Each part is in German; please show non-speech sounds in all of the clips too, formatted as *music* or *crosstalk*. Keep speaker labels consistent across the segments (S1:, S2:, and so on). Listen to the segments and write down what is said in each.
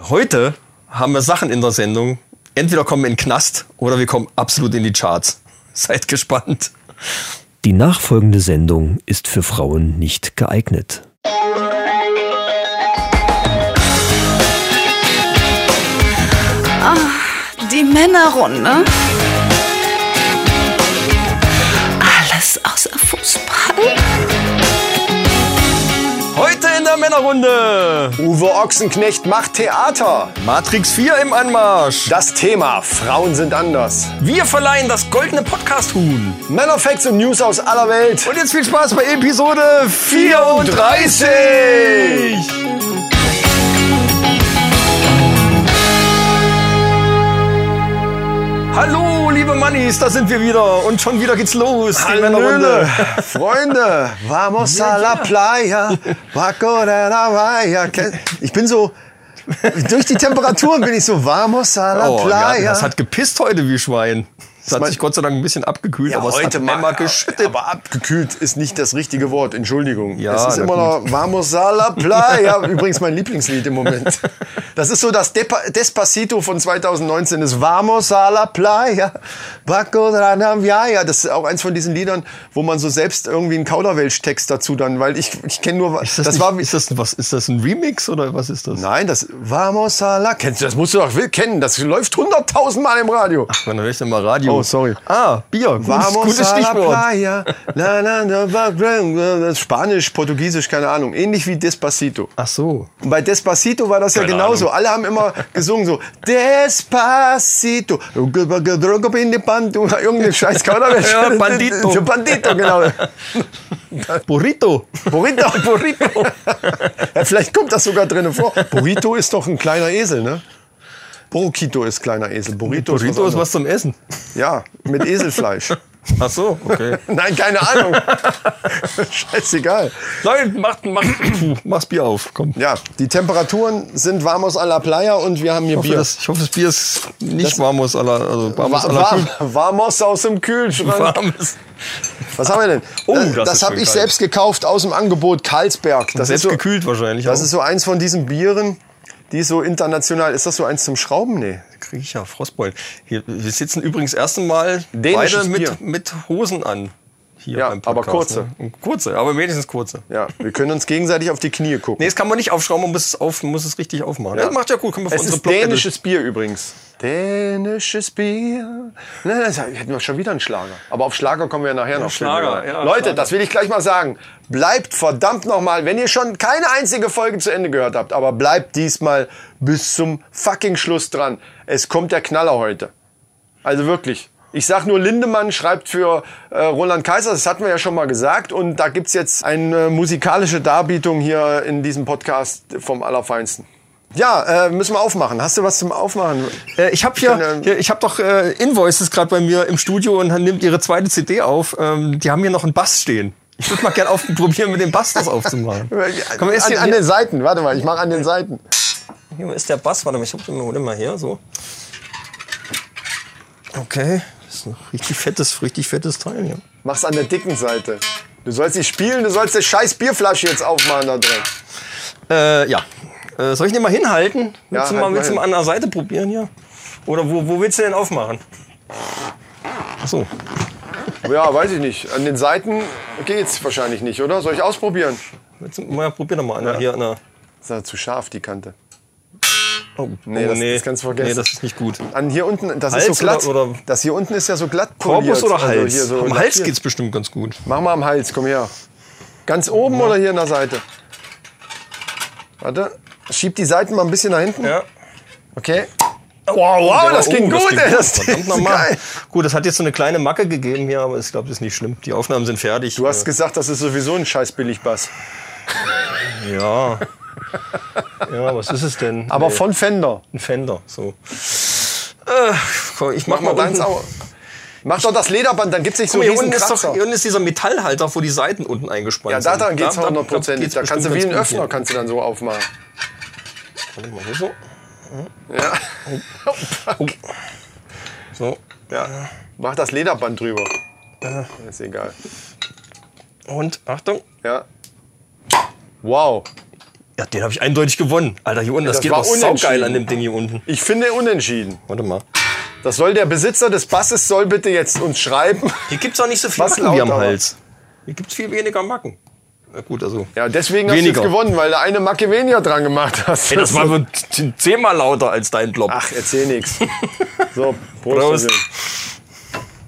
S1: Heute haben wir Sachen in der Sendung. Entweder kommen wir in den Knast oder wir kommen absolut in die Charts. *laughs* Seid gespannt.
S2: Die nachfolgende Sendung ist für Frauen nicht geeignet.
S3: Die Männerrunde. Alles außer Fußball.
S1: Heute in der Männerrunde.
S4: Uwe Ochsenknecht macht Theater.
S1: Matrix 4 im Anmarsch.
S4: Das Thema Frauen sind anders.
S1: Wir verleihen das goldene Podcast-Huhn.
S4: Männerfacts und News aus aller Welt.
S1: Und jetzt viel Spaß bei Episode 34. Hallo, liebe Mannis, da sind wir wieder. Und schon wieder geht's los. Die Männerrunde.
S4: Freunde, vamos a la playa, Paco de la Valla. Ich bin so, durch die Temperaturen bin ich so, vamos a la
S1: Oh,
S4: playa.
S1: ja, das hat gepisst heute wie Schwein. Das hat
S4: mein-
S1: sich Gott sei Dank ein bisschen abgekühlt,
S4: Ja,
S1: aber es
S4: heute
S1: hat einmal
S4: mal
S1: geschüttet.
S4: Aber abgekühlt ist nicht das richtige Wort. Entschuldigung.
S1: Ja,
S4: es ist
S1: na
S4: immer noch Vamos a la
S1: *laughs*
S4: Playa. Übrigens mein Lieblingslied im Moment. Das ist so das Depa- Despacito von 2019. Das Vamos a la Playa. Paco de la Naviaya. Das ist auch eins von diesen Liedern, wo man so selbst irgendwie einen Kauderwelsch-Text dazu dann, weil ich, ich kenne nur,
S1: Ist das,
S4: das
S1: nicht,
S4: war,
S1: ist, das, was, ist das ein Remix oder was ist das?
S4: nein, das Vamos a la, kennst du, das musst du doch will- kennen. Das läuft hunderttausendmal im Radio.
S1: Dann höre ich denn mal Radio.
S4: Oh, sorry.
S1: Ah, Bier. Gutes,
S4: Vamos
S1: gutes
S4: a la
S1: Stichwort.
S4: playa. La, la, la, la, la, la. Spanisch, Portugiesisch, keine Ahnung. Ähnlich wie Despacito.
S1: Ach so.
S4: Und bei Despacito war das ja
S1: Keine
S4: genauso. Alle haben immer gesungen so Despacito. Irgendeine scheiß Kauderwelsch.
S1: *laughs* Ja, Bandito.
S4: *laughs* Bandito, genau.
S1: Burrito. *laughs*
S4: Burrito. Burrito. ja, vielleicht kommt das sogar drinnen vor. Burrito ist doch ein kleiner Esel, ne? Burrito ist kleiner Esel. Burrito,
S1: Burrito ist
S4: anderes.
S1: was zum Essen.
S4: Ja, mit Eselfleisch.
S1: *laughs* Ach so, okay.
S4: Nein, keine Ahnung.
S1: *laughs*
S4: Scheißegal.
S1: Nein, mach, mach, puh, mach's Bier auf. Komm.
S4: Ja, die Temperaturen sind Vamos a la Playa und wir haben hier
S1: Ich hoffe,
S4: Bier.
S1: das, ich hoffe, das Bier ist nicht warmes aller, also warmes
S4: Wa-
S1: aller
S4: warm, Vamos aus dem Kühlschrank.
S1: warmes.
S4: Was haben wir denn?
S1: Oh,
S4: Äh,
S1: das ist
S4: das habe
S1: schön
S4: ich
S1: kalt.
S4: selbst gekauft aus dem Angebot Karlsberg. Das
S1: Selbst
S4: ist so,
S1: gekühlt wahrscheinlich.
S4: Das ist so eins von diesen Bieren, die so international. Ist das so eins zum Schrauben? Nee.
S1: kriege ich ja Frostbeulen. Hier, wir sitzen übrigens das erste Mal
S4: Dänisches
S1: beide
S4: Bier.
S1: mit, mit Hosen an. Hier
S4: Ja, aber kurze.
S1: Ne? Kurze, aber wenigstens kurze.
S4: Ja, wir können uns gegenseitig auf die Knie gucken.
S1: Nee, das kann man nicht aufschrauben, man muss es, auf, man muss es richtig aufmachen. Das macht ja gut, können wir
S4: Es
S1: unsere
S4: ist dänisches Bier übrigens. Dänisches Bier. Na, das hätten wir schon wieder einen Schlager. Aber auf Schlager kommen wir nachher noch.
S1: Schlager, ja,
S4: Leute,
S1: Schlager.
S4: das will ich gleich mal sagen. Bleibt verdammt nochmal, wenn ihr schon keine einzige Folge zu Ende gehört habt, aber bleibt diesmal bis zum fucking Schluss dran. Es kommt der Knaller heute. Also wirklich. Ich sag nur, Lindemann schreibt für äh, Roland Kaiser, das hatten wir ja schon mal gesagt. Und da gibt's jetzt eine musikalische Darbietung hier in diesem Podcast vom Allerfeinsten. Ja, äh, müssen wir aufmachen. Hast du was zum Aufmachen?
S1: Äh, ich habe ja,
S4: Ich kann, ähm,
S1: hier- ich habe doch äh, Invoices gerade bei mir im Studio und nimmt ihre zweite CD auf. Ähm, die haben hier noch einen Bass stehen. Ich würde mal gerne auf- probieren, mit dem Bass das
S4: *laughs*
S1: aufzumachen.
S4: äh,
S1: Komm, erst
S4: an,
S1: hier,
S4: an den Seiten, warte mal, ich mache an den Seiten.
S1: Hier ist der Bass, warte mal, ich hab den mal, hol den mal her, so. Okay, das ist ein richtig fettes, richtig fettes Teil hier.
S4: Mach's an der dicken Seite. Du sollst nicht spielen, du sollst die scheiß Bierflasche jetzt aufmachen da drin.
S1: Äh, ja. Äh, soll ich den mal hinhalten? Willst, du,
S4: halt
S1: mal,
S4: mal
S1: willst du
S4: hin.
S1: mal an der Seite probieren hier? Oder wo, wo willst du denn aufmachen? Ach so.
S4: Ja, weiß ich nicht. An den Seiten geht's wahrscheinlich nicht, oder? Soll ich ausprobieren?
S1: Willst du, mal, probier doch mal an der, hier an der.
S4: Ist ja zu scharf, die Kante.
S1: Oh,
S4: Nee,
S1: oh,
S4: das- das kannst du vergessen.
S1: Nee, das ist nicht gut.
S4: An hier unten, das
S1: Hals
S4: ist so glatt.
S1: oder- oder-
S4: das hier unten ist ja so glatt
S1: Korpus
S4: poliert.
S1: oder
S4: Also
S1: Hals?
S4: hier so
S1: Am Hals
S4: lackiert.
S1: geht's bestimmt ganz gut.
S4: Mach mal am Hals, komm her. Ganz oben oder hier an der Seite? Warte, schieb die Seiten mal ein bisschen nach hinten.
S1: Ja.
S4: Okay. Wow,
S1: Oh,
S4: wow, das ging
S1: *laughs*
S4: gut, ey, das
S1: Verdammt
S4: ist
S1: nochmal.
S4: geil.
S1: Gut, das hat jetzt so eine kleine Macke gegeben hier, aber ich glaube, das ist nicht schlimm. Die Aufnahmen sind fertig.
S4: Du hast gesagt, das ist sowieso ein scheiß Billigbass.
S1: Ja. Ja, was ist es denn?
S4: Aber
S1: Nee,
S4: von Fender.
S1: ein Fender. So. Äh, komm, ich mach,
S4: Mach mal deins
S1: unten-
S4: auch. Mach doch das Lederband, dann gibt's nicht so
S1: Guck mal, hier
S4: riesen
S1: unten, ist doch,
S4: Kratzer.
S1: hier unten ist dieser Metallhalter, wo die Seiten unten eingespannt
S4: Ja,
S1: sind.
S4: da, da geht's hundertprozentig.
S1: geht's
S4: Da kannst du wie
S1: bestimmt
S4: einen
S1: ganz gut
S4: Öffner kannst du dann so aufmachen.
S1: hier. Warte mal, hier so. Oh,
S4: Ja.
S1: so.
S4: ja. Mach das Lederband drüber. Ist egal.
S1: Und Achtung.
S4: Ja. Wow.
S1: Ja, den habe ich eindeutig gewonnen. Alter, hier unten, das,
S4: Das
S1: geht
S4: war
S1: auch saugeil
S4: unentschieden.
S1: an dem Ding hier unten.
S4: Ich finde unentschieden.
S1: Warte mal.
S4: Das soll der Besitzer des Basses soll bitte jetzt uns schreiben.
S1: Hier gibt's auch nicht so viel
S4: Was
S1: Macken wie am
S4: laut, aber.
S1: Hals. Hier gibt's viel weniger Macken. Na gut, also.
S4: Ja, deswegen hast
S1: Weniger.
S4: du jetzt gewonnen, weil du eine Macke weniger dran gemacht hast.
S1: Ey, das war so z- zehnmal lauter als dein Blob.
S4: Ach, erzähl nix. So, Prost.
S1: Prost.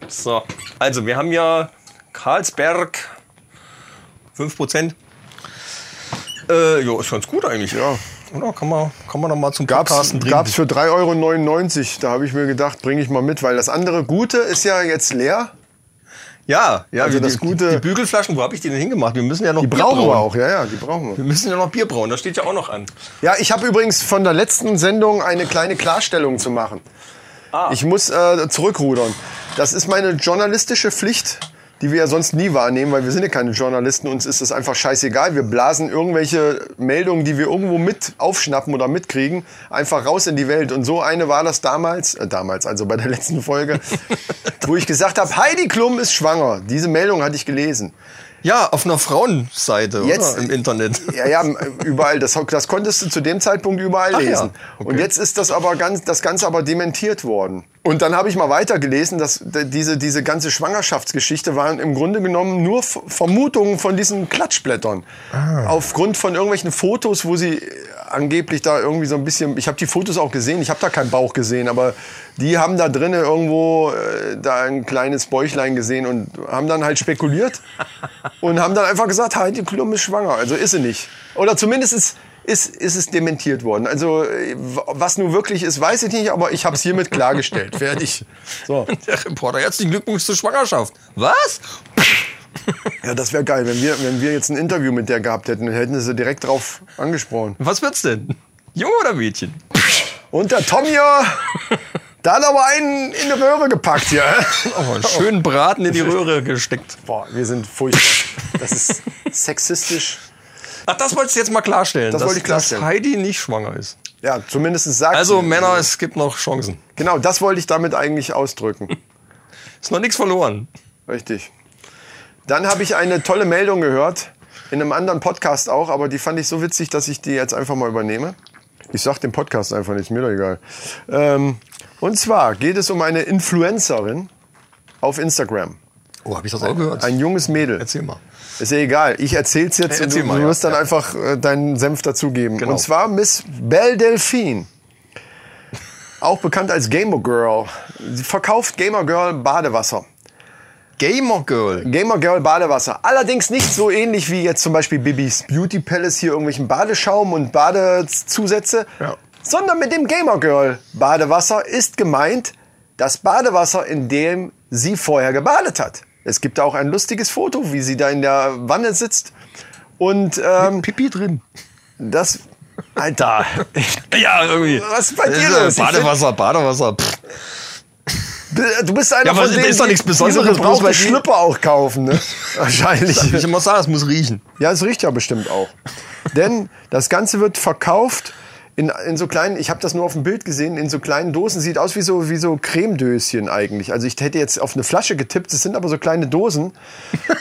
S1: So. Also, wir haben ja Karlsberg 5%. Äh, ja, ist ganz gut eigentlich. Ja. Oder? Kann man, kann man noch mal zum
S4: Gab's,
S1: Podcasten
S4: gab's für 3,99 Euro. Da habe ich mir gedacht, bringe ich mal mit, weil das andere Gute ist ja jetzt leer.
S1: Ja, ja.
S4: Also
S1: wir-
S4: das
S1: die,
S4: gute-
S1: Die Bügelflaschen, wo habe ich die denn hingemacht? Wir müssen ja noch
S4: Die
S1: Bier
S4: brauchen
S1: brauen.
S4: wir auch, ja, ja, die brauchen wir.
S1: Wir müssen ja noch Bier brauen. Das steht ja auch noch an.
S4: Ja, ich habe übrigens von der letzten Sendung eine kleine Klarstellung zu machen. Ich muss äh, zurückrudern. Das ist meine journalistische Pflicht, die wir ja sonst nie wahrnehmen, weil wir sind ja keine Journalisten. Uns ist das einfach scheißegal. Wir blasen irgendwelche Meldungen, die wir irgendwo mit aufschnappen oder mitkriegen, einfach raus in die Welt. Und so eine war das damals, äh, damals, also bei der letzten Folge, wo ich gesagt habe, Heidi Klum ist schwanger. Diese Meldung hatte ich gelesen.
S1: Ja, auf einer Frauenseite
S4: Jetzt-
S1: oder? im Internet.
S4: Ja, ja, überall. Das, das konntest du zu dem Zeitpunkt überall
S1: Ach ja.
S4: lesen.
S1: Okay.
S4: Und jetzt ist das aber ganz, das Ganze aber dementiert worden. Und dann habe ich mal weitergelesen, dass d- diese, diese ganze Schwangerschaftsgeschichte waren im Grunde genommen nur F- Vermutungen von diesen Klatschblättern.
S1: Ah.
S4: Aufgrund von irgendwelchen Fotos, wo sie äh, angeblich da irgendwie so ein bisschen, ich habe die Fotos auch gesehen, ich habe da keinen Bauch gesehen, aber die haben da drinnen irgendwo äh, da ein kleines Bäuchlein gesehen und haben dann
S1: *laughs*
S4: halt spekuliert und haben dann einfach gesagt, Heidi Klum ist schwanger. Also ist sie nicht. Oder zumindest ist, ist, ist es dementiert worden. Also äh, w- was nun wirklich ist, weiß ich nicht, aber ich habe es hiermit klargestellt.
S1: *laughs*
S4: Fertig. So.
S1: *laughs* Der Reporter, herzlichen Glückwunsch zur Schwangerschaft. Was?
S4: Ja, das wäre geil, wenn wir, wenn wir jetzt ein Interview mit der gehabt hätten, dann hätten sie direkt drauf angesprochen.
S1: Was wird's denn? Junge oder Mädchen?
S4: Und der Tom hier, da hat aber einen in die Röhre gepackt hier.
S1: Oh, einen schönen Braten
S4: *laughs*
S1: in die Röhre gesteckt.
S4: Boah, wir sind furchtbar.
S1: *laughs*
S4: Das ist sexistisch.
S1: Ach, das wolltest du jetzt mal klarstellen.
S4: Das
S1: dass-
S4: wollte ich klarstellen.
S1: Dass Heidi nicht schwanger ist.
S4: Ja, zumindest sagt
S1: Also
S4: sie-
S1: Männer, es gibt noch Chancen.
S4: Genau, das wollte ich damit eigentlich ausdrücken.
S1: Ist noch nichts verloren.
S4: Richtig. Dann habe ich eine tolle Meldung gehört, in einem anderen Podcast auch, aber die fand ich so witzig, dass ich die jetzt einfach mal übernehme. Ich sag den Podcast einfach nicht, mir doch egal. Ähm, und zwar geht es um eine Influencerin auf Instagram.
S1: Oh, habe ich das auch gehört?
S4: Ein junges Mädel.
S1: Erzähl mal.
S4: Ist ja egal. Ich erzähl's jetzt
S1: Ja, erzähl
S4: und du,
S1: mal,
S4: du
S1: ja.
S4: wirst dann einfach äh, deinen Senf dazugeben.
S1: Genau.
S4: Und zwar Miss Belle Delphine. Auch bekannt als Gamer Girl. Sie verkauft Gamer Girl Badewasser.
S1: Gamer Girl.
S4: Gamer Girl Badewasser. Allerdings nicht so ähnlich wie jetzt zum Beispiel Bibis Beauty Palace hier irgendwelchen Badeschaum und Badezusätze,
S1: Ja.
S4: sondern mit dem Gamer Girl Badewasser ist gemeint das Badewasser, in dem sie vorher gebadet hat. Es gibt da auch ein lustiges Foto, wie sie da in der Wanne sitzt und ähm,
S1: Pipi drin.
S4: das Alter,
S1: *laughs* Ja, irgendwie.
S4: Was ist bei dir
S1: Äh,
S4: los? Ich
S1: Badewasser, Badewasser. Pff.
S4: du bist einer
S1: Ja, aber
S4: von denen,
S1: ist doch
S4: die-
S1: nichts
S4: die so
S1: Besonderes, bloß
S4: gebrauchte
S1: weil die-
S4: Schlüpper auch
S1: *laughs*
S4: kaufen, ne? Wahrscheinlich.
S1: Wie ich immer sage, das muss riechen.
S4: Ja, es riecht ja bestimmt auch. Denn das Ganze wird verkauft in, in so kleinen, ich habe das nur auf dem Bild gesehen, in so kleinen Dosen. Sieht aus wie so, wie so Cremedöschen eigentlich. Also ich hätte jetzt auf eine Flasche getippt, es sind aber so kleine Dosen.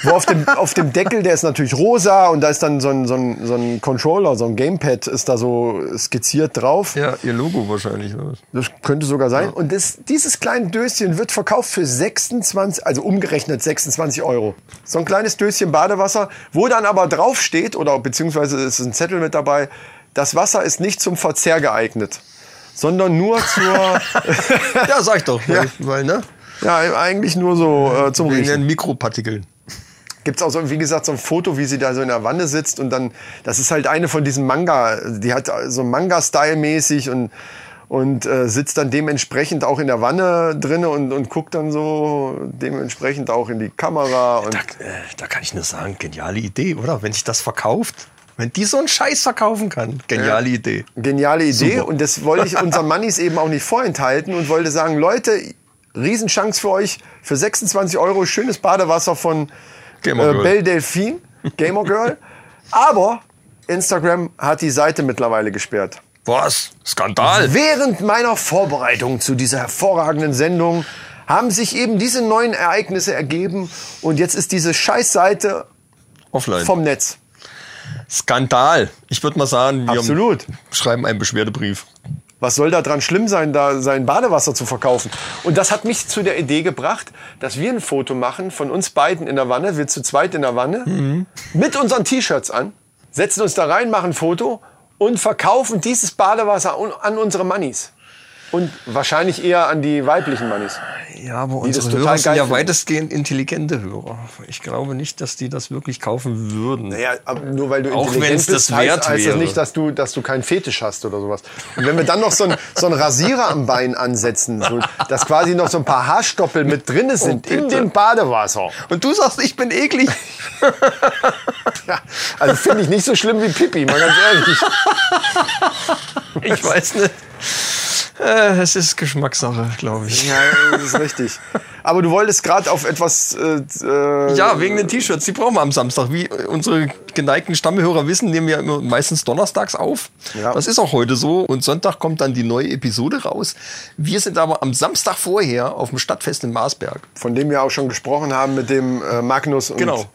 S4: Wo auf dem, auf dem Deckel, der ist natürlich rosa und da ist dann so ein, so, ein, so ein Controller, so ein Gamepad ist da so skizziert drauf.
S1: Ja, ihr Logo wahrscheinlich. oder was?
S4: Das könnte sogar sein. Und das, dieses kleine Döschen wird verkauft für 26, also umgerechnet 26 Euro. So ein kleines Döschen Badewasser, wo dann aber draufsteht, oder beziehungsweise es ist ein Zettel mit dabei, das Wasser ist nicht zum Verzehr geeignet, sondern nur zur, *laughs*
S1: Ja, sag ich doch. Weil, weil ne?
S4: ja, eigentlich nur so äh, zum
S1: Wegen
S4: Riechen.
S1: den Mikropartikeln.
S4: Gibt's auch so, wie gesagt, so ein Foto, wie sie da so in der Wanne sitzt und dann, das ist halt eine von diesen Manga, die hat so Manga-Style-mäßig und, und äh, sitzt dann dementsprechend auch in der Wanne drinne und, und guckt dann so dementsprechend auch in die Kamera und
S1: Da, äh, da kann ich nur sagen, geniale Idee, oder? Wenn sich das verkauft, wenn die so einen Scheiß verkaufen kann, geniale Idee.
S4: geniale Idee. Und das wollte ich unseren Mannis eben auch nicht vorenthalten und wollte sagen, Leute, Riesenchance für euch, für 26 Euro schönes Badewasser von
S1: Gamer
S4: äh,
S1: Girl.
S4: Belle Delphine,
S1: *laughs*
S4: Gamer Girl. Aber Instagram hat die Seite mittlerweile gesperrt.
S1: Was? Skandal.
S4: Während meiner Vorbereitung zu dieser hervorragenden Sendung haben sich eben diese neuen Ereignisse ergeben und jetzt ist diese Scheißseite
S1: Offline.
S4: vom Netz.
S1: Skandal. Ich würde mal sagen, wir
S4: Absolut.
S1: schreiben einen Beschwerdebrief.
S4: Was soll da dran schlimm sein, da sein Badewasser zu verkaufen? Und das hat mich zu der Idee gebracht, dass wir ein Foto machen von uns beiden in der Wanne, wir zu zweit in der Wanne, mit unseren T-Shirts an, setzen uns da rein, machen ein Foto und verkaufen dieses Badewasser un- an unsere Mannis. Und wahrscheinlich eher an die weiblichen Mannis.
S1: Ja, aber
S4: das
S1: unsere
S4: total
S1: Hörer sind
S4: geil
S1: ja
S4: finden.
S1: weitestgehend intelligente Hörer. Ich glaube nicht, dass die das wirklich kaufen würden.
S4: Naja, aber nur weil du
S1: Auch
S4: intelligent
S1: wenn's
S4: bist,
S1: das wert
S4: heißt, heißt das
S1: wäre.
S4: nicht, dass du, dass du keinen Fetisch hast oder sowas. Und wenn wir dann noch so einen so einen Rasierer am Bein ansetzen, so, dass quasi noch so ein paar Haarstoppel mit drin sind in
S1: Oh, bitte.
S4: dem Badewasser.
S1: Und du sagst, ich bin *laughs* eklig.
S4: Ja, also finde ich nicht so schlimm wie Pipi, mal ganz ehrlich.
S1: Ich weiß nicht. Äh, Es ist Geschmackssache, glaube ich.
S4: Ja, das ist richtig. Aber du wolltest gerade auf etwas. Äh, äh,
S1: Ja, wegen den T-Shirts, die brauchen wir am Samstag. Wie unsere geneigten Stammhörer wissen, nehmen wir immer meistens donnerstags auf.
S4: Ja.
S1: Das ist auch heute so. Und Sonntag kommt dann die neue Episode raus. Wir sind aber am Samstag vorher auf dem Stadtfest in Marsberg.
S4: Von dem wir auch schon gesprochen haben mit dem äh, Magnus und
S1: Genau.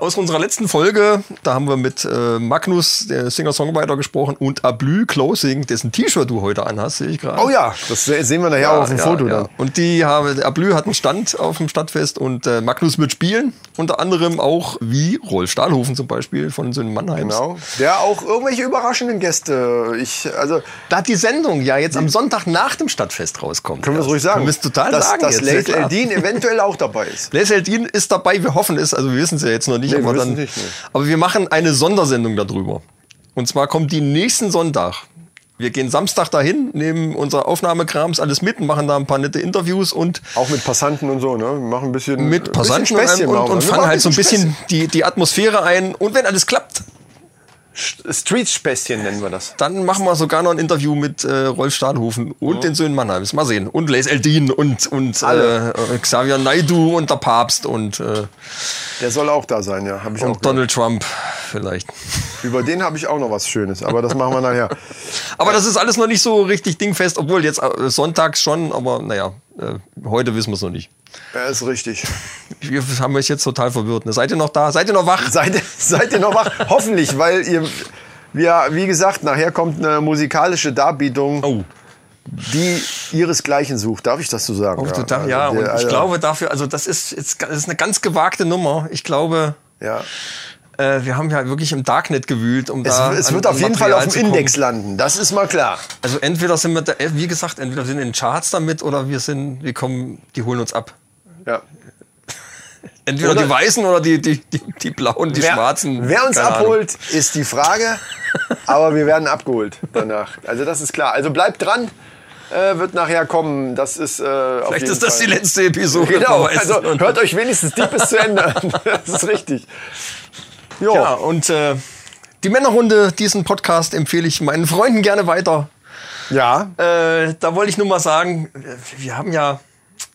S1: Aus unserer letzten Folge, da haben wir mit äh, Magnus, der Singer-Songwriter, gesprochen und Ablü Closing, dessen T-Shirt du heute anhast, sehe ich gerade.
S4: Oh ja, das se- sehen wir nachher auch auf dem Foto dann.
S1: Und die haben, äh, Ablü hat einen Stand auf dem Stadtfest und äh, Magnus wird spielen. Unter anderem auch wie Rolf Stahlhofen zum Beispiel von so einem Mannheim.
S4: Genau. Der auch irgendwelche überraschenden Gäste. Ich, also,
S1: Da die Sendung ja jetzt am Sonntag nach dem Stadtfest rauskommt.
S4: Können wir es ruhig sagen.
S1: Können wir es total
S4: dass,
S1: sagen.
S4: Dass
S1: jetzt,
S4: Late
S1: ja, klar.
S4: Eldin eventuell auch dabei ist.
S1: Les Eldin ist dabei, wir hoffen es, also wir wissen es ja jetzt noch nicht,
S4: Nee,
S1: aber,
S4: wir
S1: dann,
S4: wissen nicht, nee.
S1: aber wir machen eine Sondersendung darüber. Und zwar kommt die nächsten Sonntag. Wir gehen Samstag dahin, nehmen unser Aufnahmekrams alles mit, machen da ein paar nette Interviews und
S4: Auch mit Passanten und so, ne? Wir machen ein bisschen.
S1: mit Passanten
S4: bisschen Späßchen
S1: und,
S4: machen
S1: und,
S4: wir.
S1: und
S4: Wir machen
S1: fangen halt so ein bisschen
S4: Späßchen.
S1: die, die Atmosphäre ein. Und wenn alles klappt,
S4: St- Street-Späßchen nennen wir das.
S1: dann machen wir sogar noch ein Interview mit äh, Rolf Stahlhofen und den Söhnen Mannheims. Mal sehen. Und Les Eldin und, und äh,
S4: Alle.
S1: äh, Xavier Naidu und der Papst und, äh,
S4: Der soll auch da sein, ja. Hab ich auch
S1: und Donald Trump vielleicht.
S4: gehört. Über den habe ich auch noch was Schönes, aber das machen
S1: *laughs*
S4: wir nachher.
S1: Aber das ist alles noch nicht so richtig dingfest, obwohl jetzt äh, sonntags schon, aber naja, äh, heute wissen wir es noch nicht.
S4: Ja, ist richtig.
S1: Wir haben euch jetzt total verwirrt. Ne? Seid ihr noch da? Seid ihr noch wach?
S4: Seid, seid ihr noch wach? Hoffentlich, weil ihr. Wir, wie gesagt, nachher kommt eine musikalische Darbietung,
S1: Oh,
S4: die ihresgleichen sucht. Darf ich das so sagen?
S1: ja, da,
S4: also
S1: Oh, ja
S4: der-
S1: und ich
S4: Alter.
S1: glaube dafür, also das ist, jetzt, das ist eine ganz gewagte Nummer. Ich glaube,
S4: Ja.
S1: äh, wir haben ja wirklich im Darknet gewühlt, um
S4: Es,
S1: da
S4: es
S1: an-
S4: wird
S1: an
S4: auf jeden Fall
S1: Material
S4: auf
S1: zu
S4: dem
S1: kommen.
S4: Index landen, das ist mal klar.
S1: Also entweder sind wir, da, wie gesagt, entweder sind wir in den Charts damit oder wir sind, wir kommen, die holen uns ab.
S4: Ja.
S1: Entweder
S4: Oder-
S1: die Weißen oder die, die, die, die Blauen, die Schwarzen.
S4: wer uns
S1: Keine Ahnung.
S4: abholt, ist die
S1: *laughs*
S4: Frage. Aber wir werden abgeholt danach. Also das ist klar. Also bleibt dran, äh, wird nachher kommen. Das ist äh, auf
S1: Vielleicht
S4: jeden
S1: ist das
S4: Fall.
S1: die letzte Episode.
S4: Genau,
S1: man weiß es
S4: also
S1: noch nicht.
S4: hört euch wenigstens die bis zu Ende
S1: *laughs*
S4: an. Das ist richtig. Jo,
S1: Ja, und äh, die Männerrunde, diesen Podcast empfehle ich meinen Freunden gerne weiter.
S4: ja.
S1: Äh, da wollte ich nur mal sagen, äh, wir haben ja,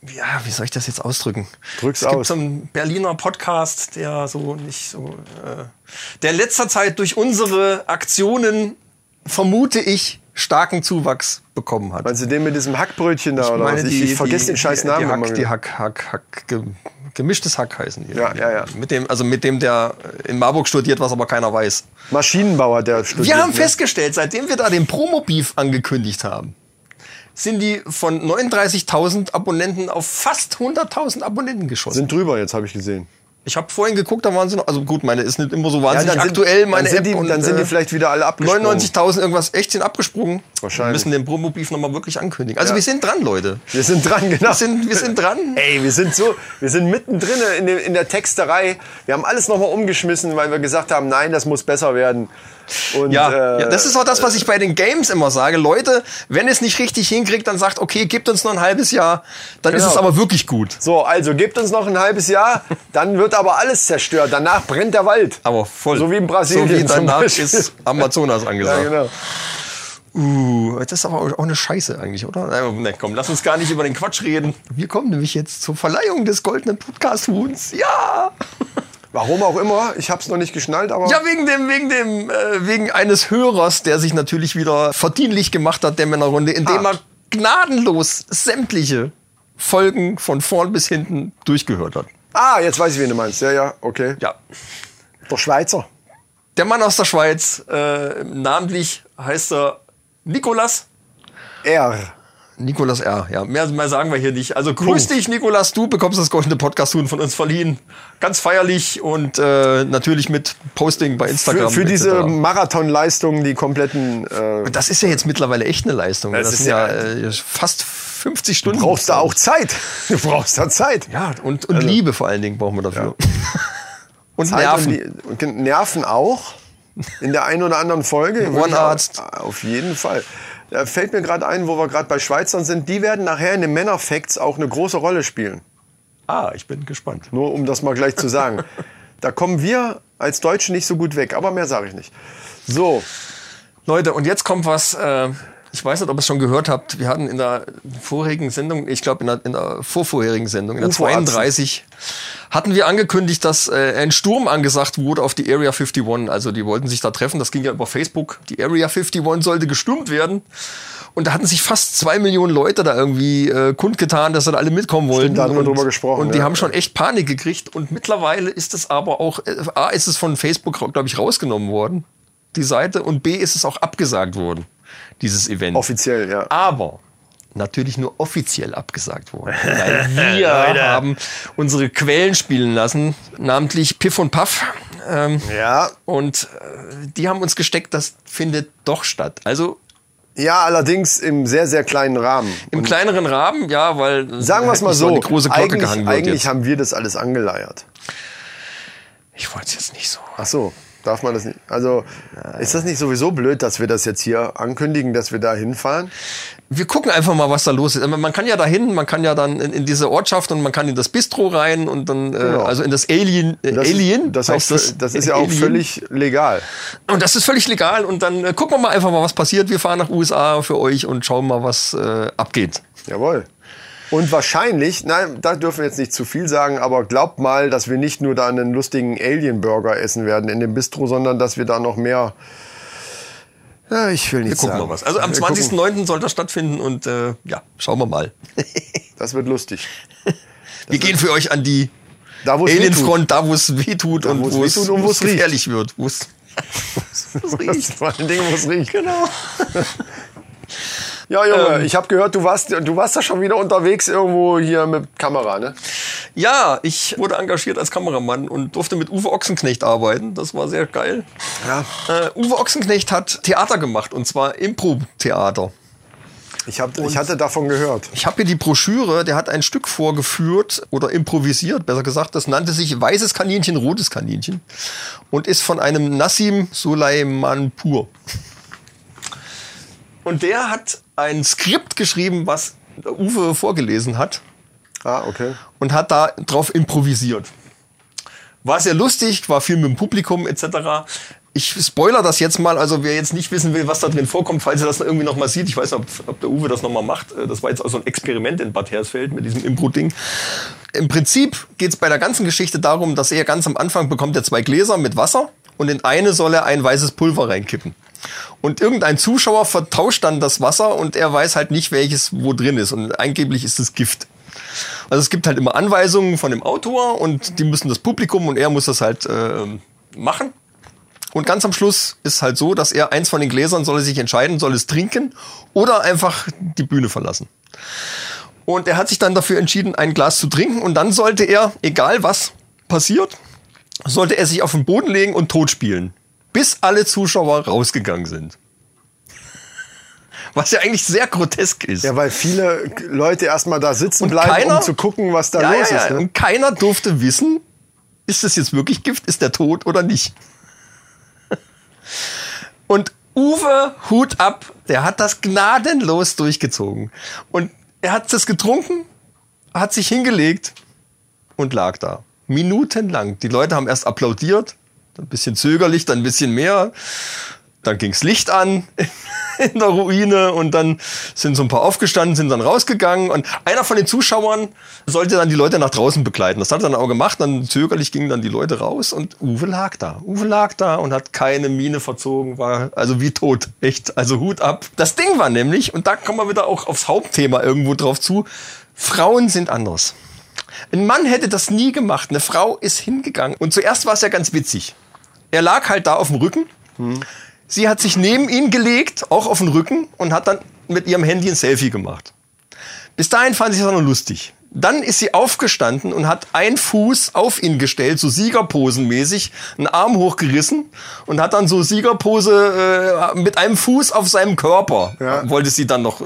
S1: ja, wie soll ich das jetzt ausdrücken?
S4: Drück's
S1: es gibt
S4: aus.
S1: so einen Berliner Podcast, der so nicht so, äh, der in letzter Zeit durch unsere Aktionen, vermute ich, starken Zuwachs bekommen hat.
S4: Meinst du den mit diesem Hackbrötchen da oder was? Ich, ich vergesse den scheiß
S1: die-
S4: Namen
S1: Die
S4: immer
S1: Hack, die
S4: wieder.
S1: Hack, Hack, Hack, ge- gemischtes Hack heißen die.
S4: Ja, ja, ja.
S1: Mit dem, also mit dem, der in Marburg studiert, was aber keiner weiß.
S4: Maschinenbauer, der studiert.
S1: Wir haben
S4: ne?
S1: festgestellt, seitdem wir da den Promo-Beef angekündigt haben, sind die von 39.000 Abonnenten auf fast 100.000 Abonnenten geschossen.
S4: Sind drüber jetzt, habe ich gesehen.
S1: ich habe vorhin geguckt, da waren sie noch, also gut, meine ist nicht immer so
S4: Ja,
S1: wahnsinnig
S4: dann sind,
S1: aktuell, meine
S4: dann sind, die,
S1: App und,
S4: dann sind die vielleicht wieder alle abgesprungen.
S1: 99.000 irgendwas echt sind abgesprungen.
S4: Wahrscheinlich.
S1: Wir müssen den Promo-Beef nochmal wirklich ankündigen. Also
S4: Ja.
S1: wir sind dran, Leute.
S4: Wir sind dran, genau.
S1: Wir sind, wir sind dran.
S4: Ey, wir sind so, wir sind mittendrin in, dem, in der Texterei. Wir haben alles nochmal umgeschmissen, weil wir gesagt haben, nein, das muss besser werden. Und,
S1: Ja,
S4: äh,
S1: ja, das ist auch das, was ich bei den Games immer sage. Leute, wenn ihr es nicht richtig hinkriegt, dann sagt, okay, gebt uns noch ein halbes Jahr, dann ist
S4: Genau.
S1: es aber wirklich gut.
S4: So, also gebt uns noch ein halbes Jahr, dann wird aber alles zerstört. Danach brennt der Wald.
S1: Aber voll.
S4: So wie in Brasilien.
S1: So wie
S4: zum
S1: danach
S4: Beispiel.
S1: ist *laughs* Amazonas
S4: *laughs* Ja,
S1: angesagt.
S4: genau.
S1: Uh, das ist aber auch eine Scheiße eigentlich, oder? Na, ne, komm, lass uns gar nicht über den Quatsch reden. Wir kommen nämlich jetzt zur Verleihung des goldenen Podcast-Huhns. Ja!
S4: Warum auch immer, ich hab's noch nicht geschnallt, aber
S1: Ja, wegen dem, wegen dem, äh, wegen eines Hörers, der sich natürlich wieder verdienlich gemacht hat, der Männerrunde, indem
S4: Ah.
S1: er gnadenlos sämtliche Folgen von vorn bis hinten durchgehört hat.
S4: Ah, jetzt weiß ich, wen du meinst. Ja, ja, okay.
S1: Ja.
S4: Der Schweizer.
S1: Der Mann aus der Schweiz, äh, namentlich heißt er Nikolas.
S4: R.
S1: Nikolas R. Ja, mehr, mehr sagen wir hier nicht. Also grüß dich, Nikolas. Du bekommst das goldene Podcast-Huhn von uns verliehen. Ganz feierlich und äh, natürlich mit Posting bei Instagram.
S4: Für, für
S1: etc.
S4: diese Marathonleistungen, die kompletten. Äh,
S1: Das ist ja jetzt mittlerweile echt eine Leistung. Das,
S4: ist
S1: sind
S4: ja-
S1: ja äh, fast 50 Stunden.
S4: brauchst da auch Zeit. Du brauchst da Zeit.
S1: Ja, und, und Liebe vor allen Dingen brauchen wir dafür. *laughs* und
S4: Zeit
S1: Nerven.
S4: Und, die, und Nerven auch. In der einen oder
S1: *laughs*
S4: anderen Folge.
S1: Ohrenarzt.
S4: Ah, Auf jeden Fall. Da fällt mir gerade ein, wo wir gerade bei Schweizern sind. Die werden nachher in den Männerfacts auch eine große Rolle spielen.
S1: Ah, ich bin gespannt.
S4: Nur um das mal gleich zu
S1: *laughs*
S4: sagen. da kommen wir als Deutsche nicht so gut weg. Aber mehr sage ich nicht. So,
S1: Leute, und jetzt kommt was. Äh, ich weiß nicht, ob ihr es schon gehört habt. Wir hatten in der vorigen Sendung, ich glaube in der, in der vorvorherigen Sendung, in der
S4: UFO-Arzt.
S1: 32, hatten wir angekündigt, dass äh, ein Sturm angesagt wurde auf die Area 51. Also die wollten sich da treffen. Das ging ja über Facebook. Die Area 51 sollte gestürmt werden. Und da hatten sich fast zwei Millionen Leute da irgendwie äh, kundgetan, dass dann alle mitkommen wollten.
S4: da hatten wir
S1: und,
S4: drüber gesprochen,
S1: Und die
S4: ja.
S1: haben schon echt Panik gekriegt. Und mittlerweile ist es aber auch, äh, A, ist es von Facebook, glaube ich, rausgenommen worden, die Seite. Und B, ist es auch abgesagt worden, dieses Event.
S4: offiziell, ja.
S1: Aber natürlich nur offiziell abgesagt worden.
S4: *laughs*
S1: Weil wir haben unsere Quellen spielen lassen, namentlich Piff und Puff. Ähm,
S4: Ja,
S1: Und äh, die haben uns gesteckt, das findet doch statt. Also
S4: ja, allerdings im sehr, sehr kleinen Rahmen.
S1: im kleineren Rahmen, ja, weil äh,
S4: Sagen wir es mal
S1: nicht so an
S4: so.
S1: die große Glocke
S4: eigentlich
S1: gehangen wird
S4: eigentlich
S1: jetzt.
S4: haben wir das alles angeleiert.
S1: Ich wollte es jetzt nicht so.
S4: Ach so, darf man das nicht? Also ist das nicht sowieso blöd, dass wir das jetzt hier ankündigen, dass wir da hinfahren?
S1: Wir gucken einfach mal, was da los ist. Aber Man kann ja dahin, man kann ja dann in, in diese Ortschaft und man kann in das Bistro rein und dann äh,
S4: Genau.
S1: also in das Alien äh,
S4: Das
S1: Alien.
S4: Ist, das, ist
S1: heißt
S4: auch, das, das ist ja auch
S1: Alien.
S4: völlig legal.
S1: und das ist völlig legal und dann äh, gucken wir mal einfach mal, was passiert. Wir fahren nach USA für euch und schauen mal, was äh, abgeht.
S4: Jawohl. Und wahrscheinlich, nein, da dürfen wir jetzt nicht zu viel sagen, aber glaubt mal, dass wir nicht nur da einen lustigen Alien-Burger essen werden in dem Bistro, sondern dass wir da noch mehr. Ja, ich will nicht
S1: Wir gucken
S4: sagen.
S1: mal was. Also am
S4: Wir gucken.
S1: 20.09. soll das stattfinden und äh, ja, schauen wir mal.
S4: Das
S1: *laughs*
S4: wird lustig.
S1: wir gehen für euch an die
S4: Da, wo es wehtut.
S1: Alienfront, da wo es weh tut
S4: Da,
S1: und
S4: wo es
S1: wo es
S4: wehtut und wo es riecht.
S1: gefährlich wird. Wo
S4: *laughs*
S1: es
S4: Vor allen Dingen, wo es riecht.
S1: *laughs*
S4: Genau. Ja, Junge,
S1: Ähm.
S4: ich habe gehört, du warst, du warst da schon wieder unterwegs irgendwo hier mit Kamera, ne?
S1: Ja, ich wurde engagiert als Kameramann und durfte mit Uwe Ochsenknecht arbeiten. Das war sehr geil.
S4: Ja.
S1: Äh, Uwe Ochsenknecht hat Theater gemacht und zwar Impro-Theater.
S4: Ich, hab, ich hatte davon gehört.
S1: Ich habe hier die Broschüre, der hat ein Stück vorgeführt oder improvisiert, besser gesagt. Das nannte sich Weißes Kaninchen, Rotes Kaninchen und ist von einem Nassim Sulaimanpur. Und der hat ein Skript geschrieben, was Uwe vorgelesen hat.
S4: Ah, okay.
S1: und hat da drauf improvisiert. War sehr lustig, war viel mit dem Publikum etc. Ich spoiler das jetzt mal, also wer jetzt nicht wissen will, was da drin vorkommt, falls er das irgendwie noch mal sieht, ich weiß nicht, ob, ob der Uwe das noch mal macht, Äh, das war jetzt auch so ein Experiment in Bad Hersfeld mit diesem Impro-Ding. Im Prinzip geht es bei der ganzen Geschichte darum, dass er ganz am Anfang bekommt er zwei Gläser mit Wasser und in eine soll er ein weißes Pulver reinkippen. Und irgendein Zuschauer vertauscht dann das Wasser und er weiß halt nicht, welches wo drin ist und angeblich ist es Gift. Also es gibt halt immer Anweisungen von dem Autor und die müssen das Publikum und er muss das halt äh, machen. Und ganz am Schluss ist halt so, dass er eins von den Gläsern soll er sich entscheiden, soll es trinken oder einfach die Bühne verlassen. Und er hat sich dann dafür entschieden, ein Glas zu trinken und dann sollte er, egal was passiert, sollte er sich auf den Boden legen und tot spielen, bis alle Zuschauer rausgegangen sind. Was ja eigentlich sehr grotesk ist.
S4: Ja, weil viele Leute erstmal da sitzen
S1: Und
S4: bleiben,
S1: keiner-
S4: um zu gucken, was da
S1: Ja,
S4: los
S1: ja, ja.
S4: ist. Ne?
S1: Und keiner durfte wissen, ist das jetzt wirklich Gift, ist der tot oder nicht. *laughs* Und Uwe, Hut ab, der hat das gnadenlos durchgezogen. Und er hat das getrunken, hat sich hingelegt und lag da. Minutenlang. Die Leute haben erst applaudiert, dann ein bisschen zögerlich, dann ein bisschen mehr. Dann ging's Licht an *laughs* in der Ruine und dann sind so ein paar aufgestanden, sind dann rausgegangen und einer von den Zuschauern sollte dann die Leute nach draußen begleiten. Das hat er dann auch gemacht, dann zögerlich gingen dann die Leute raus und Uwe lag da. Uwe lag da und hat keine Miene verzogen, war also wie tot, echt, also Hut ab. Das Ding war nämlich, und da kommen wir wieder auch aufs Hauptthema irgendwo drauf zu, Frauen sind anders. Ein Mann hätte das nie gemacht. Eine Frau ist hingegangen. Und zuerst war es ja ganz witzig. Er lag halt da auf dem Rücken. Sie hat sich neben ihn gelegt, auch auf den Rücken, und hat dann mit ihrem Handy ein Selfie gemacht. Bis dahin fand sie es auch noch lustig. Dann ist sie aufgestanden und hat einen Fuß auf ihn gestellt, so Siegerposenmäßig, einen Arm hochgerissen und hat dann so Siegerpose äh, mit einem Fuß auf seinem Körper.
S4: Ja.
S1: Wollte sie dann noch äh,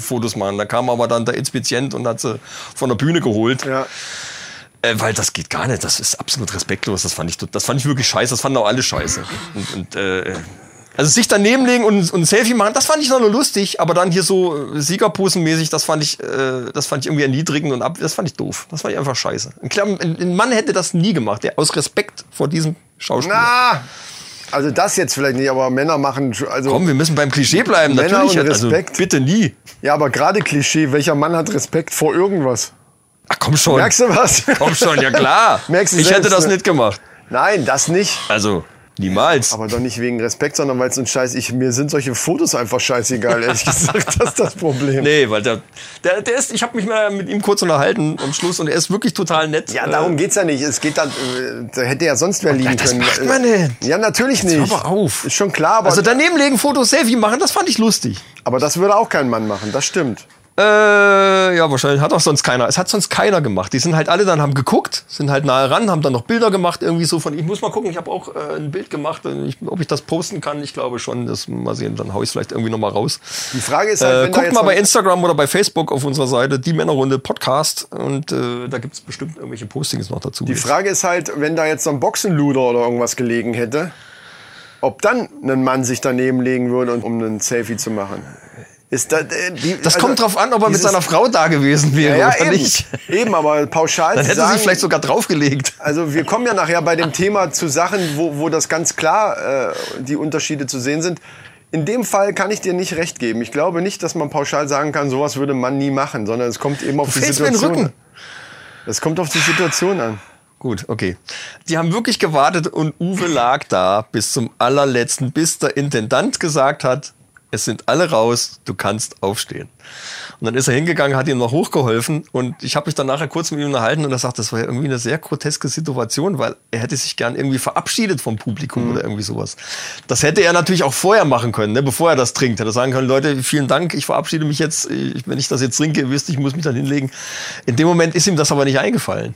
S1: Fotos machen. Da kam aber dann der Inspizient und hat sie von der Bühne geholt.
S4: Ja.
S1: Äh, weil das geht gar nicht. Das ist absolut respektlos. Das fand ich, tot- das fand ich wirklich scheiße. Das fanden auch alle scheiße. Und, und, äh, also sich daneben legen und, und ein Selfie machen, das fand ich noch nur lustig. Aber dann hier so äh, Siegerposenmäßig, das fand ich, äh, das fand ich irgendwie erniedrigend und ab, das fand ich doof. Das fand ich einfach scheiße. Ein, Klam- ein, ein Mann hätte das nie gemacht. Der aus Respekt vor diesem Schauspieler.
S4: Na, also das jetzt vielleicht nicht, aber Männer machen, sch- also
S1: Komm, wir müssen beim Klischee bleiben.
S4: Männer
S1: Natürlich.
S4: und
S1: also,
S4: Respekt.
S1: bitte nie.
S4: ja, aber gerade Klischee, welcher Mann hat Respekt vor irgendwas?
S1: Ach komm schon.
S4: Merkst du was?
S1: Komm schon, ja klar.
S4: *laughs* Merkst du
S1: ich
S4: selbst,
S1: hätte das
S4: ne?
S1: nicht gemacht.
S4: Nein, das nicht.
S1: Also, niemals.
S4: Aber doch nicht wegen Respekt, sondern weil es uns scheiß, ich, mir sind solche Fotos einfach scheißegal, ehrlich *laughs* gesagt, das ist das Problem.
S1: Nee, weil der, der, der ist, ich habe mich mal mit ihm kurz unterhalten am Schluss und er ist wirklich total nett. Äh,
S4: Ja, darum geht's ja nicht. Es geht dann, äh, da hätte ja sonst wer liegen
S1: das
S4: können.
S1: macht man nicht.
S4: Ja, natürlich
S1: Äh,
S4: nicht.
S1: hör mal auf.
S4: Ist schon klar, aber,
S1: also daneben legen, Fotos, Selfie machen, das fand ich lustig.
S4: aber das würde auch kein Mann machen, das stimmt.
S1: Äh, ja, wahrscheinlich hat auch sonst keiner. Es hat sonst keiner gemacht. Die sind halt alle dann, haben geguckt, sind halt nahe ran, haben dann noch Bilder gemacht, irgendwie so von. Ich muss mal gucken, ich habe auch äh, ein Bild gemacht, äh, ich, ob ich das posten kann. Ich glaube schon, das mal sehen, dann hau ich vielleicht irgendwie nochmal raus.
S4: Die Frage ist halt,
S1: Äh,
S4: wenn da
S1: guckt
S4: jetzt
S1: mal bei
S4: noch-
S1: Instagram oder bei Facebook auf unserer Seite, die Männerrunde Podcast und äh, da gibt's bestimmt irgendwelche Postings noch dazu.
S4: Die Frage ist halt, wenn da jetzt so ein Boxenluder oder irgendwas gelegen hätte, ob dann ein Mann sich daneben legen würde, und- um ein Selfie zu machen. Ist da, äh, die,
S1: Das kommt drauf an, ob er mit
S4: dieses-
S1: seiner Frau da gewesen wäre
S4: ja, ja,
S1: oder
S4: eben,
S1: nicht.
S4: Eben, aber
S1: *laughs*
S4: pauschal
S1: Dann
S4: zu
S1: hätte sie
S4: sagen,
S1: sich vielleicht sogar draufgelegt.
S4: Also wir kommen ja nachher bei dem Thema zu Sachen, wo, wo das ganz klar äh, die Unterschiede zu sehen sind. In dem Fall kann ich dir nicht recht geben. Ich glaube nicht, dass man pauschal sagen kann, sowas würde man nie machen, sondern es kommt eben auf die
S1: fällst mir in den
S4: Situation.
S1: Rücken.
S4: an. Das kommt auf die Situation an.
S1: Gut, okay. Die haben wirklich gewartet und Uwe lag da bis zum allerletzten, bis der Intendant gesagt hat, es sind alle raus, du kannst aufstehen. Und dann ist er hingegangen, hat ihm noch hochgeholfen und ich habe mich dann nachher kurz mit ihm unterhalten und er sagt, das war ja irgendwie eine sehr groteske Situation, weil er hätte sich gern irgendwie verabschiedet vom Publikum oder irgendwie sowas. Das hätte er natürlich auch vorher machen können, ne, bevor er das trinkt. Hätte er sagen können, Leute, vielen Dank, ich verabschiede mich jetzt, ich, wenn ich das jetzt trinke, ihr wisst, ich muss mich dann hinlegen. In dem Moment ist ihm das aber nicht eingefallen.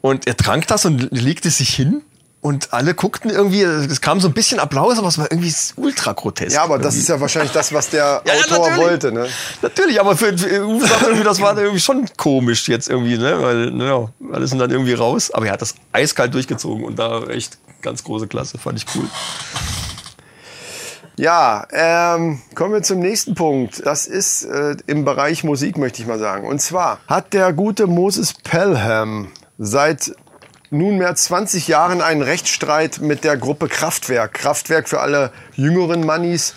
S1: Und er trank das und legte sich hin. Und alle guckten irgendwie, es kam so ein bisschen Applaus, aber es war irgendwie ultra grotesk.
S4: Ja, aber das
S1: Irgendwie.
S4: ist ja wahrscheinlich das, was der
S1: Ja, ja,
S4: Autor
S1: natürlich.
S4: wollte. Ne?
S1: Natürlich, aber für, für Uwe sagt irgendwie, das war irgendwie schon komisch jetzt irgendwie, ne? Weil, naja, alle sind dann irgendwie raus. Aber er hat das eiskalt durchgezogen und da echt ganz große Klasse, fand ich cool.
S4: Ja, ähm, kommen wir zum nächsten Punkt. Das ist äh, im Bereich Musik, möchte ich mal sagen. Und zwar hat der gute Moses Pelham seit nunmehr 20 Jahren einen Rechtsstreit mit der Gruppe Kraftwerk. Kraftwerk für alle jüngeren Mannis.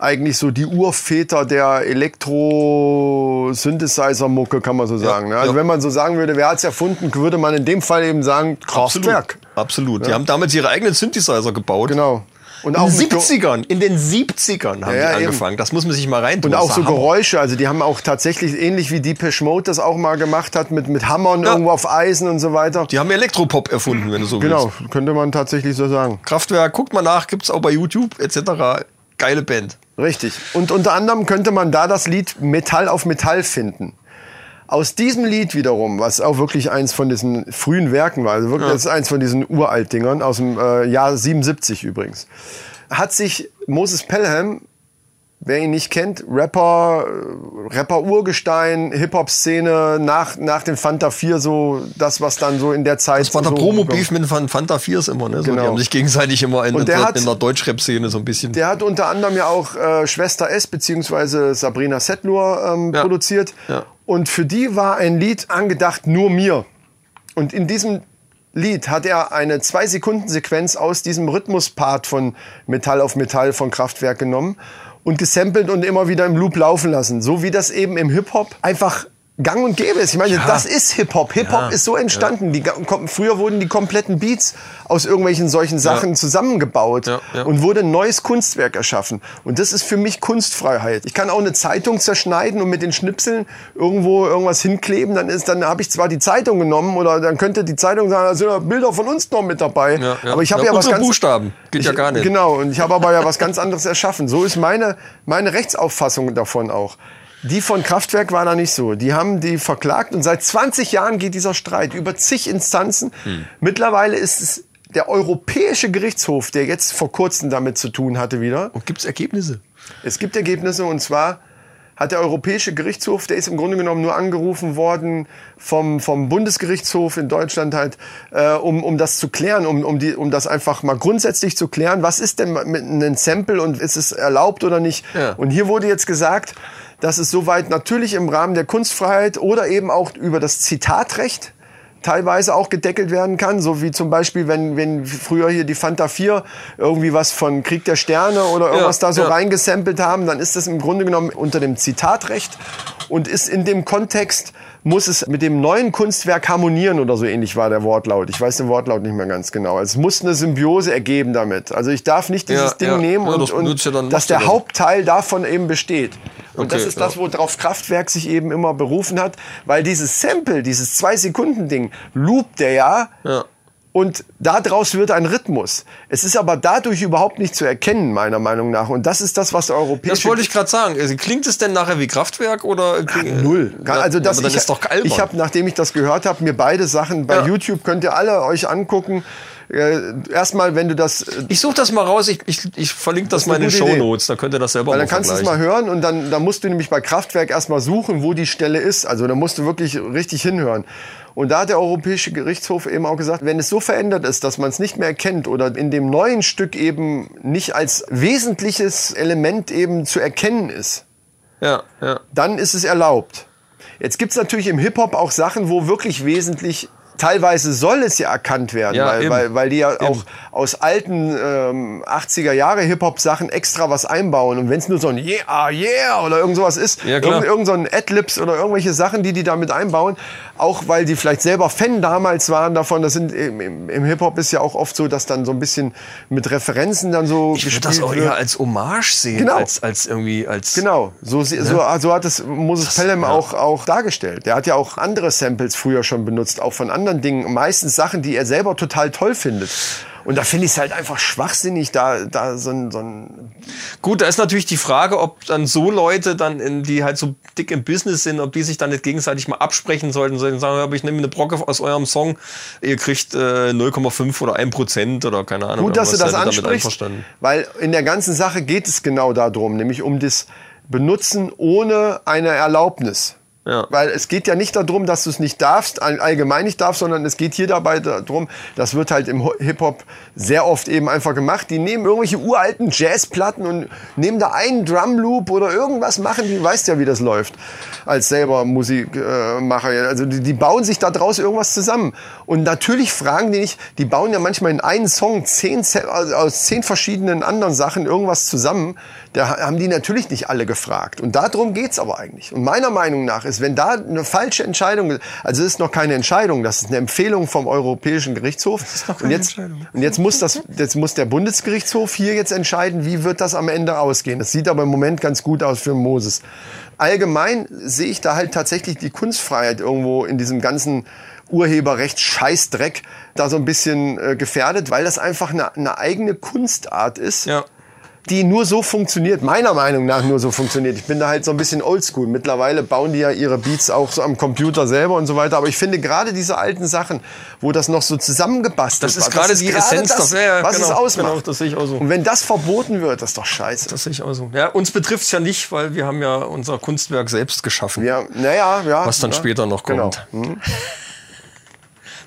S4: Eigentlich so die Urväter der Elektro-Synthesizer-Mucke, kann man so sagen. ne? also
S1: ja.
S4: wenn man so sagen würde, wer hat's erfunden, würde man in dem Fall eben sagen, Kraftwerk.
S1: Absolut. Die haben damals ihre eigenen Synthesizer gebaut.
S4: Genau. Und
S1: In
S4: auch
S1: den
S4: mit Ge-
S1: 70ern, in den 70ern haben
S4: Ja, ja,
S1: die angefangen. Das muss man sich mal rein
S4: Und auch so Geräusche, also die haben auch tatsächlich ähnlich wie Deepish Mode das auch mal gemacht hat mit, mit Hammern
S1: Ja.
S4: irgendwo auf Eisen und so weiter.
S1: Die haben Elektropop erfunden, wenn du so willst.
S4: Genau, könnte man tatsächlich so sagen.
S1: Kraftwerk, guckt mal nach, gibt's auch bei YouTube etc. Geile Band.
S4: Richtig. Und unter anderem könnte man da das Lied Metall auf Metall finden. Aus diesem Lied wiederum, was auch wirklich eins von diesen frühen Werken war, also wirklich das ist eins von diesen Uralt-Dingern aus dem äh, Jahr 77 übrigens, hat sich Moses Pelham, wer ihn nicht kennt, Rapper, äh, Rapper Urgestein, Hip-Hop-Szene, nach, nach dem Fanta 4 so, das, was dann so in der Zeit...
S1: Das war der
S4: so
S1: Promo-Beef mit Fan- Fanta 4 ist immer, ne? So,
S4: Genau.
S1: Die haben sich gegenseitig immer in,
S4: Und der
S1: der,
S4: hat-
S1: in der Deutschrap-Szene so ein bisschen.
S4: Der hat unter anderem ja auch äh, Schwester S beziehungsweise Sabrina Setlur ähm,
S1: Ja.
S4: produziert.
S1: Ja.
S4: Und für die war ein Lied angedacht nur mir. Und in diesem Lied hat er eine zwei Sekunden Sequenz aus diesem Rhythmuspart von Metall auf Metall von Kraftwerk genommen und gesampelt und immer wieder im Loop laufen lassen, so wie das eben im Hip Hop einfach gang und gäbe ist. Ich meine, das ist Hip-Hop. Hip-Hop
S1: Ja.
S4: ist so entstanden. Die, ga- kom- früher wurden die kompletten Beats aus irgendwelchen solchen Sachen zusammengebaut
S1: Ja, ja.
S4: und wurde ein neues Kunstwerk erschaffen. Und das ist für mich Kunstfreiheit. Ich kann auch eine Zeitung zerschneiden und mit den Schnipseln irgendwo irgendwas hinkleben. Dann ist, dann habe ich zwar die Zeitung genommen oder dann könnte die Zeitung sagen, da sind ja Bilder von uns noch mit dabei.
S1: Ja, ja.
S4: Aber ich habe
S1: Ja,
S4: ja, was
S1: unsere
S4: ganz
S1: Buchstaben. Geht
S4: ich,
S1: ja gar nicht.
S4: Genau. Und ich habe aber ja was ganz anderes erschaffen. So ist meine meine Rechtsauffassung davon auch. Die von Kraftwerk war da nicht so. Die haben die verklagt und seit 20 Jahren geht dieser Streit über zig Instanzen. Mittlerweile ist es der Europäische Gerichtshof, der jetzt vor kurzem damit zu tun hatte wieder.
S1: Und gibt es Ergebnisse?
S4: Es gibt Ergebnisse und zwar hat der Europäische Gerichtshof, der ist im Grunde genommen nur angerufen worden vom, vom Bundesgerichtshof in Deutschland halt, äh, um, um das zu klären, um, um, die, um das einfach mal grundsätzlich zu klären, was ist denn mit einem Sample und ist es erlaubt oder nicht.
S1: Ja.
S4: Und hier wurde jetzt gesagt, dass es soweit natürlich im Rahmen der Kunstfreiheit oder eben auch über das Zitatrecht teilweise auch gedeckelt werden kann, so wie zum Beispiel, wenn, wenn früher hier die Fanta 4 irgendwie was von Krieg der Sterne oder irgendwas da so
S1: ja.
S4: reingesampelt haben, dann ist das im Grunde genommen unter dem Zitatrecht und ist in dem Kontext, muss es mit dem neuen Kunstwerk harmonieren oder so ähnlich war der Wortlaut. Ich weiß den Wortlaut nicht mehr ganz genau. Also es muss eine Symbiose ergeben damit. Also ich darf nicht dieses
S1: Ja,
S4: Ding
S1: ja.
S4: nehmen
S1: Ja,
S4: und,
S1: das benutzt
S4: und
S1: ja dann-
S4: dass
S1: machst du
S4: der
S1: dann.
S4: Hauptteil davon eben besteht. Und
S1: Okay,
S4: das ist das,
S1: ja.
S4: worauf Kraftwerk sich eben immer berufen hat, weil dieses Sample, dieses Zwei-Sekunden-Ding, loopt der ja,
S1: Ja.
S4: und daraus wird ein Rhythmus. Es ist aber dadurch überhaupt nicht zu erkennen, meiner Meinung nach. Und das ist das, was der europäische...
S1: Das wollte ich gerade sagen. Also, klingt es denn nachher wie Kraftwerk oder klingt,
S4: Ah, Null. Also das,
S1: aber dann
S4: ich,
S1: ist doch albern.
S4: ich habe, nachdem ich das gehört habe, mir beide Sachen bei
S1: Ja.
S4: YouTube könnt ihr alle euch angucken. Äh, Erstmal, wenn du das, äh,
S1: ich suche das mal raus. Ich, ich, ich verlinke das,
S4: ist
S1: mal in
S4: eine
S1: den
S4: gute Idee.
S1: Shownotes. Da könnt ihr das selber
S4: weil
S1: mal
S4: dann kannst du es mal
S1: vergleichen.
S4: hören und dann, dann musst du nämlich bei Kraftwerk erstmal suchen, wo die Stelle ist. Also da musst du wirklich richtig hinhören. Und da hat der Europäische Gerichtshof eben auch gesagt, wenn es so verändert ist, dass man es nicht mehr erkennt oder in dem neuen Stück eben nicht als wesentliches Element eben zu erkennen ist,
S1: Ja, ja.
S4: dann ist es erlaubt. Jetzt gibt's natürlich im Hip-Hop auch Sachen, wo wirklich wesentlich, teilweise soll es ja erkannt werden,
S1: Ja,
S4: weil,
S1: eben.
S4: weil, weil die ja auch aus alten ähm, 80er Jahre Hip-Hop-Sachen extra was einbauen. Und wenn es nur so ein Yeah, ah, yeah oder irgend sowas ist,
S1: Ja, klar.
S4: irgend, irgend so ein Adlibs oder irgendwelche Sachen, die die damit einbauen, auch weil die vielleicht selber Fan damals waren davon, das sind im, im, im Hip-Hop ist ja auch oft so, dass dann so ein bisschen mit Referenzen dann so
S1: Ich würde das auch
S4: wird.
S1: eher als Hommage sehen,
S4: Genau.
S1: als, als irgendwie als.
S4: Genau, so, se- so,
S1: Ne?
S4: so hat es Moses Pelham auch, auch dargestellt. Der hat ja auch andere Samples früher schon benutzt, auch von anderen Dingen. Meistens Sachen, die er selber total toll findet. Und da finde ich es halt einfach schwachsinnig, da, da so ein, so ein
S1: Gut, da ist natürlich die Frage, ob dann so Leute dann, in, die halt so dick im Business sind, ob die sich dann nicht gegenseitig mal absprechen sollten, sollten sagen, aber ich nehme eine Brocke aus eurem Song, ihr kriegt äh, 0,5 oder 1 Prozent oder keine Ahnung.
S4: Gut, dass du
S1: irgendwas, seid ihr
S4: das
S1: damit
S4: ansprichst,
S1: einverstanden.
S4: weil in der ganzen Sache geht es genau darum, nämlich um das Benutzen ohne eine Erlaubnis.
S1: Ja.
S4: Weil es geht ja nicht darum, dass du es nicht darfst, all- allgemein nicht darfst, sondern es geht hier dabei darum, das wird halt im Ho- Hip-Hop sehr oft eben einfach gemacht. Die nehmen irgendwelche uralten Jazzplatten und nehmen da einen Drumloop oder irgendwas machen, die weißt ja, wie das läuft, als selber Musikmacher. Äh, Macher. also die, die bauen sich da draus irgendwas zusammen. Und natürlich fragen die nicht, die bauen ja manchmal in einen Song zehn, Ze- also aus zehn verschiedenen anderen Sachen irgendwas zusammen. Da ha- haben die natürlich nicht alle gefragt. Und darum geht's aber eigentlich. Und meiner Meinung nach ist, wenn da eine falsche Entscheidung, also es ist noch keine Entscheidung, das ist eine Empfehlung vom Europäischen Gerichtshof. und jetzt, und jetzt muss das, jetzt muss der Bundesgerichtshof hier jetzt entscheiden, wie wird das am Ende ausgehen. Das sieht aber im Moment ganz gut aus für Moses. Allgemein sehe ich da halt tatsächlich die Kunstfreiheit irgendwo in diesem ganzen Urheberrecht Scheißdreck da so ein bisschen äh, gefährdet, weil das einfach eine, eine eigene Kunstart ist
S1: Ja.
S4: die nur so funktioniert, meiner Meinung nach nur so funktioniert. Ich bin da halt so ein bisschen oldschool. Mittlerweile bauen die ja ihre Beats auch so am Computer selber und so weiter. Aber ich finde gerade diese alten Sachen, wo das noch so zusammengebastelt
S1: Das ist
S4: war,
S1: gerade die Essenz,
S4: das,
S1: das- ja, ja,
S4: was
S1: genau,
S4: es ausmacht.
S1: genau, das sehe ich auch so.
S4: Und wenn das verboten wird, das ist doch scheiße.
S1: Das sehe ich auch so. Ja, uns betrifft's ja nicht, weil wir haben ja unser Kunstwerk selbst geschaffen,
S4: ja, naja, ja.
S1: was dann
S4: ja.
S1: später noch
S4: Genau.
S1: kommt. *laughs*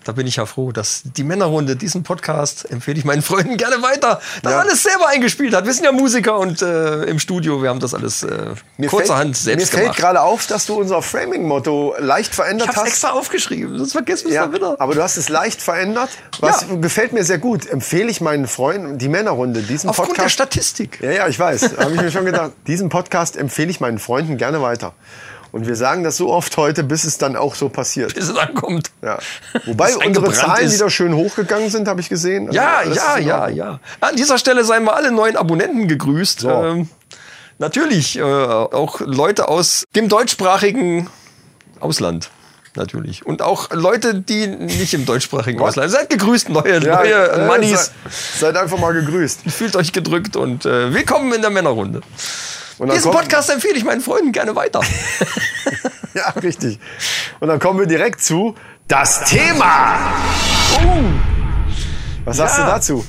S1: Da bin ich ja froh, dass die Männerrunde diesen Podcast empfehle ich meinen Freunden gerne weiter, das
S4: Ja.
S1: alles selber eingespielt hat. Wir sind ja Musiker und äh, im Studio, wir haben das alles äh,
S4: Mir
S1: kurzerhand
S4: fällt,
S1: selbst
S4: Mir fällt
S1: gemacht.
S4: gerade auf, dass du unser Framing-Motto leicht
S1: Ich
S4: verändert
S1: hab's
S4: hast.
S1: extra aufgeschrieben, sonst vergessen wir es
S4: Ja,
S1: mal wieder.
S4: aber du hast es leicht verändert. Was
S1: Ja.
S4: gefällt mir sehr gut. Empfehle ich meinen Freunden die Männerrunde diesen
S1: Aufgrund der
S4: Podcast.
S1: Statistik. *laughs*
S4: Ja, ja, ich weiß. Habe ich mir schon gedacht. Diesen Podcast empfehle ich meinen Freunden gerne weiter. Und wir sagen das so oft heute, bis es dann auch so passiert.
S1: bis es ankommt. *laughs*
S4: Ja. Wobei
S1: Bis
S4: unsere
S1: eingebrannt
S4: Zahlen
S1: ist.
S4: wieder schön hochgegangen sind, habe ich gesehen. Also *laughs*
S1: Ja,
S4: alles
S1: ja,
S4: ist in
S1: ja,
S4: Ordnung.
S1: ja. An dieser Stelle seien wir alle neuen Abonnenten gegrüßt.
S4: So.
S1: Ähm, natürlich, äh, auch Leute aus dem deutschsprachigen Ausland. Natürlich. Und auch Leute, die nicht im deutschsprachigen Ausland sind. Seid gegrüßt, neue,
S4: Ja,
S1: neue
S4: äh,
S1: Mannis.
S4: Seid, seid einfach mal gegrüßt. *laughs*
S1: Fühlt euch gedrückt und äh, willkommen in der Männerrunde.
S4: Und
S1: Diesen
S4: kommt-
S1: Podcast empfehle ich meinen Freunden gerne
S4: *laughs*
S1: weiter.
S4: Ja, richtig. Und dann kommen wir direkt zu das Thema.
S1: Oh.
S4: Was sagst
S1: Ja. Ah,
S4: du dazu?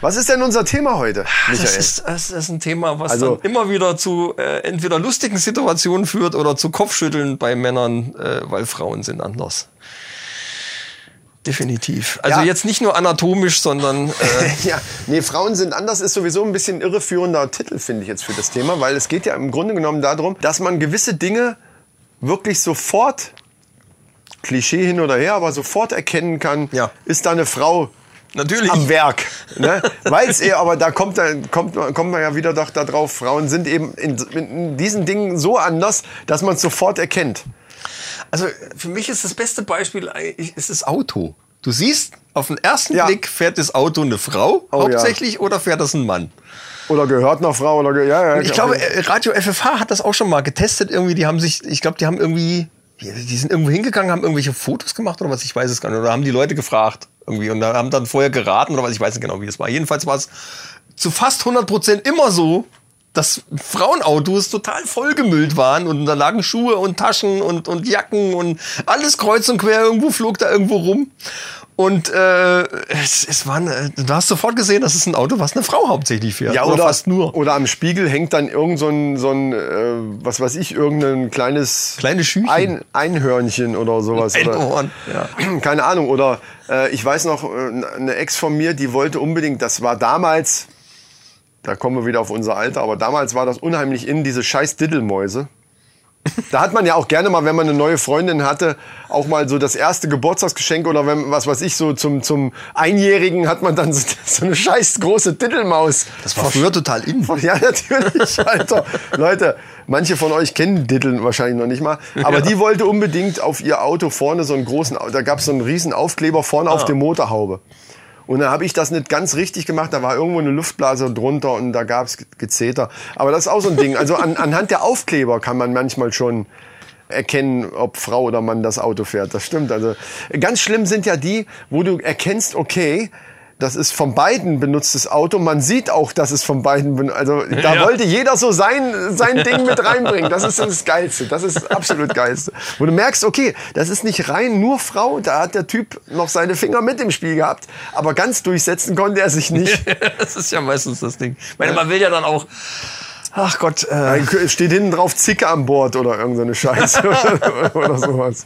S4: Was ist denn unser Thema heute, Michael?
S1: Das ist, das ist ein Thema, was
S4: Also-
S1: dann immer wieder zu äh, entweder lustigen Situationen führt oder zu Kopfschütteln bei Männern, äh, weil Frauen sind anders. Definitiv. Also
S4: Ja.
S1: jetzt nicht nur anatomisch, sondern
S4: *laughs*
S1: äh,
S4: ja, nee, Frauen sind anders ist sowieso ein bisschen irreführender Titel, finde ich jetzt für das Thema, weil es geht ja im Grunde genommen darum, dass man gewisse Dinge wirklich sofort, Klischee hin oder her, aber sofort erkennen kann,
S1: Ja.
S4: ist da eine Frau
S1: natürlich.
S4: am Werk. Ne? Weil es eher, aber da kommt, dann- kommt, man- kommt man ja wieder doch darauf, Frauen sind eben in, in diesen Dingen so anders, dass man es sofort erkennt.
S1: Also für mich ist das beste Beispiel eigentlich ist das Auto. Du siehst, auf den ersten
S4: Ja.
S1: Blick fährt das Auto eine Frau
S4: Oh, ja.
S1: hauptsächlich oder fährt das ein Mann.
S4: Oder gehört noch Frau oder ge ja, ja,
S1: Ich glaube, äh, Radio FFH hat das auch schon mal getestet. Irgendwie, die haben sich, ich glaube, die haben irgendwie, die die sind irgendwo hingegangen, haben irgendwelche Fotos gemacht oder was, ich weiß es gar nicht. Oder haben die Leute gefragt irgendwie und da haben dann vorher geraten oder was, ich weiß nicht genau, wie das war. Jedenfalls war es zu fast 100 Prozent immer so, dass Frauenautos total vollgemüllt waren und da lagen Schuhe und Taschen und, und Jacken und alles kreuz und quer, irgendwo flog da irgendwo rum. Und äh, es, es waren, äh, du hast sofort gesehen, das ist ein Auto, was eine Frau hauptsächlich fährt.
S4: Ja, oder, oder
S1: fast nur.
S4: Oder am Spiegel hängt dann irgend so ein, so ein äh, was weiß ich, irgendein kleines
S1: Kleine Schüchen.
S4: ein, Einhörnchen oder sowas.
S1: Ein
S4: oder,
S1: Ohrhorn, ja.
S4: *clears throat* Keine Ahnung. Oder äh, ich weiß noch, äh, eine Ex von mir, die wollte unbedingt, das war damals, da kommen wir wieder auf unser Alter, aber damals war das unheimlich in, diese scheiß Diddelmäuse. Da hat man ja auch gerne mal, wenn man eine neue Freundin hatte, auch mal so das erste Geburtstagsgeschenk oder wenn, was weiß ich, so zum, zum Einjährigen hat man dann so, *laughs* so eine scheiß große Diddelmaus.
S1: Das war früher total in.
S4: Von- *laughs* Ja, natürlich, Alter. Leute, manche von euch kennen Ditteln wahrscheinlich noch nicht mal. Aber die wollte unbedingt auf ihr Auto vorne so einen großen, Au- da gab es so einen riesen Aufkleber vorne
S1: Ah.
S4: auf der Motorhaube. Und da habe ich das nicht ganz richtig gemacht. Da war irgendwo eine Luftblase drunter und da gab es Gezeter. Aber das ist auch so ein Ding. Also an, anhand der Aufkleber kann man manchmal schon erkennen, ob Frau oder Mann das Auto fährt. Das stimmt. Also ganz schlimm sind ja die, wo du erkennst, okay, das ist von beiden benutztes Auto. Man sieht auch, dass es von beiden benutzt. Also da
S1: Ja.
S4: wollte jeder so sein, sein Ding mit reinbringen. Das ist das Geilste. Das ist das absolut Geilste. Wo du merkst, okay, das ist nicht rein nur Frau. Da hat der Typ noch seine Finger mit im Spiel gehabt. Aber ganz durchsetzen konnte er sich nicht.
S1: *laughs* das ist ja meistens das Ding. Ich meine, man will ja dann auch. Ach Gott, äh,
S4: Dann steht hinten drauf Zicke an Bord oder irgendeine *laughs* Scheiße oder sowas.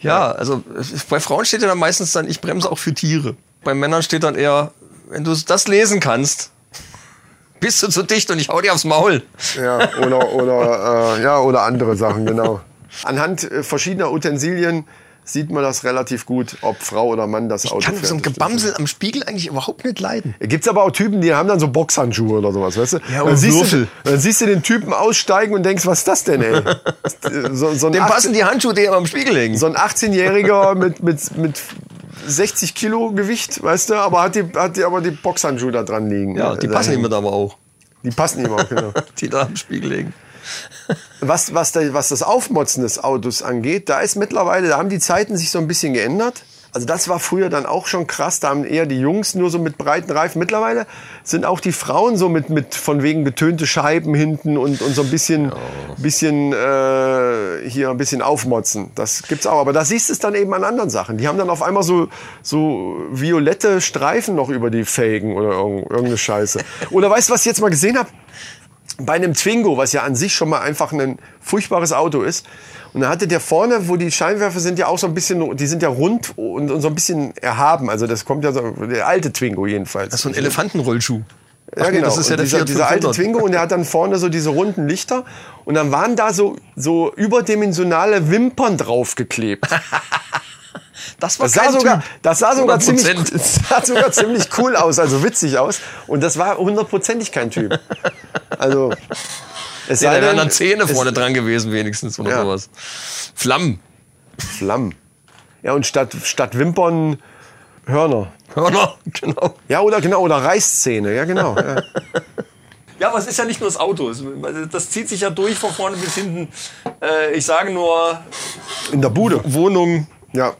S1: ja, also äh, bei Frauen steht ja dann meistens dann, ich bremse auch für Tiere. Bei Männern steht dann eher, wenn du das lesen kannst, bist du zu dicht und ich hau dir aufs Maul.
S4: Ja, oder, oder, äh, ja, oder andere Sachen, genau. Anhand äh, verschiedener Utensilien sieht man das relativ gut, ob Frau oder Mann das Auto
S1: Ich kann
S4: fährt.
S1: so ein Gebamsel am Spiegel eigentlich überhaupt nicht leiden.
S4: Gibt's aber auch Typen, die haben dann so Boxhandschuhe oder sowas, weißt du?
S1: Ja,
S4: dann,
S1: und
S4: siehst du
S1: Würfel.
S4: dann siehst du den Typen aussteigen und denkst, was ist das denn,
S1: *laughs*
S4: ey? So, so ein
S1: Dem
S4: 18
S1: passen die Handschuhe, die am Spiegel hängen.
S4: so ein 18-Jähriger mit, mit, mit 60 Kilo Gewicht, weißt du, aber hat die, hat die aber die Boxhandschuhe da dran liegen.
S1: ja, die passen ihm
S4: immer.
S1: dann aber auch.
S4: Die passen ihm auch, genau.
S1: Die da am Spiegel hängen.
S4: Was, was, da, was das Aufmotzen des Autos angeht, da ist mittlerweile, da haben die Zeiten sich so ein bisschen geändert. Also das war früher dann auch schon krass, da haben eher die Jungs nur so mit breiten Reifen. Mittlerweile sind auch die Frauen so mit, mit von wegen getönte Scheiben hinten und, und so ein bisschen, bisschen äh, hier ein bisschen aufmotzen. Das gibt's auch. Aber da siehst du es dann eben an anderen Sachen. Die haben dann auf einmal so, so violette Streifen noch über die Felgen oder irgend- irgendeine Scheiße. Oder weißt du, was ich jetzt mal gesehen habe? bei einem Twingo, was ja an sich schon mal einfach ein furchtbares Auto ist. Und da hatte der vorne, wo die Scheinwerfer sind ja auch so ein bisschen, die sind ja rund und, und so ein bisschen erhaben. Also das kommt ja so, der alte Twingo jedenfalls.
S1: Das ist so ein Elefantenrollschuh. Ach
S4: Ja,
S1: nee,
S4: genau.
S1: Das ist ja
S4: und
S1: der
S4: dieser,
S1: Fiat
S4: dieser alte
S1: 500.
S4: Twingo und der hat dann vorne so diese runden Lichter und dann waren da so, so überdimensionale Wimpern draufgeklebt.
S1: Das war
S4: Das sah
S1: kein
S4: sogar,
S1: Typ.
S4: das sah sogar, ziemlich,
S1: 100%.
S4: *laughs* sah sogar ziemlich cool aus, also witzig aus. Und das war hundertprozentig kein Typ. Also, Es
S1: Nee,
S4: sei
S1: da wären
S4: denn,
S1: dann Zähne
S4: es-
S1: vorne dran gewesen, wenigstens oder
S4: Ja.
S1: sowas. Flammen. *laughs*
S4: Flammen. Ja, und statt, statt Wimpern Hörner.
S1: Hörner, genau.
S4: Ja, oder genau, oder Reißzähne, ja genau. Ja.
S1: Ja, aber es ist ja nicht nur das Auto. Es- also Das zieht sich ja durch von vorne bis hinten. Äh, Ich sage nur
S4: *laughs* In der Bude.
S1: Wohnung,
S4: Ja.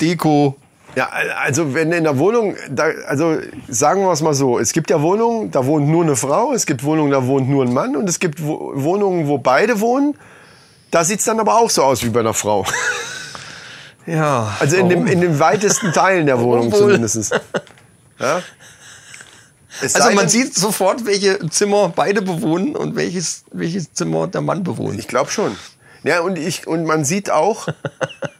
S1: Deko.
S4: Ja, also wenn in der Wohnung, da, also sagen wir es mal so, es gibt ja Wohnungen, da wohnt nur eine Frau, es gibt Wohnungen, da wohnt nur ein Mann und es gibt Wo- Wohnungen, wo beide wohnen. Da sieht's dann aber auch so aus wie bei einer *laughs* Frau.
S1: Ja.
S4: Also in, dem, in den weitesten Teilen der Wohnung
S1: Obwohl.
S4: zumindest. Ja? Es
S1: Also
S4: sei
S1: man
S4: denn-
S1: sieht sofort, welche Zimmer beide bewohnen und welches, welches Zimmer der Mann bewohnt.
S4: Ich glaube schon. Ja, und, ich, und man
S1: *laughs*
S4: sieht auch,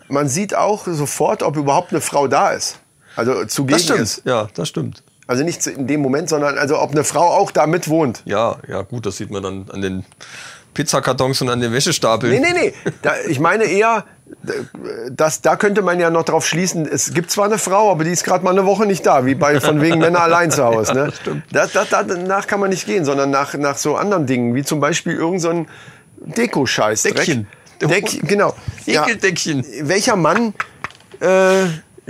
S4: man sieht auch sofort, ob überhaupt eine Frau da ist. Also zugegen ist.
S1: Ja, das stimmt.
S4: Also nicht zu- in dem Moment, sondern also ob eine Frau auch da mit wohnt.
S1: Ja, ja, gut, das sieht man dann an den Pizzakartons und an den Wäschestapeln.
S4: Nee, nee, nee. Da, ich meine eher, das, da könnte man ja noch drauf schließen, es gibt zwar eine Frau, aber die ist gerade mal eine Woche nicht da, wie bei von wegen Männer allein zu Hause.
S1: *laughs* Ja,
S4: Ne?
S1: das stimmt.
S4: Das, das, das, danach kann man nicht gehen, sondern nach, nach so anderen Dingen, wie zum Beispiel irgendein so ein Deko-Scheiß.
S1: Deckchen.
S4: Deck, genau. Ja.
S1: Häkeldeckchen.
S4: Welcher Mann, äh,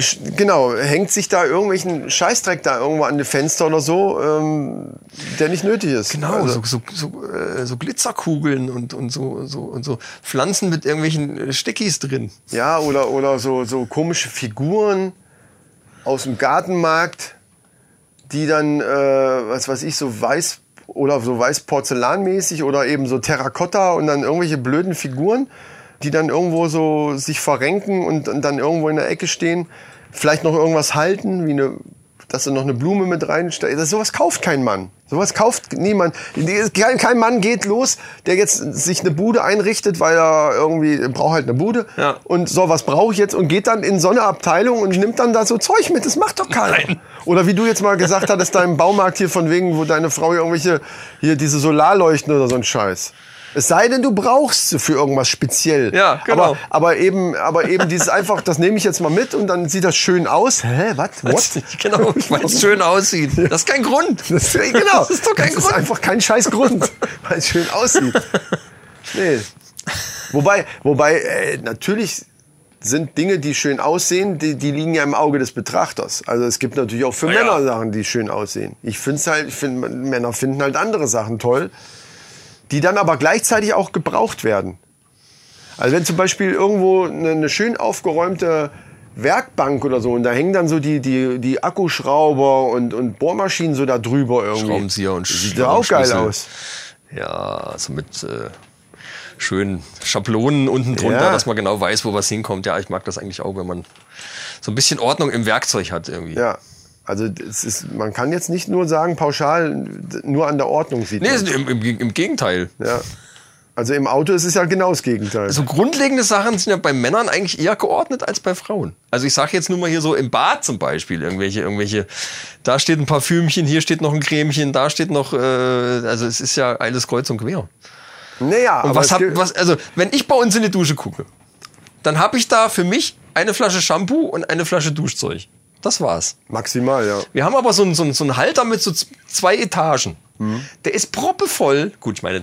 S4: sch- genau, hängt sich da irgendwelchen Scheißdreck da irgendwo an die Fenster oder so, ähm, der nicht nötig ist.
S1: Genau,
S4: Also,
S1: so, so, so, äh, so Glitzerkugeln und, und, so, so, und so Pflanzen mit irgendwelchen äh, Steckis drin.
S4: Ja, oder, oder so, so komische Figuren aus dem Gartenmarkt, die dann, äh, was weiß ich, so weiß oder so weiß porzellanmäßig oder eben so Terrakotta und dann irgendwelche blöden Figuren, die dann irgendwo so sich verrenken und, und dann irgendwo in der Ecke stehen, vielleicht noch irgendwas halten, wie eine dass du noch eine Blume mit reinstellst. Das- Sowas kauft kein Mann. Sowas kauft niemand. Die- Kein, kein Mann geht los, der jetzt sich eine Bude einrichtet, weil er irgendwie er braucht halt eine Bude.
S1: Ja.
S4: Und so, was brauche ich jetzt? Und geht dann in so eine Abteilung und nimmt dann da so Zeug mit. Das macht doch keiner.
S1: Nein.
S4: Oder wie du jetzt mal gesagt hattest, deinem Baumarkt hier von wegen, wo deine Frau irgendwelche, hier diese Solarleuchten oder so ein Scheiß. Es sei denn, du brauchst sie für irgendwas speziell.
S1: Ja, genau.
S4: Aber, aber eben, aber eben dieses einfach, das nehme ich jetzt mal mit und dann sieht das schön aus. Hä,
S1: *laughs*
S4: was?
S1: Weiß nicht Genau, weil es schön aussieht. Das ist kein Grund.
S4: *laughs* Das, genau.
S1: *laughs* Das ist doch kein
S4: das
S1: Grund.
S4: Ist einfach kein scheiß
S1: *laughs*
S4: Grund, weil es schön aussieht. Nee. Wobei, wobei äh, natürlich sind Dinge, die schön aussehen, die, die liegen ja im Auge des Betrachters. Also es gibt natürlich auch für
S1: ja.
S4: Männer Sachen, die schön aussehen. Ich finde halt, ich find, Männer finden halt andere Sachen toll, die dann aber gleichzeitig auch gebraucht werden. Also wenn zum Beispiel irgendwo eine, eine schön aufgeräumte Werkbank oder so und da hängen dann so die, die, die Akkuschrauber und, und Bohrmaschinen so da drüber irgendwie.
S1: Schraubenzieher und
S4: Sieht ja auch geil
S1: Schlüssel.
S4: aus.
S1: Ja, so mit äh, schönen Schablonen unten drunter,
S4: Ja.
S1: dass man genau weiß, wo was hinkommt. Ja, ich mag das eigentlich auch, wenn man so ein bisschen Ordnung im Werkzeug hat irgendwie.
S4: Ja. Also es ist, man kann jetzt nicht nur sagen, pauschal, d- nur an der Ordnung sieht
S1: Nee,
S4: man.
S1: ist im, im, im Gegenteil.
S4: Ja. Also im Auto ist es ja genau das Gegenteil.
S1: So grundlegende Sachen sind ja bei Männern eigentlich eher geordnet als bei Frauen. Also ich sage jetzt nur mal hier so im Bad zum Beispiel irgendwelche, irgendwelche, da steht ein Parfümchen, hier steht noch ein Cremchen, da steht noch, äh, also es ist ja alles kreuz und quer.
S4: Naja,
S1: Und
S4: aber
S1: was
S4: es
S1: hab,
S4: gibt-
S1: was, also wenn ich bei uns in die Dusche gucke, dann habe ich da für mich eine Flasche Shampoo und eine Flasche Duschzeug. Das war's.
S4: maximal, ja.
S1: Wir haben aber so einen, so einen, so einen Halter mit so z- zwei Etagen.
S4: Mhm.
S1: Der ist proppevoll. Gut, ich meine,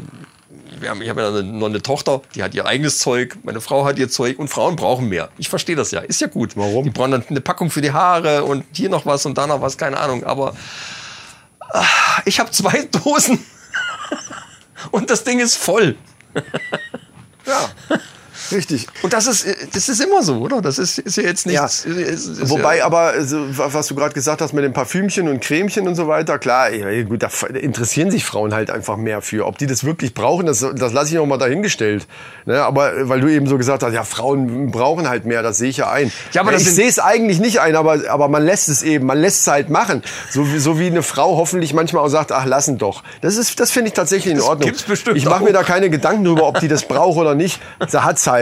S1: wir haben, ich habe ja noch eine, noch eine Tochter, die hat ihr eigenes Zeug, meine Frau hat ihr Zeug und Frauen brauchen mehr. Ich verstehe das ja, ist ja gut.
S4: Warum?
S1: Die brauchen dann eine Packung für die Haare und hier noch was und da noch was, keine Ahnung. Aber ah, ich habe zwei *laughs* Dosen und das Ding ist voll. *laughs*
S4: Ja. Richtig.
S1: Und das ist, äh, das ist immer so, oder? Das ist, ist ja jetzt
S4: Ja.
S1: nichts. ist- ist- ist
S4: Wobei
S1: ja,
S4: aber, also, wa- was du gerade gesagt hast mit den Parfümchen und Cremchen und so weiter, klar, ja, gut, da f- interessieren sich Frauen halt einfach mehr für. Ob die das wirklich brauchen, das, das lasse ich noch mal dahingestellt. Ne, aber äh, weil du eben so gesagt hast, ja, Frauen brauchen halt mehr, das sehe ich ja ein. Äh,
S1: Ja, aber das
S4: ich
S1: sind-
S4: sehe es eigentlich nicht ein, aber, aber man lässt es eben, man lässt es halt machen. So, wie- so wie eine Frau hoffentlich manchmal auch sagt, ach, lassen doch. Das, ist, das finde ich tatsächlich in Ordnung.
S1: gibt's bestimmt
S4: ich
S1: auch.
S4: mache mir da keine Gedanken drüber, ob die das braucht oder nicht. Da hat's halt.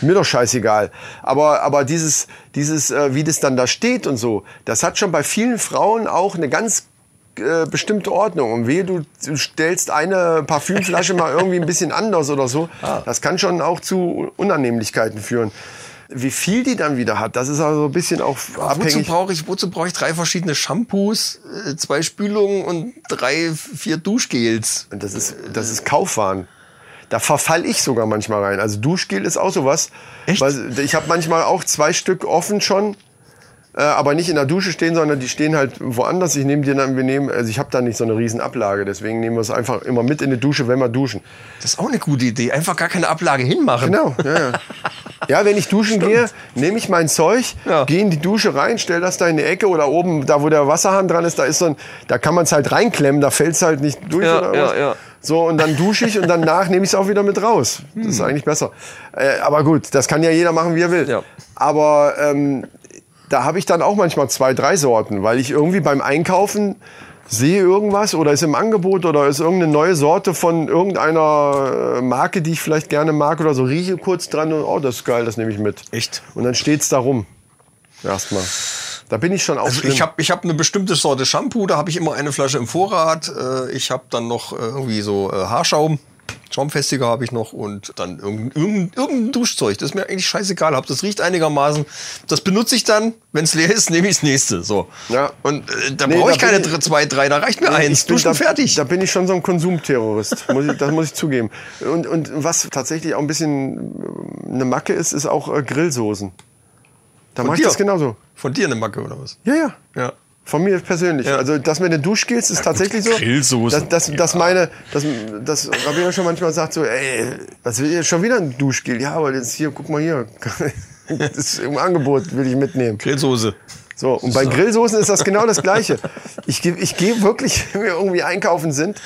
S4: Mir doch scheißegal. Aber, aber dieses, dieses, äh, wie das dann da steht und so, das hat schon bei vielen Frauen auch eine ganz äh, bestimmte Ordnung. Und wehe, du du stellst eine Parfümflasche mal irgendwie ein bisschen anders oder so. Das kann schon auch zu Unannehmlichkeiten führen. Wie viel die dann wieder hat, das ist also ein bisschen auch
S1: Wozu
S4: abhängig.
S1: brauche ich, wozu brauche ich drei verschiedene Shampoos, äh, zwei Spülungen und drei, vier Duschgels?
S4: Und das ist, das ist Kaufwaren. Da verfall ich sogar manchmal rein. Also Duschgel ist auch sowas.
S1: Echt?
S4: Weil ich habe manchmal auch zwei Stück offen schon, äh, aber nicht in der Dusche stehen, sondern die stehen halt woanders. Ich nehme die dann, wir nehmen, also ich habe da nicht so eine riesen Ablage, deswegen nehmen wir es einfach immer mit in die Dusche, wenn wir duschen.
S1: Das ist auch eine gute Idee. Einfach gar keine Ablage hinmachen.
S4: Genau,
S1: *laughs*
S4: ja, ja. Ja, wenn ich duschen gehe, nehme ich mein Zeug,
S1: Ja.
S4: gehe in die Dusche rein, stell das da in die Ecke oder oben, da wo der Wasserhahn dran ist, da ist so ein, da kann man es halt reinklemmen, da fällt es halt nicht durch
S1: Ja,
S4: oder
S1: ja,
S4: was.
S1: ja.
S4: So, und dann dusche ich und danach nehme ich es auch wieder mit raus. Das ist eigentlich besser. Äh, aber gut, das kann ja jeder machen, wie er will.
S1: Hm. Ja.
S4: Aber ähm, da habe ich dann auch manchmal zwei, drei Sorten, weil ich irgendwie beim Einkaufen sehe irgendwas oder ist im Angebot oder ist irgendeine neue Sorte von irgendeiner äh, Marke, die ich vielleicht gerne mag oder so, rieche kurz dran und oh, das ist geil, das nehme ich mit.
S1: Echt?
S4: Und dann steht's da rum. Erstmal. Da bin ich schon auch
S1: Also
S4: schlimm.
S1: ich habe ich hab eine bestimmte Sorte Shampoo, da habe ich immer eine Flasche im Vorrat. Äh, Ich habe dann noch äh, irgendwie so äh, Haarschaum, Schaumfestiger habe ich noch und dann irgendein, irgendein, irgendein Duschzeug. Das ist mir eigentlich scheißegal, ob das riecht einigermaßen. Das benutze ich dann, wenn es leer ist, nehme ich das nächste. So.
S4: Ja.
S1: Und äh, da
S4: Nee,
S1: brauche
S4: da
S1: ich keine
S4: bin ich-
S1: dr- zwei, drei, da reicht mir eins.
S4: Ich bin-
S1: Duschen
S4: da,
S1: fertig.
S4: Da bin ich schon so ein Konsumterrorist. Muss ich, das muss ich zugeben. Und, und was tatsächlich auch ein bisschen äh, eine Macke ist, ist auch äh, Grillsoßen. Da mache ich
S1: dir?
S4: das genauso.
S1: Von dir eine Macke oder was?
S4: Ja, ja.
S1: Ja.
S4: Von mir persönlich. Also, dass mir eine Dusche geht, ist tatsächlich so.
S1: Grillsoßen.
S4: Dass, dass, dass meine, dass, dass Rabia schon manchmal sagt so, ey, was will ihr schon wieder ein Duschgel? Ja, aber jetzt hier, guck mal hier. *laughs* Das ist im Angebot, will ich mitnehmen.
S1: Grillsoße.
S4: So, und bei Grillsoßen ist das genau das Gleiche. Ich gehe ich geh wirklich, wenn wir irgendwie einkaufen sind,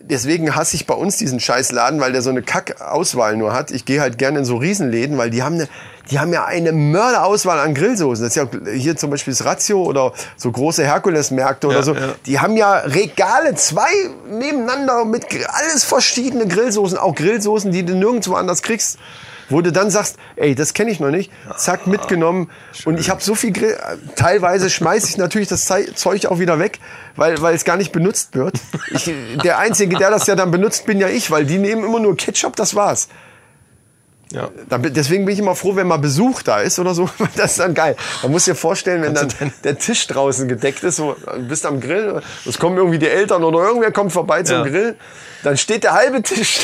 S4: deswegen hasse ich bei uns diesen Scheißladen, weil der so eine Kack-Auswahl nur hat. Ich gehe halt gerne in so Riesenläden, weil die haben, eine, die haben ja eine Mörderauswahl an Grillsoßen. Das ist ja hier zum Beispiel das Ratio oder so große Herkulesmärkte oder
S1: Ja,
S4: so.
S1: ja.
S4: Die haben ja Regale, zwei nebeneinander mit gr- alles verschiedene Grillsoßen, auch Grillsoßen, die du nirgendwo anders kriegst. Wo du dann sagst, ey, das kenne ich noch nicht, zack, mitgenommen. Und ich habe so viel Grill. Teilweise schmeiße ich natürlich das Zei- Zeug auch wieder weg, weil weil es gar nicht benutzt wird. Ich, der Einzige, der das ja dann benutzt, bin ja ich, weil die nehmen immer nur Ketchup, das war's.
S1: Ja.
S4: Da bin- Deswegen bin ich immer froh, wenn mal Besuch da ist oder so. *laughs* weil Das ist dann geil. Man muss dir vorstellen, wenn dann der Tisch draußen gedeckt ist, so, du bist am Grill, es kommen irgendwie die Eltern oder irgendwer kommt vorbei zum
S1: Ja.
S4: Grill, dann steht der halbe Tisch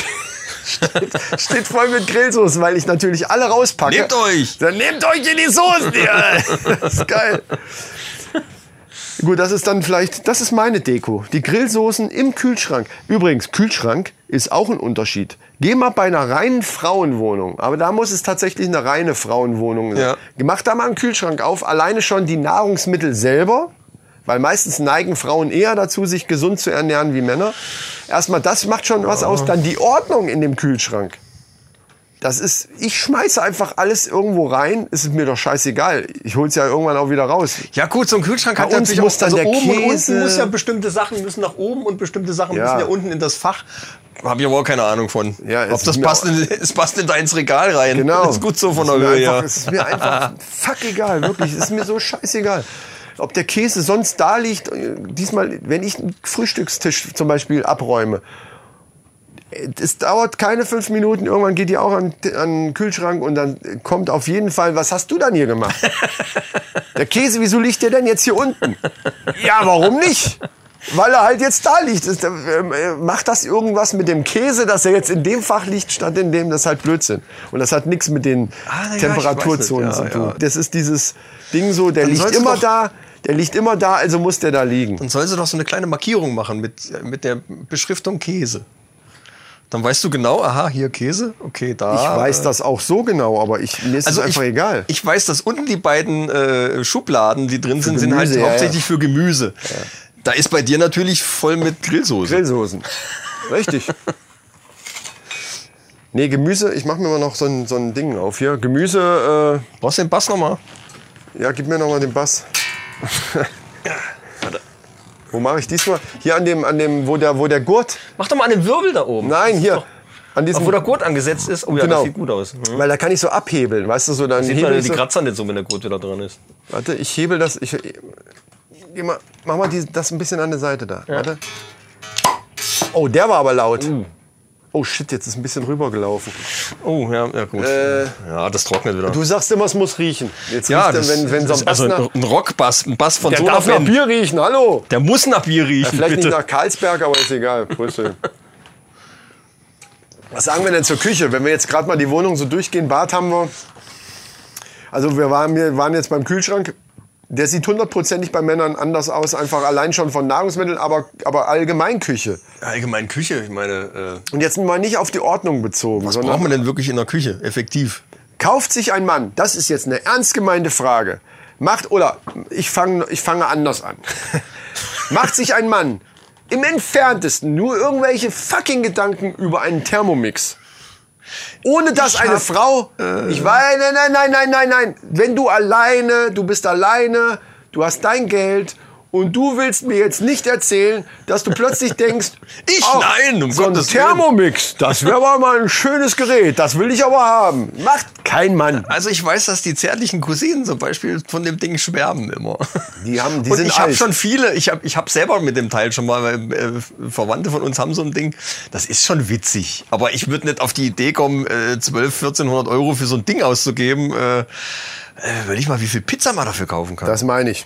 S4: *laughs* steht, steht voll mit Grillsoßen, weil ich natürlich alle rauspacke.
S1: Nehmt euch!
S4: Dann nehmt euch in die Soßen! Ja. *laughs* Das ist geil. Gut, das ist dann vielleicht, das ist meine Deko. Die Grillsoßen im Kühlschrank. Übrigens, Kühlschrank ist auch ein Unterschied. Geh mal bei einer reinen Frauenwohnung, aber da muss es tatsächlich eine reine Frauenwohnung sein.
S1: Ja.
S4: Mach da mal einen Kühlschrank auf, alleine schon die Nahrungsmittel selber, weil meistens neigen Frauen eher dazu, sich gesund zu ernähren wie Männer. Erstmal, das macht schon was aus. Dann die Ordnung in dem Kühlschrank. Das ist, ich schmeiße einfach alles irgendwo rein, ist mir doch scheißegal. Ich hol's ja irgendwann auch wieder raus.
S1: Ja gut, so ein Kühlschrank
S4: Bei
S1: hat
S4: uns
S1: natürlich
S4: muss
S1: auch, also
S4: dann der
S1: oben und
S4: Käse-
S1: unten muss ja bestimmte Sachen müssen nach oben und bestimmte Sachen
S4: Ja.
S1: müssen ja unten in das Fach. Hab ich aber auch keine Ahnung von.
S4: Ja, es
S1: Ob das
S4: ist mir
S1: passt,
S4: auch-
S1: in, *laughs* es passt in deins Regal rein.
S4: Genau.
S1: Ist gut so von
S4: Es
S1: der
S4: ist mir
S1: Höhe,
S4: einfach,
S1: ja.
S4: Es ist mir einfach fuck egal, wirklich. Es ist mir so scheißegal. Ob der Käse sonst da liegt, äh, diesmal, wenn ich einen Frühstückstisch zum Beispiel abräume, äh, es dauert keine fünf Minuten, irgendwann geht die auch an, an den Kühlschrank und dann äh, kommt auf jeden Fall, was hast du dann hier gemacht? der Käse, wieso liegt der denn jetzt hier unten? ja, warum nicht? Weil er halt jetzt da liegt. Ist, äh, äh, Macht das irgendwas mit dem Käse, dass er jetzt in dem Fach liegt, statt in dem? Das ist halt Blödsinn. Und das hat nichts mit den
S1: Ah, na ja, ich
S4: Temperaturzonen
S1: weiß
S4: zu
S1: nicht. Ja,
S4: tun.
S1: ja.
S4: Das ist dieses Ding so, der liegt
S1: soll's
S4: immer
S1: doch-
S4: da, der liegt immer da, also muss der da liegen.
S1: Dann sollst du doch so eine kleine Markierung machen mit, mit der Beschriftung Käse. Dann weißt du genau, aha, hier Käse, okay, da. Also
S4: Ich weiß das auch so genau, aber ich, mir ist es einfach
S1: Ah. ich,
S4: egal.
S1: Ich weiß, dass unten die beiden äh, Schubladen, die drin sind, sind
S4: Gemüse,
S1: halt
S4: ja,
S1: hauptsächlich für Gemüse. Da ist bei dir natürlich voll mit Grillsoße.
S4: Grillsoßen. Richtig. Nee, Gemüse, ich mache mir mal noch so ein, so ein Ding auf hier. Gemüse,
S1: Brauchst du den Bass nochmal?
S4: äh, ja, gib mir noch mal den Bass. wo mache ich diesmal? Hier an dem, an dem, wo der, wo der Gurt.
S1: Mach doch mal einen Wirbel da oben.
S4: Nein, hier. An diesem,
S1: Wo der Gurt angesetzt ist, oh ja,
S4: Genau.
S1: das sieht gut aus. Mhm.
S4: Weil da kann ich so abhebeln, weißt du, so dann
S1: Sieht man
S4: hebel
S1: ja
S4: ich
S1: die
S4: so.
S1: Kratzer nicht so, wenn der Gurt wieder dran ist.
S4: Warte, ich hebel das. Ich, geh mal, mach
S1: Uh.
S4: mal die, das ein bisschen an der Seite da. Warte. Oh, der war aber laut. Oh shit, jetzt ist ein bisschen rübergelaufen.
S1: Oh, ja, ja gut.
S4: Äh,
S1: ja, das trocknet wieder.
S4: Du sagst immer, es muss riechen. Jetzt
S1: ja,
S4: riecht er, wenn, wenn so ein Bass
S1: also
S4: nach,
S1: ein Rockbass, ein Bass von
S4: Der
S1: so
S4: darf
S1: einer Band.
S4: nach Bier riechen, hallo.
S1: Der muss nach Bier
S4: Ja,
S1: riechen,
S4: vielleicht
S1: bitte.
S4: nicht nach Karlsberg, aber ist egal. Brüssel. Was sagen wir denn zur Küche? Wenn wir jetzt gerade mal die Wohnung so durchgehen, Bad haben wir. Also wir waren, wir waren jetzt beim Kühlschrank. Der sieht hundertprozentig bei Männern anders aus, einfach allein schon von Nahrungsmitteln, aber, aber allgemein Küche.
S1: Allgemein Küche, ich meine, äh,
S4: Und jetzt mal nicht auf die Ordnung bezogen,
S1: was
S4: sondern
S1: braucht man denn wirklich in der Küche? Effektiv.
S4: Kauft sich ein Mann, das ist jetzt eine ernst gemeinte Frage, macht, oder ich fange ich fange
S1: *laughs*
S4: anders an, macht sich ein Mann im entferntesten nur irgendwelche fucking Gedanken über einen Thermomix. Ohne dass eine Frau,
S1: äh,
S4: ich weiß, nein, nein, nein, nein, nein, nein, wenn du alleine, du bist alleine, du hast dein Geld und du willst mir jetzt nicht erzählen, dass du plötzlich denkst,
S1: *laughs*
S4: oh,
S1: Ich? Nein, um
S4: so ein
S1: Gottes Willen.
S4: Thermomix, das wäre aber mal ein schönes Gerät, das will ich aber haben. Macht kein Mann.
S1: Also ich weiß, dass die zärtlichen Cousinen zum Beispiel von dem Ding schwärmen immer.
S4: Die haben-
S1: *laughs*
S4: die
S1: Und
S4: sind
S1: ich habe
S4: alt.
S1: schon viele, ich habe ich hab selber mit dem Teil schon mal, weil äh, Verwandte von uns haben so ein Ding. Das ist schon witzig. Aber ich würde nicht auf die Idee kommen, äh, 12, 1400 Euro für so ein Ding auszugeben. Äh, äh, will ich mal, wie viel Pizza man dafür kaufen kann.
S4: Das meine ich.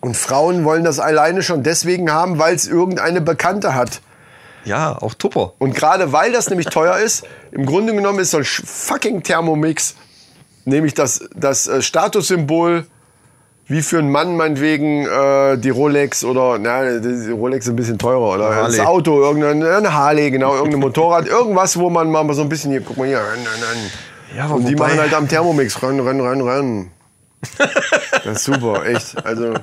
S4: Und Frauen wollen das alleine schon deswegen haben, weil es irgendeine Bekannte hat.
S1: ja, auch Tupper.
S4: Und gerade weil das nämlich teuer ist, im Grunde genommen ist so ein sch- fucking Thermomix, nämlich das, das äh, Statussymbol, wie für einen Mann meinetwegen äh, die Rolex oder, na, die Rolex ist ein bisschen teurer, oder
S1: Harley.
S4: das Auto, irgendein eine Harley, genau, irgendein Motorrad, irgendwas, wo man mal so ein bisschen hier, guck mal hier, ran, ran, ran.
S1: Ja, aber
S4: Und die
S1: wobei-
S4: machen halt am Thermomix, ran, ran,
S1: *laughs*
S4: ran, ran. Das ist super, echt. Also.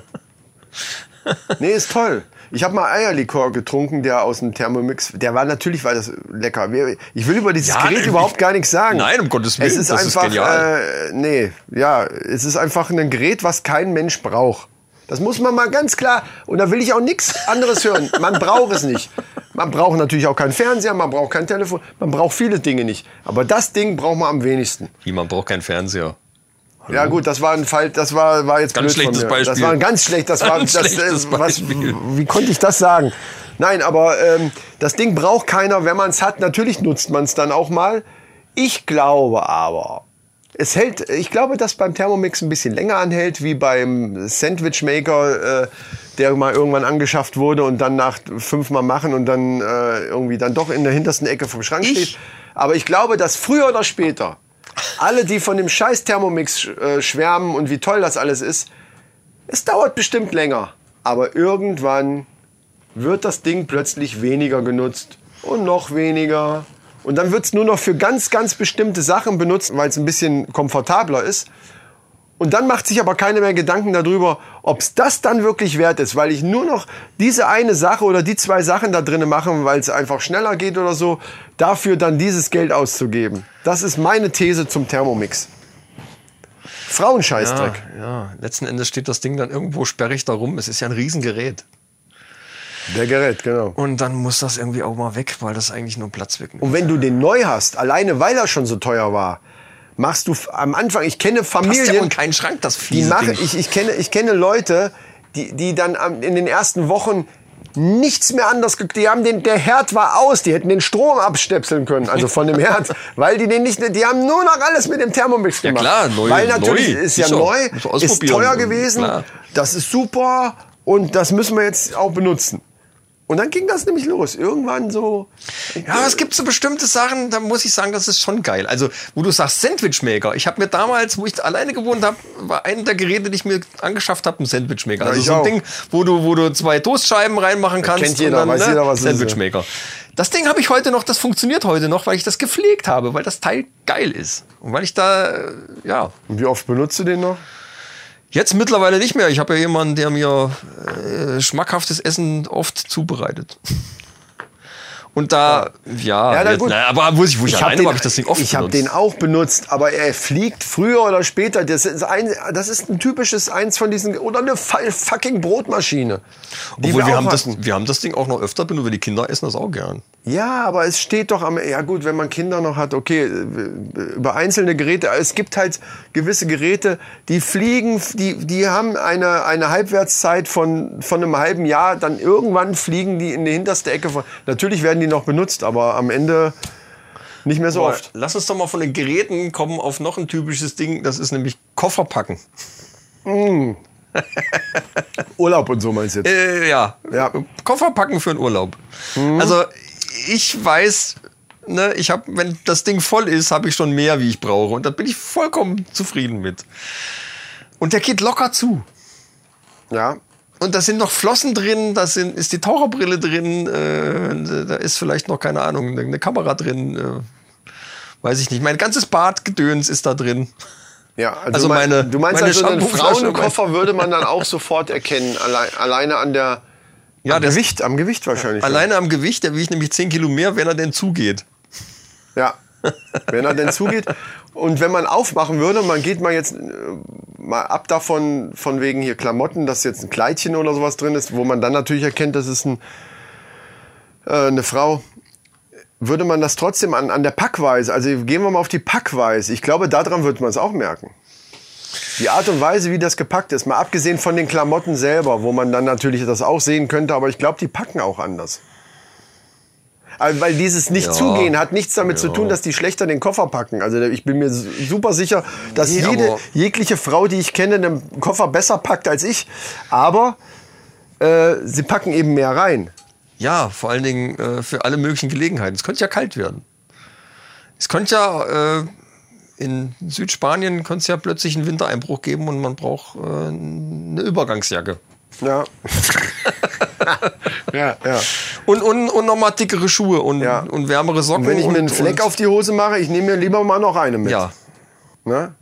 S4: Nee, ist toll. Ich habe mal Eierlikör getrunken, der aus dem Thermomix. Der war natürlich, weil das lecker. Wir- Ich will über dieses
S1: Ja,
S4: Gerät
S1: ich-
S4: überhaupt gar nichts sagen.
S1: Nein, um Gottes Willen,
S4: Es ist
S1: das ist
S4: einfach,
S1: genial.
S4: Äh, nee, ja, es ist einfach ein Gerät, was kein Mensch braucht. Das muss man mal ganz klar. Und da will ich auch nichts anderes hören. Man braucht es nicht. Man braucht natürlich auch keinen Fernseher, man braucht kein Telefon, man braucht viele Dinge nicht. Aber das Ding braucht man am wenigsten.
S1: Wie, man braucht keinen Fernseher.
S4: Ja gut, das war ein Fall, das war, war jetzt
S1: Ganz
S4: blöd
S1: schlechtes
S4: von mir. Das
S1: Beispiel.
S4: war ein ganz schlecht, das war
S1: Ganz
S4: das, äh,
S1: schlechtes
S4: was,
S1: Beispiel.
S4: wie konnte ich das sagen? Nein, aber ähm, das Ding braucht keiner, wenn man es hat. Natürlich nutzt man es dann auch mal. Ich glaube aber, es hält, ich glaube, dass beim Thermomix ein bisschen länger anhält, wie beim Sandwich Maker, äh, der mal irgendwann angeschafft wurde und dann nach fünfmal machen und dann äh, irgendwie dann doch in der hintersten Ecke vom Schrank steht. Aber ich glaube, dass früher oder später alle, die von dem scheiß Thermomix äh, schwärmen und wie toll das alles ist, es dauert bestimmt länger. Aber irgendwann wird das Ding plötzlich weniger genutzt und noch weniger. Und dann wird es nur noch für ganz, ganz bestimmte Sachen benutzt, weil es ein bisschen komfortabler ist. Und dann macht sich aber keiner mehr Gedanken darüber, ob es das dann wirklich wert ist, weil ich nur noch diese eine Sache oder die zwei Sachen da drinnen mache, weil es einfach schneller geht oder so, dafür dann dieses Geld auszugeben. Das ist meine These zum Thermomix. Frauenscheißdreck.
S1: ja. Letzten Endes steht das Ding dann irgendwo sperrig da rum. Es ist ja ein Riesengerät.
S4: Der Gerät, genau.
S1: Und dann muss das irgendwie auch mal weg, weil das eigentlich nur Platz wegnimmt.
S4: Und wenn du den neu hast, alleine weil er schon so teuer war, machst du f- am Anfang, ich kenne
S1: Passt ja
S4: Familien,
S1: in keinen Schrank, das
S4: die
S1: fiese
S4: machen,
S1: Ding.
S4: ich, ich, kenne, ich kenne Leute, die, die dann am, in den ersten Wochen nichts mehr anders, ge- die haben den, der Herd war aus, die hätten den Strom abstöpseln können, also von dem
S1: *laughs*
S4: Herd, weil die den nicht, die haben nur noch alles mit dem Thermomix gemacht.
S1: klar, neu-
S4: Weil natürlich
S1: neu,
S4: ist ja
S1: sicher.
S4: neu,
S1: Muss
S4: ist
S1: ausprobieren,
S4: teuer
S1: ähm,
S4: gewesen,
S1: klar.
S4: das ist super und das müssen wir jetzt auch benutzen. Und dann ging das nämlich los. Irgendwann so.
S1: Ja, aber es gibt so bestimmte Sachen, da muss ich sagen, das ist schon geil. Also, wo du sagst Sandwichmaker. Ich habe mir damals, wo ich alleine gewohnt habe, war einer der Geräte, die ich mir angeschafft habe, ein Sandwichmaker. Also
S4: ich
S1: so ein
S4: auch.
S1: Ding, wo du, wo du zwei Toastscheiben reinmachen kannst. ne,
S4: kennt jeder, weiß jeder, was es ist,
S1: Sandwichmaker. Das Ding habe ich heute noch, das funktioniert heute noch, weil ich das gepflegt habe, weil das Teil geil ist. Und weil ich da, äh, ja,
S4: Und wie oft benutzt du den noch?
S1: jetzt mittlerweile nicht mehr. Ich habe ja jemanden, der mir äh, schmackhaftes Essen oft zubereitet. *laughs* Und da, ja,
S4: Ja, na
S1: jetzt-
S4: gut.
S1: na, aber wo ich, wo ich,
S4: hab
S1: alleine war, habe ich das Ding oft
S4: Ich habe
S1: benutzt.
S4: den auch benutzt, aber er fliegt früher oder später. Das ist ein, das ist ein typisches eins von diesen oder eine fa- fucking Brotmaschine. die
S1: Obwohl, wir,
S4: auch
S1: haben das,
S4: hatten.
S1: wir haben das Ding auch noch öfter benutzt, weil die Kinder essen das auch gern.
S4: Ja, aber es steht doch am. Ja gut, wenn man Kinder noch hat, okay, äh, über einzelne Geräte. Es gibt halt gewisse Geräte, die fliegen, die, die haben eine, eine Halbwertszeit von, von einem halben Jahr, dann irgendwann fliegen die in die hinterste Ecke von. Natürlich werden die Handy noch benutzt, aber am Ende nicht mehr so
S1: Aber
S4: oft.
S1: Lass uns doch mal von den Geräten kommen auf noch ein typisches Ding. Das ist nämlich Koffer packen.
S4: Urlaub und so meinst du jetzt?
S1: Äh, ja.
S4: Ja.
S1: Koffer packen für den Urlaub.
S4: Mhm.
S1: Also ich weiß, ne, ich habe, wenn das Ding voll ist, habe ich schon mehr, wie ich brauche. Und da bin ich vollkommen zufrieden mit. Und der geht locker zu.
S4: Ja.
S1: Und da sind noch Flossen drin, da sind, ist die Taucherbrille drin, äh, da ist vielleicht noch, keine Ahnung, eine Kamera drin. Äh, weiß ich nicht. Mein ganzes Badgedöns ist da drin.
S4: Ja,
S1: Also
S4: du mein-
S1: meine-
S4: du meinst
S1: meine
S4: also einen
S1: Shampoo-Flasche,
S4: Frauenkoffer würde man dann auch sofort erkennen, allein, alleine an der
S1: Ja,
S4: am
S1: Ah, das-
S4: Gewicht, am Gewicht wahrscheinlich.
S1: Alleine am Gewicht, der wiegt nämlich 10 Kilo mehr, wenn er denn zugeht.
S4: Ja. Wenn er denn zugeht. Und wenn man aufmachen würde, man geht mal jetzt äh, mal ab davon, von wegen hier Klamotten, dass jetzt ein Kleidchen oder sowas drin ist, wo man dann natürlich erkennt, das ist ein, äh, eine Frau. Würde man das trotzdem an, an der Packweise, also gehen wir mal auf die Packweise. Ich glaube, daran wird man es auch merken. Die Art und Weise, wie das gepackt ist, mal abgesehen von den Klamotten selber, wo man dann natürlich das auch sehen könnte, aber ich glaube, die packen auch anders. Also, Weil dieses Nicht-Zugehen hat nichts damit zu tun, dass die schlechter den Koffer packen. Also ich bin mir su- super sicher, dass
S1: Nee,
S4: jede,
S1: aber-
S4: jegliche Frau, die ich kenne, einen Koffer besser packt als ich. Aber äh, sie packen eben mehr rein.
S1: Ja, vor allen Dingen äh, für alle möglichen Gelegenheiten. Es könnte ja kalt werden. Es könnte ja äh, in Südspanien könnte es ja plötzlich einen Wintereinbruch geben und man braucht äh, eine Übergangsjacke.
S4: *laughs* Ja. ja, ja.
S1: Und, und, und nochmal dickere Schuhe und,
S4: Ja.
S1: und wärmere Socken.
S4: Wenn ich mir einen
S1: und-
S4: Fleck
S1: und-
S4: auf die Hose mache, ich nehme mir lieber mal noch eine mit.
S1: Ja,
S4: Ne?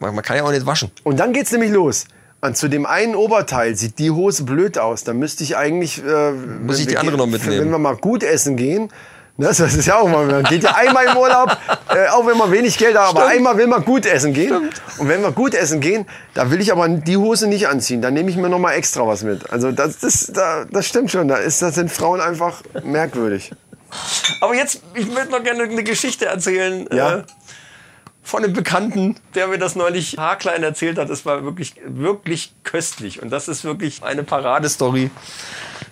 S1: man, man kann ja auch nicht waschen.
S4: Und dann geht's nämlich los. Und zu dem einen Oberteil sieht die Hose blöd aus. Dann müsste ich eigentlich. Äh, Muss
S1: ich die andere noch mitnehmen.
S4: Wenn wir mal gut essen gehen. ne, Das ist ja auch mal, man geht ja einmal
S1: *laughs*
S4: im Urlaub, äh, auch wenn man wenig Geld hat, aber einmal will man gut essen gehen. Und wenn wir gut essen gehen, da will ich aber die Hose nicht anziehen. Da nehme ich mir noch mal extra was mit. Also das, das, da, das stimmt schon. Da, ist, da sind Frauen einfach merkwürdig.
S1: Aber jetzt, ich möchte noch gerne eine Geschichte erzählen.
S4: Ja.
S1: Äh, von einem Bekannten, der mir das neulich haarklein erzählt hat. Es war wirklich, wirklich köstlich. Und das ist wirklich eine Paradestory,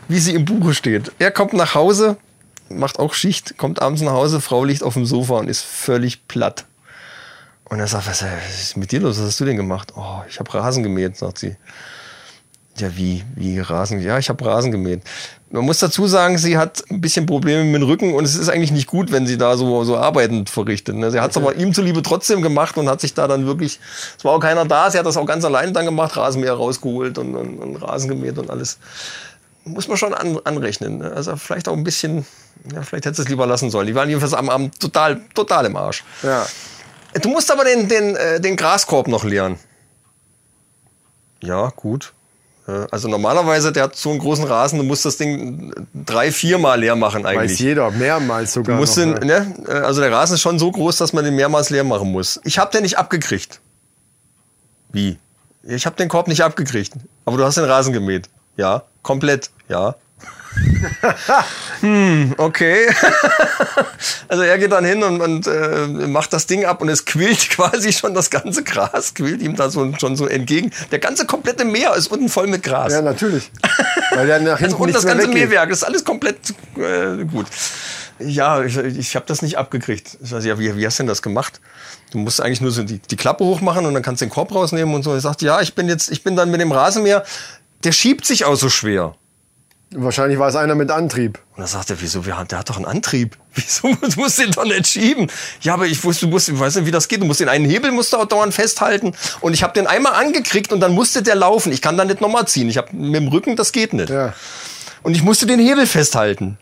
S1: wie sie im Buche steht. Er kommt nach Hause, macht auch Schicht, kommt abends nach Hause, Frau liegt auf dem Sofa und ist völlig platt. Und er sagt, was ist mit dir los? Was hast du denn gemacht? Oh, ich habe Rasen gemäht, sagt sie. Ja, wie, wie Rasen? Ja, ich habe Rasen gemäht. Man muss dazu sagen, sie hat ein bisschen Probleme mit dem Rücken und es ist eigentlich nicht gut, wenn sie da so, so Arbeiten verrichtet. Ne? Sie hat es aber ihm zuliebe trotzdem gemacht und hat sich da dann wirklich, es war auch keiner da, sie hat das auch ganz allein dann gemacht, Rasenmäher rausgeholt und, und, und Rasen gemäht und alles. Muss man schon an, anrechnen. Ne? Also vielleicht auch ein bisschen, ja, vielleicht hätte sie es lieber lassen sollen. Die waren jedenfalls am Abend total, total im Arsch.
S4: Ja.
S1: Du musst aber den, den, äh, den Graskorb noch leeren. Ja, gut. Äh, Also normalerweise, der hat so einen großen Rasen, du musst das Ding äh, drei, viermal leer machen
S4: Weiß
S1: eigentlich.
S4: jeder, mehrmals sogar.
S1: Du musst
S4: noch,
S1: den,
S4: ne?
S1: ne? Äh, Also der Rasen ist schon so groß, dass man den mehrmals leer machen muss. Ich habe den nicht abgekriegt. Wie? Ich habe den Korb nicht abgekriegt. Aber du hast den Rasen gemäht. Ja, komplett.
S4: *laughs*
S1: Ja. hm, okay. *laughs* also er geht dann hin und, und äh, macht das Ding ab und es quillt *laughs* quasi schon das ganze Gras, quillt ihm da so, schon so entgegen. Der ganze komplette Meer ist unten voll mit Gras. *laughs*
S4: Ja, natürlich. Weil der nach hinten
S1: Also und
S4: nichts
S1: das ganze
S4: mehr weggeht.
S1: Mähwerk, das ist alles komplett äh, gut. Ja, ich, ich habe das nicht abgekriegt. Ich weiß ja, wie, wie hast du denn das gemacht? Du musst eigentlich nur so die, die Klappe hochmachen und dann kannst du den Korb rausnehmen und so. Ich sagte, ja, ich bin jetzt, ich bin dann mit dem Rasenmäher. Der schiebt sich auch so schwer.
S4: Wahrscheinlich war es einer mit Antrieb.
S1: Und dann sagt er, wieso, wir haben, der hat doch einen Antrieb. *laughs* Wieso muss- du musst den doch nicht schieben? Ja, aber ich wusste, du musst, ich weiß nicht, wie das geht. Du musst den einen Hebel musst du auch dauernd festhalten. Und ich habe den einmal angekriegt und dann musste der laufen. Ich kann da nicht nochmal ziehen. Ich habe mit dem Rücken, das geht nicht.
S4: Ja.
S1: Und ich musste den Hebel festhalten.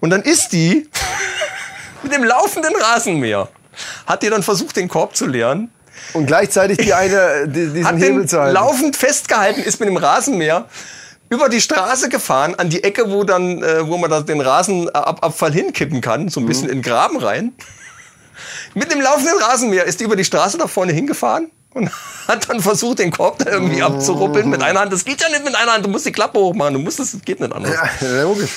S1: Und dann ist
S4: *laughs*
S1: die mit dem laufenden Rasenmäher. Hat die dann versucht, den Korb zu leeren.
S4: Und gleichzeitig die eine, äh, die, diesen
S1: Hat
S4: Hebel
S1: den
S4: zu halten.
S1: laufend festgehalten, ist mit dem Rasenmäher über die Straße gefahren, an die Ecke, wo dann, äh, wo man da den Rasenabfall hinkippen kann, so ein bisschen
S4: Mhm.
S1: in den Graben rein. Mit dem laufenden Rasenmäher ist die über die Straße da vorne hingefahren und *laughs* hat dann versucht, den Korb da irgendwie abzuruppeln mit einer Hand. Das geht ja nicht mit einer Hand, du musst die Klappe hochmachen, du musst das, das geht nicht anders.
S4: Ja, logisch.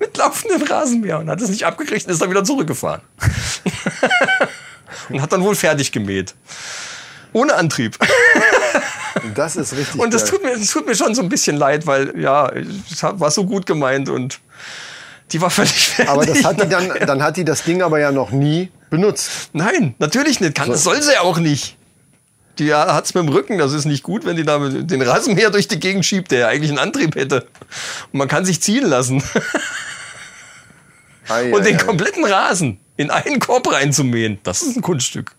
S1: mit laufenden Rasenmäher und hat es nicht abgekriegt und ist dann wieder
S4: *laughs*
S1: zurückgefahren. und hat dann wohl fertig gemäht. Ohne Antrieb.
S4: Das ist richtig
S1: Und das
S4: geil.
S1: tut, mir, das tut mir schon so ein bisschen leid, weil ja, es hat- war so gut gemeint und die war völlig *laughs* fertig.
S4: Aber das hat die dann, dann hat die das Ding aber ja noch nie benutzt.
S1: Nein, natürlich nicht. Kann, Das soll sie ja auch nicht. Die hat es mit dem Rücken, das ist nicht gut, wenn die da mit- den Rasenmäher durch die Gegend schiebt, der ja eigentlich einen Antrieb hätte. Und man kann sich ziehen lassen.
S4: Ei,
S1: Und
S4: ei,
S1: den
S4: ei.
S1: kompletten Rasen in einen Korb reinzumähen, das ist ein Kunststück.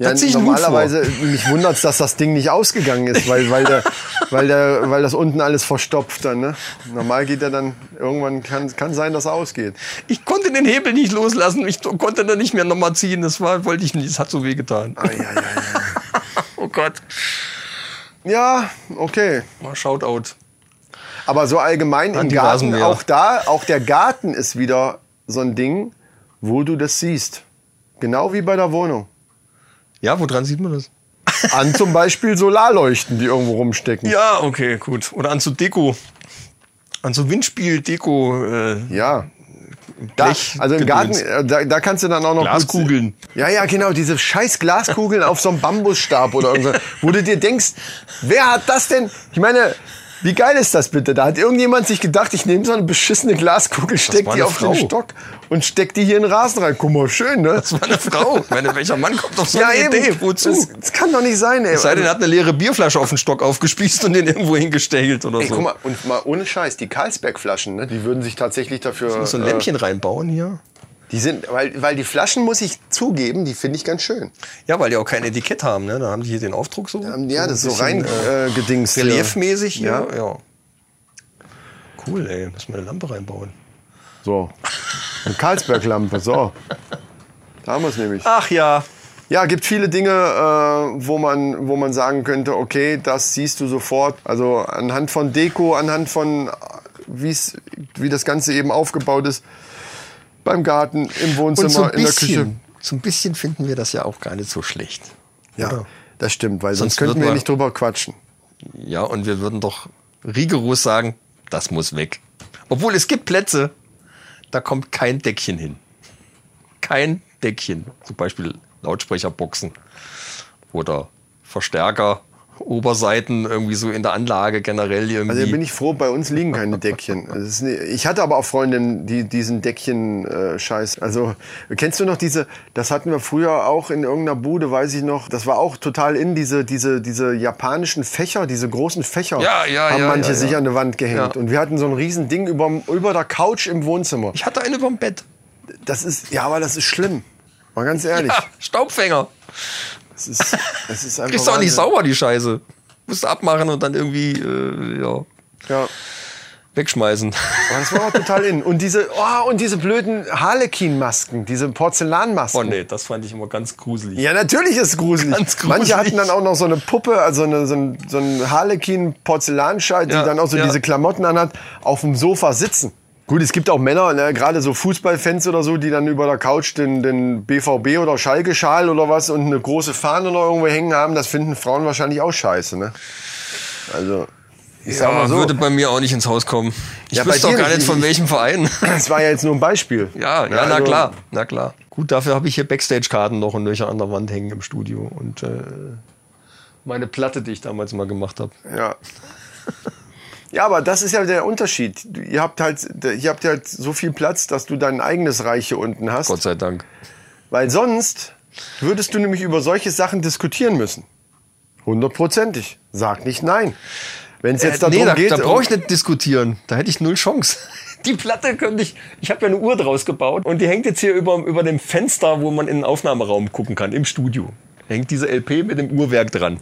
S4: Ja,
S1: da zieh ich einen Hut
S4: normalerweise, mich wundert es, dass das Ding nicht ausgegangen ist, weil, weil, der, weil, der, weil das unten alles verstopft dann. Ne? Normal geht er dann, irgendwann kann, kann sein, dass er ausgeht.
S1: Ich konnte den Hebel nicht loslassen, ich konnte da nicht mehr nochmal ziehen, das war, wollte ich nicht, das hat so weh getan.
S4: Ei, ei, ei,
S1: *laughs* Oh Gott.
S4: ei. Ja, okay.
S1: Mal Shoutout.
S4: Aber so allgemein
S1: An
S4: im
S1: die
S4: Garten,
S1: Rasenmäher.
S4: auch da, auch der Garten ist wieder so ein Ding, wo du das siehst. Genau wie bei der Wohnung.
S1: Ja, woran sieht man das?
S4: An zum Beispiel Solarleuchten, die irgendwo rumstecken.
S1: Ja, okay, gut. Oder an so Deko. An so Windspiel-Deko. Äh,
S4: Ja. Da,
S1: Blech-
S4: also im Garten,
S1: Gedöns.
S4: äh, da, da kannst du dann auch noch.
S1: Glaskugeln.
S4: Gut, ja, ja, genau, diese scheiß Glaskugeln auf so einem Bambusstab oder irgendwas. Wo du dir denkst, wer hat das denn? Ich meine, wie geil ist das bitte? Da hat irgendjemand sich gedacht, ich nehme so eine beschissene Glaskugel, steck
S1: war
S4: die
S1: eine
S4: auf
S1: Frau.
S4: den Stock und steck die hier in den Rasen rein. Guck mal, schön, ne?
S1: Das war eine Frau. Ich meine, welcher Mann kommt auf so eine Idee? Wozu?
S4: Das, das kann doch nicht sein, ey.
S1: es sei denn, er hat eine leere Bierflasche auf den Stock aufgespießt und den irgendwo hingestellt oder
S4: Ey,
S1: so.
S4: guck mal, und mal ohne Scheiß, die Carlsberg-Flaschen, ne, die würden sich tatsächlich dafür.
S1: so ein Lämpchen reinbauen hier.
S4: Äh, die sind, weil, weil die Flaschen, muss ich zugeben, die finde ich ganz schön. Ähm,
S1: Ja, weil die auch kein Etikett haben, ne? Da haben die hier den Aufdruck so.
S4: Ja, das ist so
S1: ein
S4: rein
S1: bisschen,
S4: äh, gedingst.
S1: äh,
S4: ja.
S1: Reliefmäßig hier.
S4: Ja.
S1: Ja. Cool, ey. Müssen wir eine Lampe reinbauen.
S4: So. Eine Karlsberg-Lampe, so. Da haben wir es nämlich.
S1: Ach ja.
S4: Ja, gibt viele Dinge, äh, wo, man, wo man sagen könnte, okay, das siehst du sofort. Also anhand von Deko, anhand von, äh, wie's, wie das Ganze eben aufgebaut ist. Beim Garten, im Wohnzimmer, in der Küche.
S1: so ein bisschen finden wir das ja auch gar nicht so schlecht.
S4: Ja,
S1: Oder?
S4: das stimmt, weil sonst,
S1: Sonst
S4: könnten
S1: wird
S4: wir
S1: man-
S4: nicht drüber quatschen.
S1: Ja, und wir würden doch rigoros sagen, das muss weg. Obwohl es gibt Plätze, da kommt kein Deckchen hin. Kein Deckchen. Zum Beispiel Lautsprecherboxen oder Verstärker, Oberseiten irgendwie so in der Anlage generell irgendwie.
S4: Also da bin ich froh, bei uns liegen
S1: *laughs*
S4: keine Deckchen. Das ist ne, ich hatte aber auch Freundinnen, die diesen Deckchen-Scheiß. also kennst du noch diese? Das hatten wir früher auch in irgendeiner Bude, weiß ich noch. Das war auch total in diese diese diese japanischen Fächer, diese großen Fächer.
S1: Ja, ja,
S4: haben
S1: ja,
S4: manche
S1: ja,
S4: sich
S1: ja.
S4: an eine Wand gehängt.
S1: Ja.
S4: Und wir hatten so ein riesen Ding über über der Couch im Wohnzimmer.
S1: Ich hatte einen überm Bett.
S4: Das ist ja, aber das ist schlimm. Mal ganz ehrlich,
S1: Ja, Staubfänger.
S4: das ist das ist einfach.
S1: Kriegst du auch nicht
S4: Wahnsinn.
S1: sauber, die Scheiße. Musst du abmachen und dann irgendwie äh, ja,
S4: Ja.
S1: wegschmeißen.
S4: Aber das war auch total in. Und diese, oh, und diese blöden Harlequin-Masken, diese
S1: *laughs*
S4: Porzellanmasken.
S1: Oh nee, das fand ich immer ganz gruselig.
S4: Ja, natürlich ist es gruselig.
S1: Ganz gruselig.
S4: Manche hatten dann auch noch so eine Puppe, also eine, so ein, so ein Harlekin-Porzellanscheit,
S1: Ja,
S4: die dann auch so
S1: ja.
S4: diese Klamotten anhat, auf dem Sofa sitzen. Gut, es gibt auch Männer, ne, gerade so Fußballfans oder so, die dann über der Couch den, den BVB oder Schalke-Schal oder was und eine große Fahne oder irgendwo hängen haben. Das finden Frauen wahrscheinlich auch scheiße, ne? Also, ich sag mal
S1: Ja,
S4: so,
S1: würde
S4: *clears throat*
S1: bei mir auch nicht ins Haus kommen. Ich
S4: Ja, bei
S1: wüsste auch
S4: dir
S1: gar
S4: nicht.
S1: nicht von
S4: Ich-
S1: welchem *laughs* Verein.
S4: das war ja jetzt nur ein Beispiel.
S1: Ja, ja, na
S4: also-
S1: klar, na klar. Gut, dafür habe ich hier Backstage-Karten noch und Löcher an der Wand hängen im Studio und äh, meine Platte, die ich damals mal gemacht habe.
S4: Ja. Ja, aber das ist ja der Unterschied. Du- Ihr habt halt, ihr habt halt so viel Platz, dass du dein eigenes Reich hier unten hast.
S1: Gott sei Dank.
S4: Weil sonst würdest du nämlich über solche Sachen diskutieren müssen. Hundertprozentig. Sag nicht nein. Wenn es jetzt
S1: Äh,
S4: darum
S1: da,
S4: geht,
S1: da brauche ich nicht diskutieren. Da hätte ich null Chance. *laughs* Die Platte könnte ich. Ich habe ja eine Uhr draus gebaut und die hängt jetzt hier über, über dem Fenster, wo man in den Aufnahmeraum gucken kann, im Studio. Da hängt diese LP mit dem Uhrwerk dran.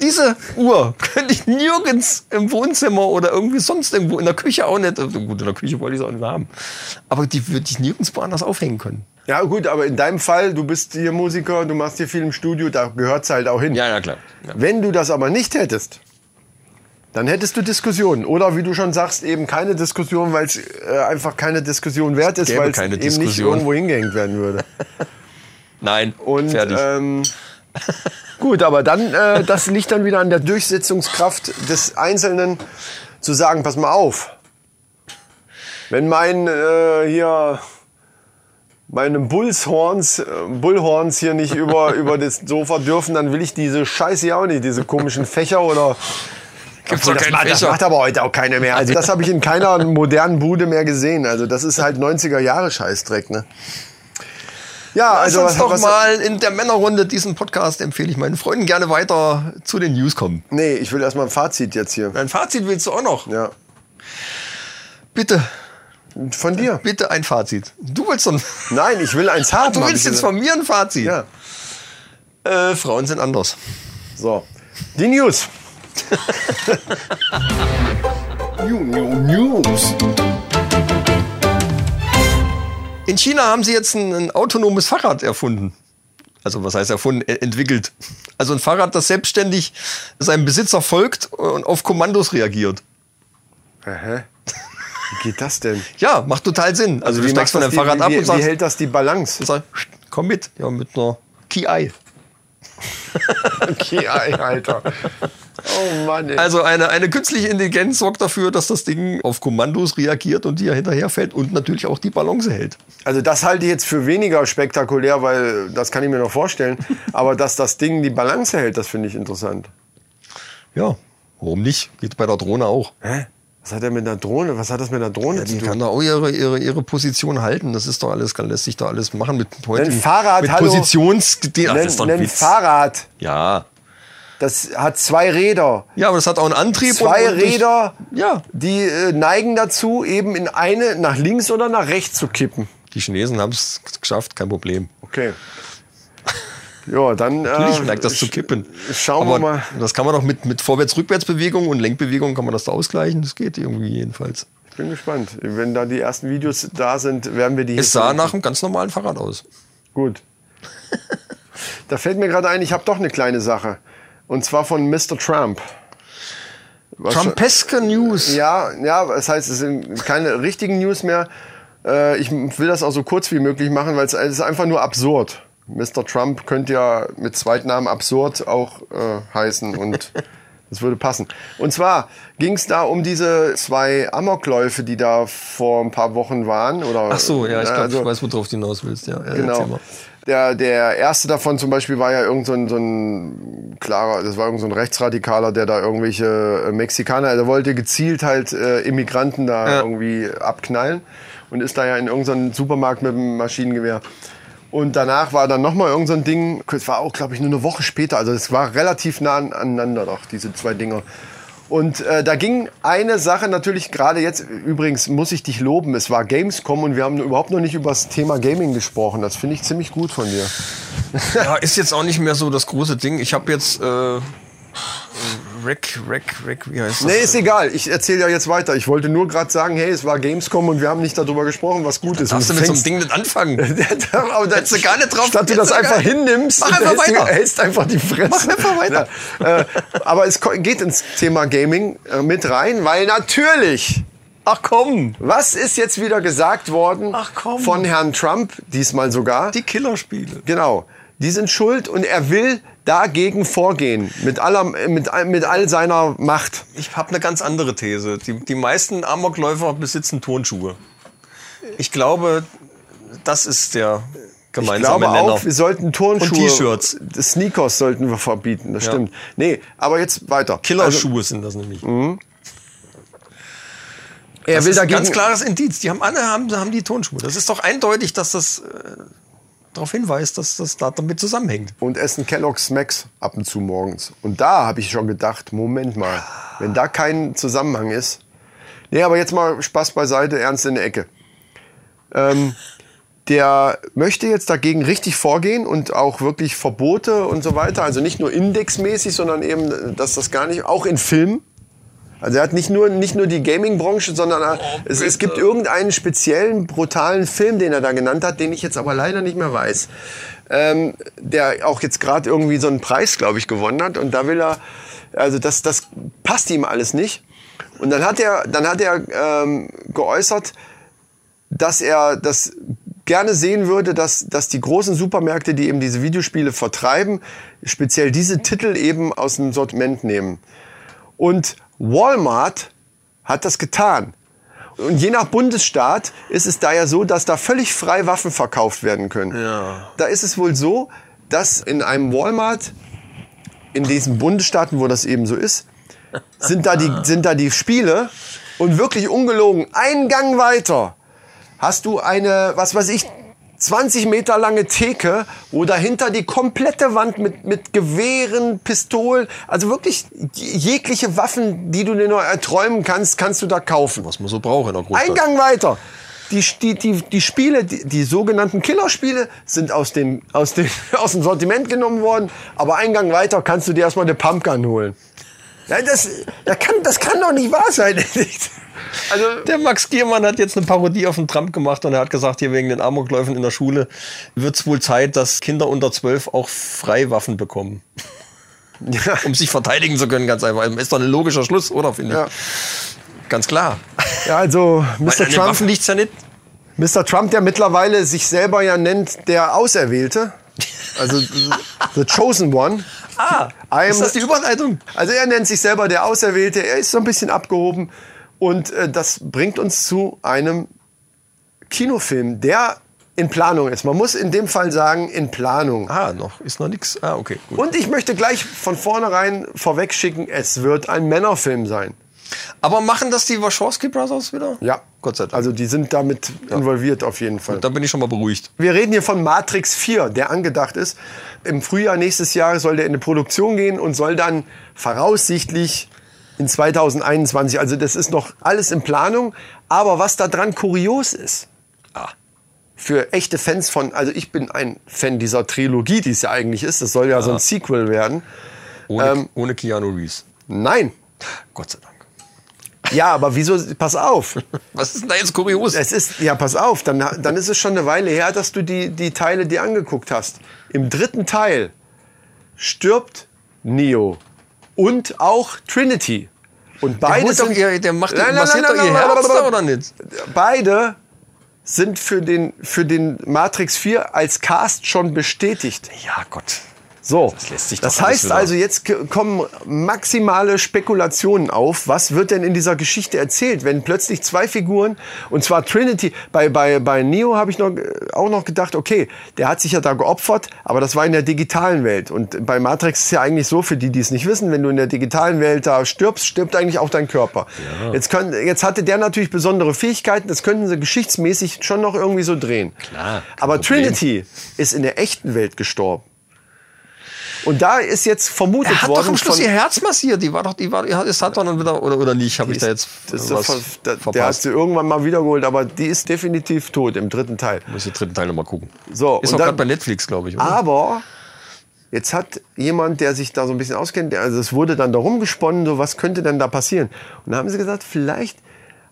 S1: Diese Uhr könnte ich nirgends im Wohnzimmer oder irgendwie sonst irgendwo in der Küche auch nicht. also Gut, in der Küche wollte ich es auch nicht haben. Aber die würde ich nirgends woanders aufhängen können.
S4: ja gut, aber in deinem Fall, du bist hier Musiker, du machst hier viel im Studio, da gehört's halt auch hin.
S1: Ja, ja, klar. Ja.
S4: Wenn du das aber nicht hättest, dann hättest du Diskussionen. Oder wie du schon sagst, eben keine Diskussion, weil es äh, einfach keine Diskussion wert ist,
S1: Gäbe
S4: weil es
S1: keine
S4: eben nicht
S1: Diskussion.
S4: irgendwo hingehängt werden würde.
S1: Nein,
S4: Und
S1: fertig.
S4: ähm, gut, aber dann, äh, das liegt dann wieder an der Durchsetzungskraft des Einzelnen, zu sagen, pass mal auf. Wenn mein äh, hier meine Bullshorns, äh, Bullhorns hier
S1: *laughs*
S4: nicht über, über das Sofa dürfen, dann will ich diese Scheiße ja auch nicht, diese komischen Fächer oder.
S1: Gibt's
S4: das, macht, das macht aber heute auch keine mehr. Also das habe ich in keiner modernen Bude mehr gesehen. Also das ist halt 90er Jahre Scheißdreck, ne? Ja,
S1: Lass
S4: also
S1: uns
S4: was,
S1: doch
S4: was,
S1: mal in der Männerrunde diesen Podcast empfehle ich meinen Freunden gerne weiter zu den News kommen.
S4: Nee, ich will erstmal ein Fazit jetzt hier.
S1: Ein Fazit willst du auch noch?
S4: Ja.
S1: Bitte,
S4: Von dir.
S1: bitte ein Fazit. Du willst so ein,
S4: Nein, ich will eins
S1: *laughs*
S4: haben.
S1: du
S4: hab
S1: willst
S4: ich
S1: jetzt von
S4: gesagt.
S1: mir ein Fazit.
S4: Ja.
S1: Äh, Frauen sind anders.
S4: So. Die News. News.
S1: In China haben sie jetzt ein, ein autonomes Fahrrad erfunden. Also was heißt erfunden? E- Entwickelt. Also ein Fahrrad, das selbstständig seinem Besitzer folgt und auf Kommandos reagiert.
S4: Aha. Wie geht das denn?
S1: Ja, macht total Sinn. Also, du
S4: Wie
S1: steigst von
S4: macht das
S1: deinem
S4: die-
S1: Fahrrad
S4: wie,
S1: ab
S4: wie,
S1: und sagst,
S4: Wie hält das die Balance?
S1: und sagst, komm mit. Ja, mit einer Ki-Ei.
S4: *laughs*
S1: *laughs*
S4: Okay, Alter. Oh Mann. Ey.
S1: Also eine, eine künstliche Intelligenz sorgt dafür, dass das Ding auf Kommandos reagiert und dir hinterherfällt und natürlich auch die Balance hält.
S4: Also das halte ich jetzt für weniger spektakulär, weil das kann ich mir noch
S1: *laughs*
S4: vorstellen. Aber dass das Ding die Balance hält, das finde ich interessant.
S1: Ja, warum nicht? Geht bei der Drohne auch.
S4: Hä? Was hat er mit einer Drohne? Was hat das mit einer Drohne zu
S1: Die
S4: tun?
S1: kann da auch ihre, ihre, ihre Position halten. Das ist doch alles, kann, lässt sich da alles machen mit heutigen-
S4: Fahrrad,
S1: mit
S4: hallo.
S1: Positions... Die- Ach, das ist doch
S4: Nenn,
S1: ein
S4: nenn
S1: Witz.
S4: Fahrrad.
S1: Ja.
S4: Das hat zwei Räder.
S1: Ja, aber das hat auch einen Antrieb.
S4: Zwei
S1: und- und durch-
S4: Räder,
S1: Ja.
S4: die äh, neigen dazu, eben in eine nach links oder nach rechts zu kippen.
S1: Die Chinesen haben es geschafft, kein Problem.
S4: Okay. Ja, dann.
S1: Natürlich
S4: äh,
S1: neigt das zu kippen.
S4: sch- Schauen
S1: aber
S4: wir mal.
S1: Das kann man doch mit, mit Vorwärts-Rückwärts-Bewegung und Lenkbewegung kann man das da ausgleichen. Das geht irgendwie jedenfalls.
S4: Ich bin gespannt. Wenn da die ersten Videos da sind, werden wir die.
S1: Es
S4: hier
S1: sah
S4: sehen.
S1: nach einem ganz normalen Fahrrad aus. *laughs*
S4: Gut. da fällt mir gerade ein, ich habe doch eine kleine Sache. Und zwar von Mr. Trump. Was
S1: Trumpeske News.
S4: Ja, ja, das heißt, es sind keine richtigen News mehr. Äh, Ich will das auch so kurz wie möglich machen, weil es es ist einfach nur absurd. Mr. Trump könnte ja mit Zweitnamen absurd auch äh, heißen und
S1: *laughs*
S4: das würde passen. Und zwar ging es da um diese zwei Amokläufe, die da vor ein paar Wochen waren. Oder,
S1: Ach so, ja, ich
S4: Äh,
S1: glaube,
S4: also-
S1: ich weiß, worauf du hinaus willst. Ja, ja, äh, erzähl
S4: Genau.
S1: mal.
S4: Der, der erste davon zum Beispiel war ja irgend so ein, so ein klarer, das war irgend so ein Rechtsradikaler, der da irgendwelche äh, Mexikaner, der wollte gezielt halt äh, Immigranten da irgendwie abknallen und ist da ja in irgendeinem Supermarkt mit einem Maschinengewehr. Und danach war dann nochmal irgend so ein Ding, es war auch, glaube ich, nur eine Woche später, also es war relativ nah aneinander doch, diese zwei Dinger. Und äh, da ging eine Sache natürlich gerade jetzt, übrigens muss ich dich loben, es war Gamescom und wir haben überhaupt noch nicht über das Thema Gaming gesprochen. Das finde ich ziemlich gut von dir.
S1: Ja, ist jetzt auch nicht mehr so das große Ding. Ich habe jetzt äh, Rec, Rec, Rec, wie heißt das?
S4: Nee, ist egal, ich erzähle ja jetzt weiter. Ich wollte nur gerade sagen, hey, es war Gamescom und wir haben nicht darüber gesprochen, was gut ist.
S1: Darfst du
S4: Und
S1: mit so einem
S4: fängst-
S1: Ding nicht
S4: *laughs*
S1: anfangen? *laughs*
S4: Aber da,
S1: Hättest du gar nicht drauf-
S4: Statt du
S1: hättest
S4: das
S1: du
S4: einfach
S1: gar-
S4: hinnimmst,
S1: Mach einfach
S4: hältst,
S1: weiter.
S4: Du, hältst einfach die Fresse.
S1: Mach einfach weiter.
S4: Ja, äh, aber es ko- geht ins Thema Gaming äh, mit rein, weil natürlich
S1: Ach komm,
S4: Was ist jetzt wieder gesagt worden
S1: Ach komm.
S4: von Herrn Trump, diesmal sogar?
S1: die Killerspiele.
S4: genau, die sind schuld und er will dagegen vorgehen mit, aller, mit, all- mit all seiner Macht.
S1: Ich habe eine ganz andere These. Die, die meisten Amokläufer besitzen Tonschuhe. Ich glaube, das ist der
S4: Ich
S1: gemeinsame
S4: glaube
S1: Nenner.
S4: auch, wir sollten Turnschuhe,
S1: Und T-Shirts.
S4: Sneakers sollten wir verbieten, das stimmt. Nee, aber jetzt weiter.
S1: Killerschuhe sind das nämlich.
S4: Also, er
S1: Das
S4: will
S1: ist ein
S4: dagegen.
S1: ganz klares Indiz. Die haben alle haben, haben die Tonschuhe. Das ist doch eindeutig, dass das äh, darauf hinweist, dass das da damit zusammenhängt.
S4: und essen Kellogg's Smacks ab und zu morgens. Und da habe ich schon gedacht, Moment mal, wenn da kein Zusammenhang ist. Nee, aber jetzt mal Spaß beiseite, ernst in der Ecke. Ähm, der möchte jetzt dagegen richtig vorgehen und auch wirklich Verbote und so weiter. Also nicht nur indexmäßig, sondern eben, dass das gar nicht, auch in Filmen. Also er hat nicht nur, nicht nur die Gaming-Branche, sondern er- es, es gibt irgendeinen speziellen, brutalen Film, den er da genannt hat, den ich jetzt aber leider nicht mehr weiß. Ähm, der auch jetzt gerade irgendwie so einen Preis, glaube ich, gewonnen hat. Und da will er, also das, das passt ihm alles nicht. Und dann hat er, dann hat er ähm, geäußert, dass er das gerne sehen würde, dass, dass die großen Supermärkte, die eben diese Videospiele vertreiben, speziell diese Titel eben aus dem Sortiment nehmen. Und Walmart hat das getan. Und je nach Bundesstaat ist es da ja so, dass da völlig frei Waffen verkauft werden können.
S1: Ja.
S4: Da ist es wohl so, dass in einem Walmart in diesen Bundesstaaten, wo das eben so ist, sind da die, sind da die Spiele und wirklich ungelogen, einen Gang weiter hast du eine, was weiß ich, 20 Meter lange Theke, wo dahinter die komplette Wand mit, mit Gewehren, Pistolen, also wirklich jegliche Waffen, die du dir nur erträumen kannst, kannst du da kaufen.
S1: Was man so braucht in der Großstadt.
S4: Ein Gang weiter. Die, die, die, die Spiele, die, die sogenannten Killerspiele, sind aus, den, aus, den, aus dem *laughs* Sortiment genommen worden. Aber einen Gang weiter kannst du dir erstmal eine Pumpgun holen. Ja, das, das, kann, das kann doch nicht wahr sein. *laughs* Also,
S1: Der Max Giermann hat jetzt eine Parodie auf den Trump gemacht und er hat gesagt, hier wegen den Amokläufen in der Schule wird es wohl Zeit, dass Kinder unter zwölf auch Freiwaffen bekommen.
S4: ja,
S1: Um sich verteidigen zu können, ganz einfach. Also Ist doch ein logischer Schluss, oder? Finde
S4: Ja.
S1: ich. Ganz klar.
S4: ja, also
S1: Weil an
S4: Mr.
S1: den Waffen
S4: Trump,
S1: liegt ja nicht.
S4: Mr. Trump, der mittlerweile sich selber ja nennt, der Auserwählte. Also The Chosen One.
S1: Ah,
S4: I'm-
S1: ist das die Überleitung?
S4: Also er nennt sich selber der Auserwählte, er ist so ein bisschen abgehoben. Und äh, das bringt uns zu einem Kinofilm, der in Planung ist. Man muss in dem Fall sagen, in Planung.
S1: Ah, noch ist noch nichts. Ah, okay, gut.
S4: Und ich möchte gleich von vornherein vorweg schicken, es wird ein Männerfilm sein.
S1: Aber machen das die Wachowski Brothers wieder?
S4: Ja,
S1: Gott sei Dank.
S4: Also die sind damit involviert auf jeden Fall.
S1: da bin ich schon mal beruhigt.
S4: Wir reden hier von Matrix 4, der angedacht ist. Im Frühjahr nächstes Jahres soll der in die Produktion gehen und soll dann voraussichtlich in 2021, also das ist noch alles in Planung, aber was da dran kurios ist,
S1: Ah,
S4: für echte Fans von, also ich bin ein Fan dieser Trilogie, die es ja eigentlich ist, das soll ja so ein Sequel werden.
S1: Ohne,
S4: Ähm.
S1: ohne Keanu Reeves.
S4: Nein.
S1: Gott sei Dank.
S4: Ja, aber wieso, pass auf.
S1: Was ist denn da jetzt kurios?
S4: Es ist, ja, pass auf, dann, dann ist es schon eine Weile her, dass du die, die Teile dir angeguckt hast. Im dritten Teil stirbt Neo und auch Trinity. Und beide
S1: holt doch
S4: sind,
S1: ihr- der macht- massiert doch ihr Herz da, oder nicht?
S4: Beide sind für den, für den Matrix 4 als Cast schon bestätigt.
S1: ja, Gott.
S4: So,
S1: Das lässt sich
S4: das
S1: doch alles
S4: heißt
S1: wieder-
S4: also, jetzt k- kommen maximale Spekulationen auf. Was wird denn in dieser Geschichte erzählt, wenn plötzlich zwei Figuren, und zwar Trinity, bei, bei, bei Neo habe ich noch, äh, auch noch gedacht, okay, der hat sich ja da geopfert, aber das war in der digitalen Welt. Und bei Matrix ist es ja eigentlich so, für die, die es nicht wissen, wenn du in der digitalen Welt da stirbst, stirbt eigentlich auch dein Körper. Jetzt, können, jetzt hatte der natürlich besondere Fähigkeiten, das könnten sie geschichtsmäßig schon noch irgendwie so drehen.
S1: Klar, kein
S4: aber
S1: Problem.
S4: Trinity ist in der echten Welt gestorben. Und da ist jetzt vermutet
S1: Er hat
S4: worden
S1: doch am Schluss
S4: von,
S1: ihr Herz massiert. Die war doch, die war, es hat doch dann wieder, oder, oder nicht, habe ich da jetzt
S4: das ist
S1: was
S4: ver, da, der hat
S1: verpasst.
S4: sie irgendwann mal wiedergeholt, aber die ist definitiv tot im dritten Teil.
S1: Muss den dritten Teil nochmal gucken.
S4: So,
S1: ist
S4: und
S1: auch
S4: dann- Ah,
S1: gerade bei Netflix, glaube ich. oder?
S4: Aber jetzt hat jemand, der sich da so ein bisschen auskennt, der- also es wurde dann darum gesponnen, so was könnte denn da passieren? Und da haben sie gesagt, vielleicht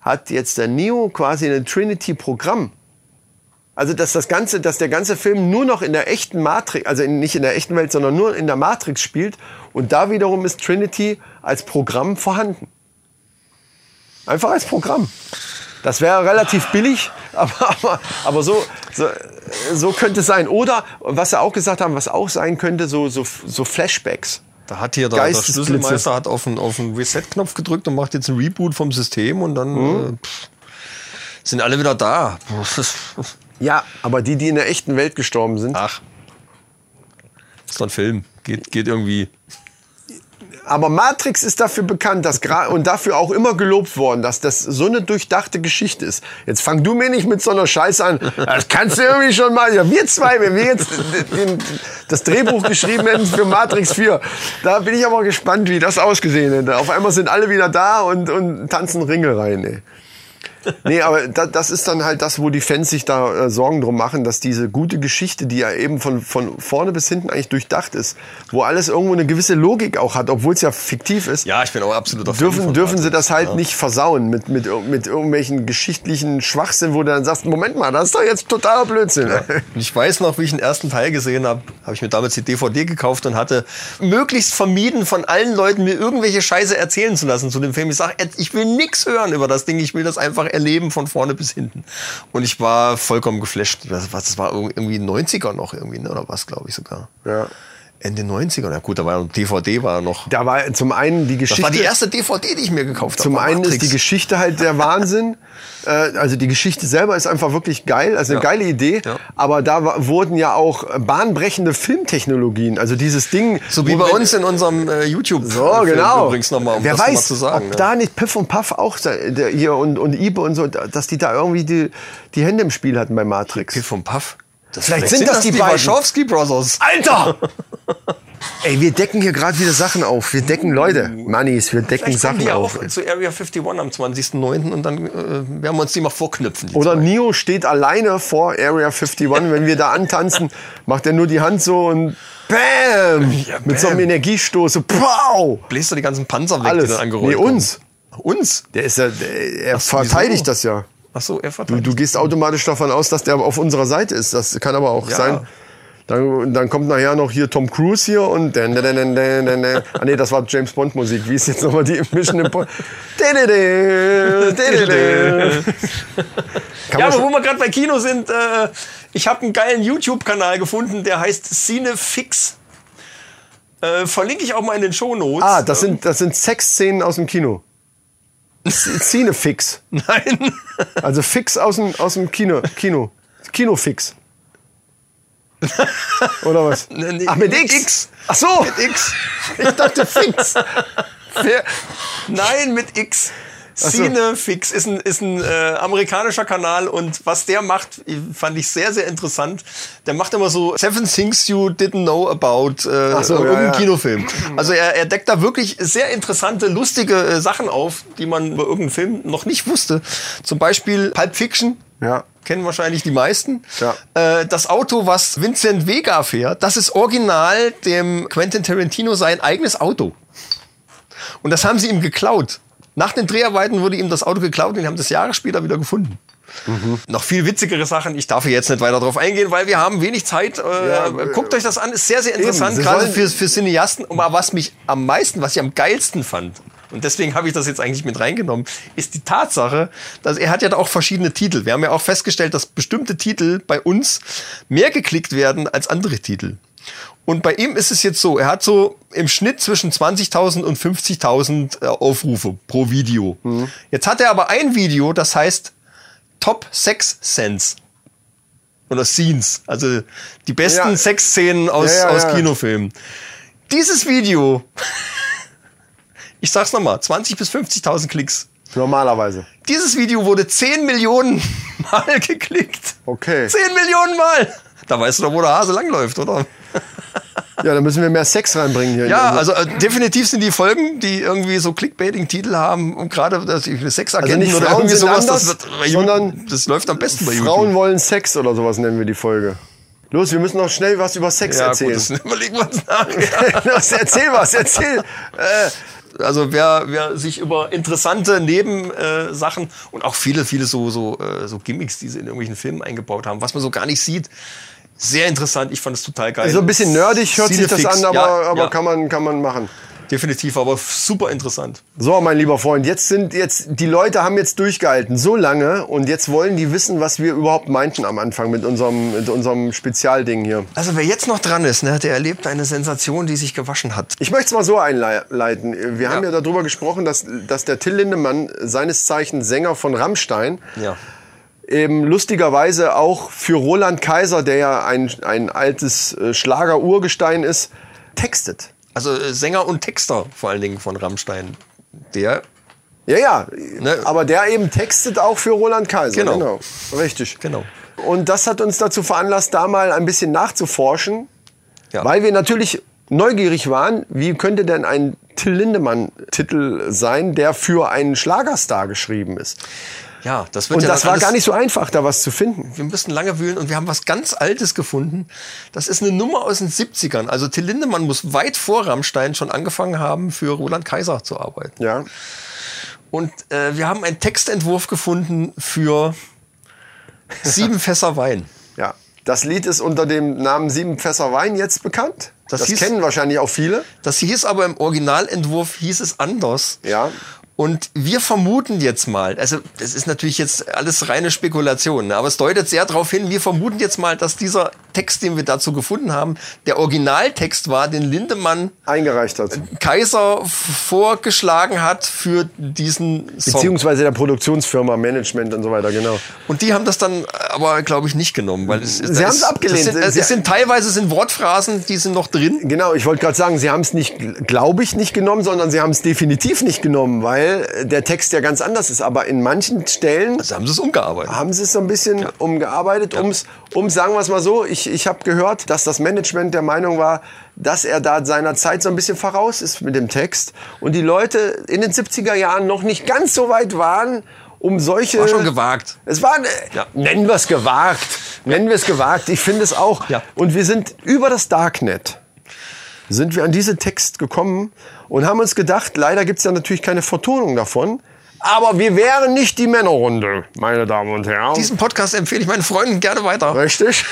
S4: hat jetzt der Neo quasi ein Trinity-Programm. Also dass das ganze, dass der ganze Film nur noch in der echten Matrix, also in, nicht in der echten Welt, sondern nur in der Matrix spielt und da wiederum ist Trinity als Programm vorhanden. Einfach als Programm. Das wäre relativ billig, *laughs* aber, aber, aber so, so, so könnte es sein. Oder, was sie auch gesagt haben, was auch sein könnte, so, so, so Flashbacks.
S1: Da hat hier der, der
S4: Geistesblitze.
S1: Schlüsselmeister hat auf den, auf den Reset-Knopf gedrückt und macht jetzt einen Reboot vom System und dann
S4: Mhm.
S1: äh, pff, sind alle wieder da.
S4: Ja, aber die, die in der echten Welt gestorben sind.
S1: Ach. Ist doch ein Film. Geht, geht irgendwie.
S4: Aber Matrix ist dafür bekannt, dass gra- und dafür auch immer gelobt worden, dass das so eine durchdachte Geschichte ist. Jetzt fang du mir nicht mit so einer Scheiße an. Das kannst du irgendwie schon mal. Ja, wir zwei, wenn wir jetzt den, das Drehbuch geschrieben hätten für Matrix 4, da bin ich aber gespannt, wie das ausgesehen hätte. Auf einmal sind alle wieder da und, und tanzen Ringe rein. Ey. Nee, aber da, das ist dann halt das, wo die Fans sich da äh, Sorgen drum machen, dass diese gute Geschichte, die ja eben von, von vorne bis hinten eigentlich durchdacht ist, wo alles irgendwo eine gewisse Logik auch hat, obwohl es ja fiktiv ist,
S1: Ja, ich bin auch absoluter Fan.
S4: dürfen,
S1: von
S4: dürfen
S1: Matrix.
S4: sie das halt nicht versauen mit, mit, ir- mit irgendwelchen geschichtlichen Schwachsinn, wo du dann sagst, Moment mal, das ist doch jetzt totaler Blödsinn.
S1: Und *laughs* ich weiß noch, wie ich den ersten Teil gesehen habe, habe ich mir damals die DVD gekauft und hatte möglichst vermieden, von allen Leuten mir irgendwelche Scheiße erzählen zu lassen zu dem Film. Ich sage, ich will nichts hören über das Ding, ich will das einfach erleben von vorne bis hinten. Und ich war vollkommen geflasht. Das, was, das war irgendwie 90er noch irgendwie, ne? oder was, glaube ich sogar.
S4: Ja.
S1: Ende 90er. Na gut, da war ja noch DVD war ja noch.
S4: Da war zum einen die
S1: Das
S4: Geschichte.
S1: war die erste DVD, die ich mir gekauft habe.
S4: Zum
S1: war
S4: einen ist
S1: Matrix.
S4: die Geschichte halt
S1: *laughs*
S4: der Wahnsinn. Äh, also die Geschichte selber ist einfach wirklich geil, also eine
S1: Ja.
S4: geile Idee.
S1: Ja.
S4: Aber da wa- wurden ja auch bahnbrechende Filmtechnologien. Also dieses Ding.
S1: So wie
S4: wo
S1: bei
S4: wir-
S1: uns in unserem äh, YouTube.
S4: So, genau.
S1: Übrigens nochmal, um
S4: Wer
S1: das noch
S4: weiß,
S1: mal zu sagen.
S4: ob
S1: ne?
S4: da nicht Piff und Puff auch da- der, hier und, und Ibe und so, da- dass die da irgendwie die, die Hände im Spiel hatten bei Matrix.
S1: Piff und Puff. Das-
S4: Vielleicht sind das die beiden.
S1: Wachowski Brothers. *laughs*
S4: Alter! Ey, wir decken hier gerade wieder Sachen auf. Wir decken Leute. Mannis, wir
S1: Vielleicht
S4: decken
S1: kommen
S4: Sachen
S1: die ja
S4: auf.
S1: auch zu Area 51 am 20.09. und dann äh, werden wir uns die mal vorknüpfen. Die
S4: Oder Neo steht alleine vor Area 51. Wenn wir
S1: *laughs*
S4: da antanzen, macht er nur die Hand so und BAM!
S1: Ja,
S4: Mit so einem
S1: bam.
S4: Energiestoß. So, pow!
S1: bläst du die ganzen Panzer weg,
S4: Alles.
S1: die dann angerollt
S4: Nee, uns.
S1: kommen. Uns?
S4: Der ist ja, der, er
S1: Ach, sowieso.
S4: verteidigt das ja.
S1: Achso, er
S4: Du,
S1: verteidigt.
S4: du gehst automatisch davon aus, dass der auf unserer Seite ist. Das kann aber auch
S1: Ja.
S4: sein. Dann, dann kommt nachher noch hier Tom Cruise hier und dann, dann, dann, dann, dann, dann. Ah nee, das war James Bond Musik. Wie ist jetzt nochmal die Mission
S1: *laughs*
S4: Impossible? Kann
S1: *laughs* ja,
S4: man
S1: aber wo
S4: schon-
S1: wir gerade bei Kino sind, äh, ich habe einen geilen YouTube-Kanal gefunden, der heißt Cinefix. Äh, verlinke ich auch mal in den Shownotes.
S4: Ah, das sind, das sind Sexszenen aus dem
S1: *laughs*
S4: Kino. Szenefix.
S1: Ähm, Nein.
S4: Also Fix aus dem, aus dem Kino. Kino. Kinofix. Oder was?
S1: *laughs* Nee, nee,
S4: Ach, mit
S1: mit
S4: X.
S1: X.
S4: Ach so.
S1: Mit X.
S4: *laughs* Ich dachte Fix. Wer-
S1: Nein, mit X.
S4: so.
S1: Cinefix ist ein, ist ein äh, amerikanischer Kanal und was der macht, äh, fand ich sehr, sehr interessant. Der macht immer so Seven Things You Didn't Know About äh,
S4: Ach so,
S1: um
S4: ja, Mhm.
S1: einen
S4: ja.
S1: Kinofilm. Also er, er deckt da wirklich sehr interessante, lustige äh, Sachen auf, die man über irgendeinen Film noch nicht wusste. Zum Beispiel Pulp Fiction.
S4: Ja.
S1: Kennen wahrscheinlich die meisten.
S4: Ja.
S1: Äh, das Auto, was Vincent Vega fährt, das ist original dem Quentin Tarantino sein eigenes Auto. Und das haben sie ihm geklaut. Nach den Dreharbeiten wurde ihm das Auto geklaut und die haben das Jahre später wieder gefunden.
S4: Mhm.
S1: Noch viel witzigere Sachen. Ich darf hier jetzt nicht weiter drauf eingehen, weil wir haben wenig Zeit. Äh,
S4: Ja, äh,
S1: guckt euch das an, ist sehr, sehr interessant,
S4: Sie
S1: gerade
S4: wollen-
S1: für, für Cineasten. Aber was mich am meisten, was ich am geilsten fand, und deswegen habe ich das jetzt eigentlich mit reingenommen, ist die Tatsache, dass er hat ja da auch verschiedene Titel. Wir haben ja auch festgestellt, dass bestimmte Titel bei uns mehr geklickt werden als andere Titel. Und bei ihm ist es jetzt so, er hat so im Schnitt zwischen 20.000 und 50.000 äh, Aufrufe pro Video.
S4: Mhm.
S1: Jetzt hat er aber ein Video, das heißt Top Sex Sense. Oder Scenes. Also die besten
S4: Ja.
S1: Sexszenen aus,
S4: Ja, ja,
S1: aus
S4: ja.
S1: Kinofilmen. Dieses Video, ich sag's nochmal, 20.000 bis 50.000 Klicks.
S4: Normalerweise.
S1: Dieses Video wurde 10 Millionen *laughs* Mal geklickt.
S4: Okay.
S1: 10 Millionen Mal! Da weißt du doch, wo der Hase langläuft, oder?
S4: Ja, da müssen wir mehr Sex reinbringen hier. in
S1: Ja,
S4: unser-
S1: also äh, definitiv sind die Folgen, die irgendwie so Clickbaiting-Titel haben und gerade dass ich eine Sexagenten
S4: Also nicht
S1: oder
S4: Frauen
S1: irgendwie
S4: sind
S1: sowas, das,
S4: anders,
S1: wird bei YouTube-
S4: sondern
S1: das läuft am besten bei YouTube.
S4: Frauen wollen Sex oder sowas nennen wir die Folge. Los, wir müssen noch schnell was über Sex
S1: ja,
S4: erzählen.
S1: Gut, das *laughs* überlegen wir uns nachher.
S4: *laughs* Los, erzähl
S1: *laughs*
S4: was, erzähl. Äh,
S1: Also wer, wer sich über interessante Nebensachen und auch viele, viele so, so, äh, so Gimmicks, die sie in irgendwelchen Filmen eingebaut haben, was man so gar nicht sieht, sehr interessant. Ich fand es total geil.
S4: so ein bisschen nerdig hört sich das
S1: Cinefix.
S4: an, aber,
S1: ja,
S4: aber
S1: ja,
S4: Kann, man, kann man machen.
S1: definitiv, aber super interessant.
S4: So, mein lieber Freund, jetzt sind jetzt die Leute haben jetzt durchgehalten so lange und jetzt wollen die wissen, was wir überhaupt meinten am Anfang mit unserem mit unserem Spezialding hier.
S1: Also wer jetzt noch dran ist, ne, der erlebt eine Sensation, die sich gewaschen hat.
S4: Ich möchte es mal so einleiten. Wir haben ja
S1: Ja.
S4: darüber gesprochen, dass, dass der Till Lindemann, seines Zeichen Sänger von Rammstein,
S1: Ja.
S4: eben lustigerweise auch für Roland Kaiser, der ja ein, ein altes äh, Schlager-Urgestein ist, textet.
S1: Also äh, Sänger und Texter vor allen Dingen von Rammstein. Der,
S4: Ja, ja.
S1: Ne?
S4: Aber der eben textet auch für Roland Kaiser.
S1: Genau.
S4: Richtig.
S1: Genau.
S4: Und das hat uns dazu veranlasst, da mal ein bisschen nachzuforschen,
S1: ja.
S4: weil wir natürlich neugierig waren, wie könnte denn ein Till Lindemann-Titel sein, der für einen Schlagerstar geschrieben ist.
S1: ja, das wird
S4: Und
S1: ja
S4: das
S1: dann
S4: war
S1: alles-
S4: gar nicht so einfach, da was zu finden.
S1: Wir müssen lange wühlen und wir haben was ganz Altes gefunden. Das ist eine Nummer aus den 70ern. Also Till Lindemann muss weit vor Rammstein schon angefangen haben, für Roland Kaiser zu arbeiten.
S4: Ja.
S1: Und äh, wir haben einen Textentwurf gefunden für sieben Fässer Wein.
S4: Ja. Das Lied ist unter dem Namen Sieben Fässer Wein jetzt bekannt.
S1: Das
S4: Das,
S1: hieß-
S4: kennen wahrscheinlich auch viele.
S1: Das hieß aber im Originalentwurf hieß es anders.
S4: Ja.
S1: Und wir vermuten jetzt mal, also das ist natürlich jetzt alles reine Spekulation, ne? aber es deutet sehr darauf hin, wir vermuten jetzt mal, dass dieser Text, den wir dazu gefunden haben, der Originaltext war, den Lindemann
S4: Eingereicht hat.
S1: Kaiser vorgeschlagen hat für diesen Song.
S4: Beziehungsweise der Produktionsfirma, Management und so weiter, genau.
S1: Und die haben das dann aber, glaube ich, nicht genommen, weil es ist.
S4: Sie haben's abgelehnt.
S1: Es sind, es
S4: Sie-
S1: sind teilweise sind Wortphrasen, die sind noch drin.
S4: Genau, ich wollte gerade sagen, sie haben es nicht, glaube ich, nicht genommen, sondern sie haben es definitiv nicht genommen, weil äh, der Text ja ganz anders ist. Aber in manchen Stellen
S1: Also haben sie es umgearbeitet.
S4: haben sie es so ein bisschen umgearbeitet, ums, um, sagen wir es mal so, ich, ich habe gehört, dass das Management der Meinung war, dass er da seiner Zeit so ein bisschen voraus ist mit dem Text und die Leute in den 70er Jahren noch nicht ganz so weit waren, um solche...
S1: War schon gewagt.
S4: Es war, äh,
S1: Ja.
S4: nennen wir es gewagt, nennen wir es gewagt, ich finde es auch.
S1: Ja.
S4: Und wir sind über das Darknet sind wir an diese Text gekommen und haben uns gedacht, leider gibt's ja natürlich keine Vertonung davon, aber wir wären nicht die Männerrunde, meine Damen und Herren.
S1: Diesen Podcast empfehle ich meinen Freunden gerne weiter.
S4: Richtig.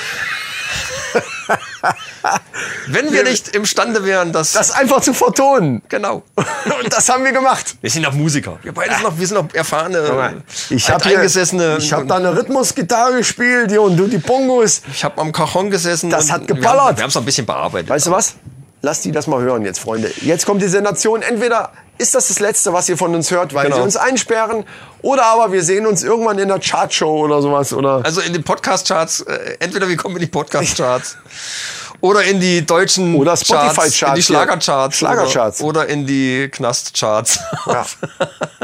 S1: Wenn wir nicht imstande wären, dass.
S4: Das einfach
S1: *laughs*
S4: zu vertonen.
S1: genau.
S4: *laughs* Und das haben wir gemacht.
S1: Wir sind auch Musiker. Wir beide sind noch, wir sind noch erfahrene,
S4: Ich
S1: alt
S4: habe
S1: eingesessene.
S4: ich hab da eine Rhythmusgitarre gespielt hier und du die Bongos.
S1: ich hab am Cajon gesessen.
S4: Das
S1: und
S4: hat geballert.
S1: Wir haben es noch ein bisschen bearbeitet.
S4: Weißt du was? Lass die das mal hören jetzt, Freunde. Jetzt kommt die Sensation. Entweder ist das das Letzte, was ihr von uns hört, weil
S1: Genau.
S4: sie uns einsperren, oder aber wir sehen uns irgendwann in der Chartshow oder sowas. Oder
S1: Also in den Podcast-Charts, äh, entweder wir kommen in die Podcast-Charts oder in die deutschen
S4: Oder
S1: Charts, in
S4: Spotify-Charts,
S1: die Schlager-Charts,
S4: ja. Schlager-Charts.
S1: Oder, oder in die Knast-Charts.
S4: Ja.
S1: *laughs*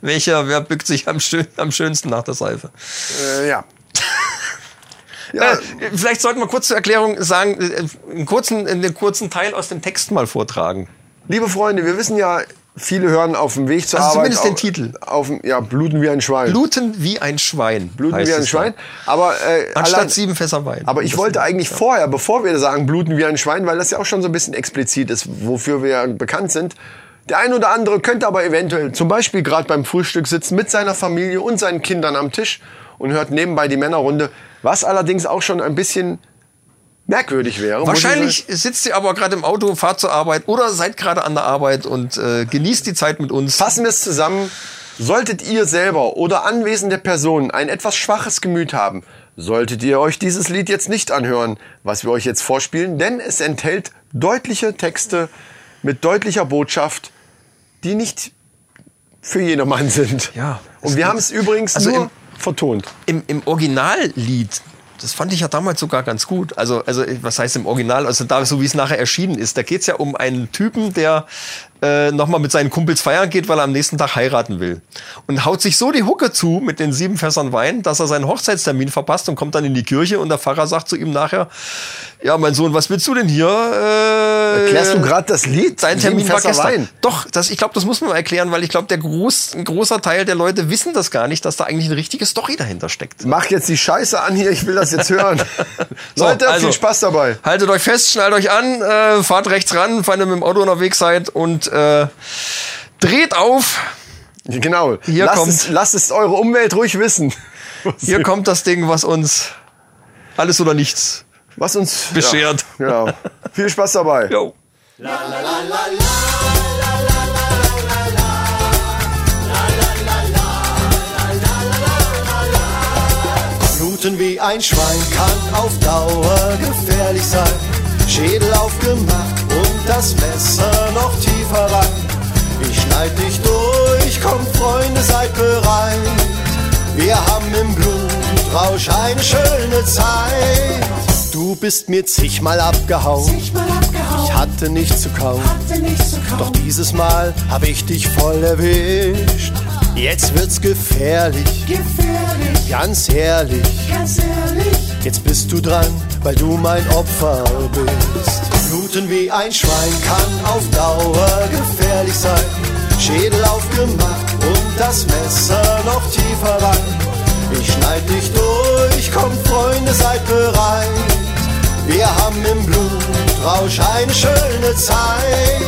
S1: Welcher, wer bückt sich am, schön, am schönsten nach der Seife?
S4: äh, *laughs* ja. ja.
S1: Äh, vielleicht sollten wir kurz zur Erklärung sagen, äh, einen kurzen, einen kurzen Teil aus dem Text mal vortragen.
S4: Liebe Freunde, wir wissen ja, viele hören auf dem Weg zur
S1: Also
S4: Arbeit.
S1: zumindest den
S4: auf-
S1: Titel.
S4: Auf, ja, bluten wie ein Schwein.
S1: Bluten wie ein Schwein.
S4: bluten
S1: heißt
S4: wie ein
S1: es
S4: Schwein.
S1: dann.
S4: Aber äh,
S1: Anstatt
S4: allein-
S1: sieben Fässer Wein.
S4: Aber ich
S1: Das-
S4: wollte eigentlich vorher, bevor wir sagen, bluten wie ein Schwein, weil das ja auch schon so ein bisschen explizit ist, wofür wir ja bekannt sind. Der ein oder andere könnte aber eventuell zum Beispiel gerade beim Frühstück sitzen mit seiner Familie und seinen Kindern am Tisch und hört nebenbei die Männerrunde, was allerdings auch schon ein bisschen merkwürdig wäre. muss ich
S1: Wahrscheinlich sitzt ihr aber gerade im Auto, fahrt zur Arbeit oder seid gerade an der Arbeit und äh, genießt die Zeit mit uns.
S4: Fassen wir es zusammen. Solltet ihr selber oder anwesende Personen ein etwas schwaches Gemüt haben, solltet ihr euch dieses Lied jetzt nicht anhören, was wir euch jetzt vorspielen, denn es enthält deutliche Texte mit deutlicher Botschaft, die nicht für jedermann sind.
S1: Ja, es
S4: Und wir
S1: geht-
S4: haben es übrigens
S1: Also
S4: nur
S1: im-
S4: vertont.
S1: Im, im Originallied, das fand ich ja damals sogar ganz gut. Also, also was heißt im Original? Also da, so wie es nachher erschienen ist, da geht's ja um einen Typen, der äh, nochmal mit seinen Kumpels feiern geht, weil er am nächsten Tag heiraten will. Und haut sich so die Hucke zu mit den sieben Fässern Wein, dass er seinen Hochzeitstermin verpasst und kommt dann in die Kirche und der Pfarrer sagt zu ihm nachher, ja, mein Sohn, was willst du denn hier? Äh,
S4: Erklärst du gerade das Lied?
S1: Dein
S4: Sieben
S1: Termin war
S4: Fässer
S1: gestern.
S4: Wein.
S1: Doch, das, ich glaube, das muss man mal erklären, weil ich glaube, der groß, ein großer Teil der Leute wissen das gar nicht, dass da eigentlich eine richtige Story dahinter steckt.
S4: Mach jetzt die Scheiße an hier, ich will das *laughs* jetzt hören. Leute,
S1: also,
S4: viel Spaß dabei.
S1: Haltet euch fest, schnallt euch an, äh, fahrt rechts ran, wenn ihr mit dem Auto unterwegs seid und äh, dreht auf.
S4: Genau.
S1: Hier
S4: lasst,
S1: kommt-
S4: es, lasst es eure Umwelt ruhig wissen.
S1: *laughs* Hier kommt das Ding, was uns alles oder nichts.
S4: was uns
S1: Beschert.
S4: Ja, genau. Viel Spaß dabei.
S1: Jo.
S5: Bluten wie ein Schwein kann auf Dauer gefährlich sein. Schädel aufgemacht und das Messer noch tiefer rein. Ich schneid dich durch, kommt Freunde, seid bereit. Wir haben im Blutrausch eine schöne Zeit. Du bist mir zigmal abgehauen. Ich hatte nichts zu kaufen. Doch dieses Mal hab ich dich voll erwischt. Jetzt wird's gefährlich, ganz herrlich. Jetzt bist du dran, weil du mein Opfer bist. Bluten wie ein Schwein kann auf Dauer gefährlich sein. Schädel aufgemacht und das Messer noch tiefer rein. Ich schneid dich durch, kommt Freunde, seid bereit. Wir haben im Blutrausch eine schöne Zeit.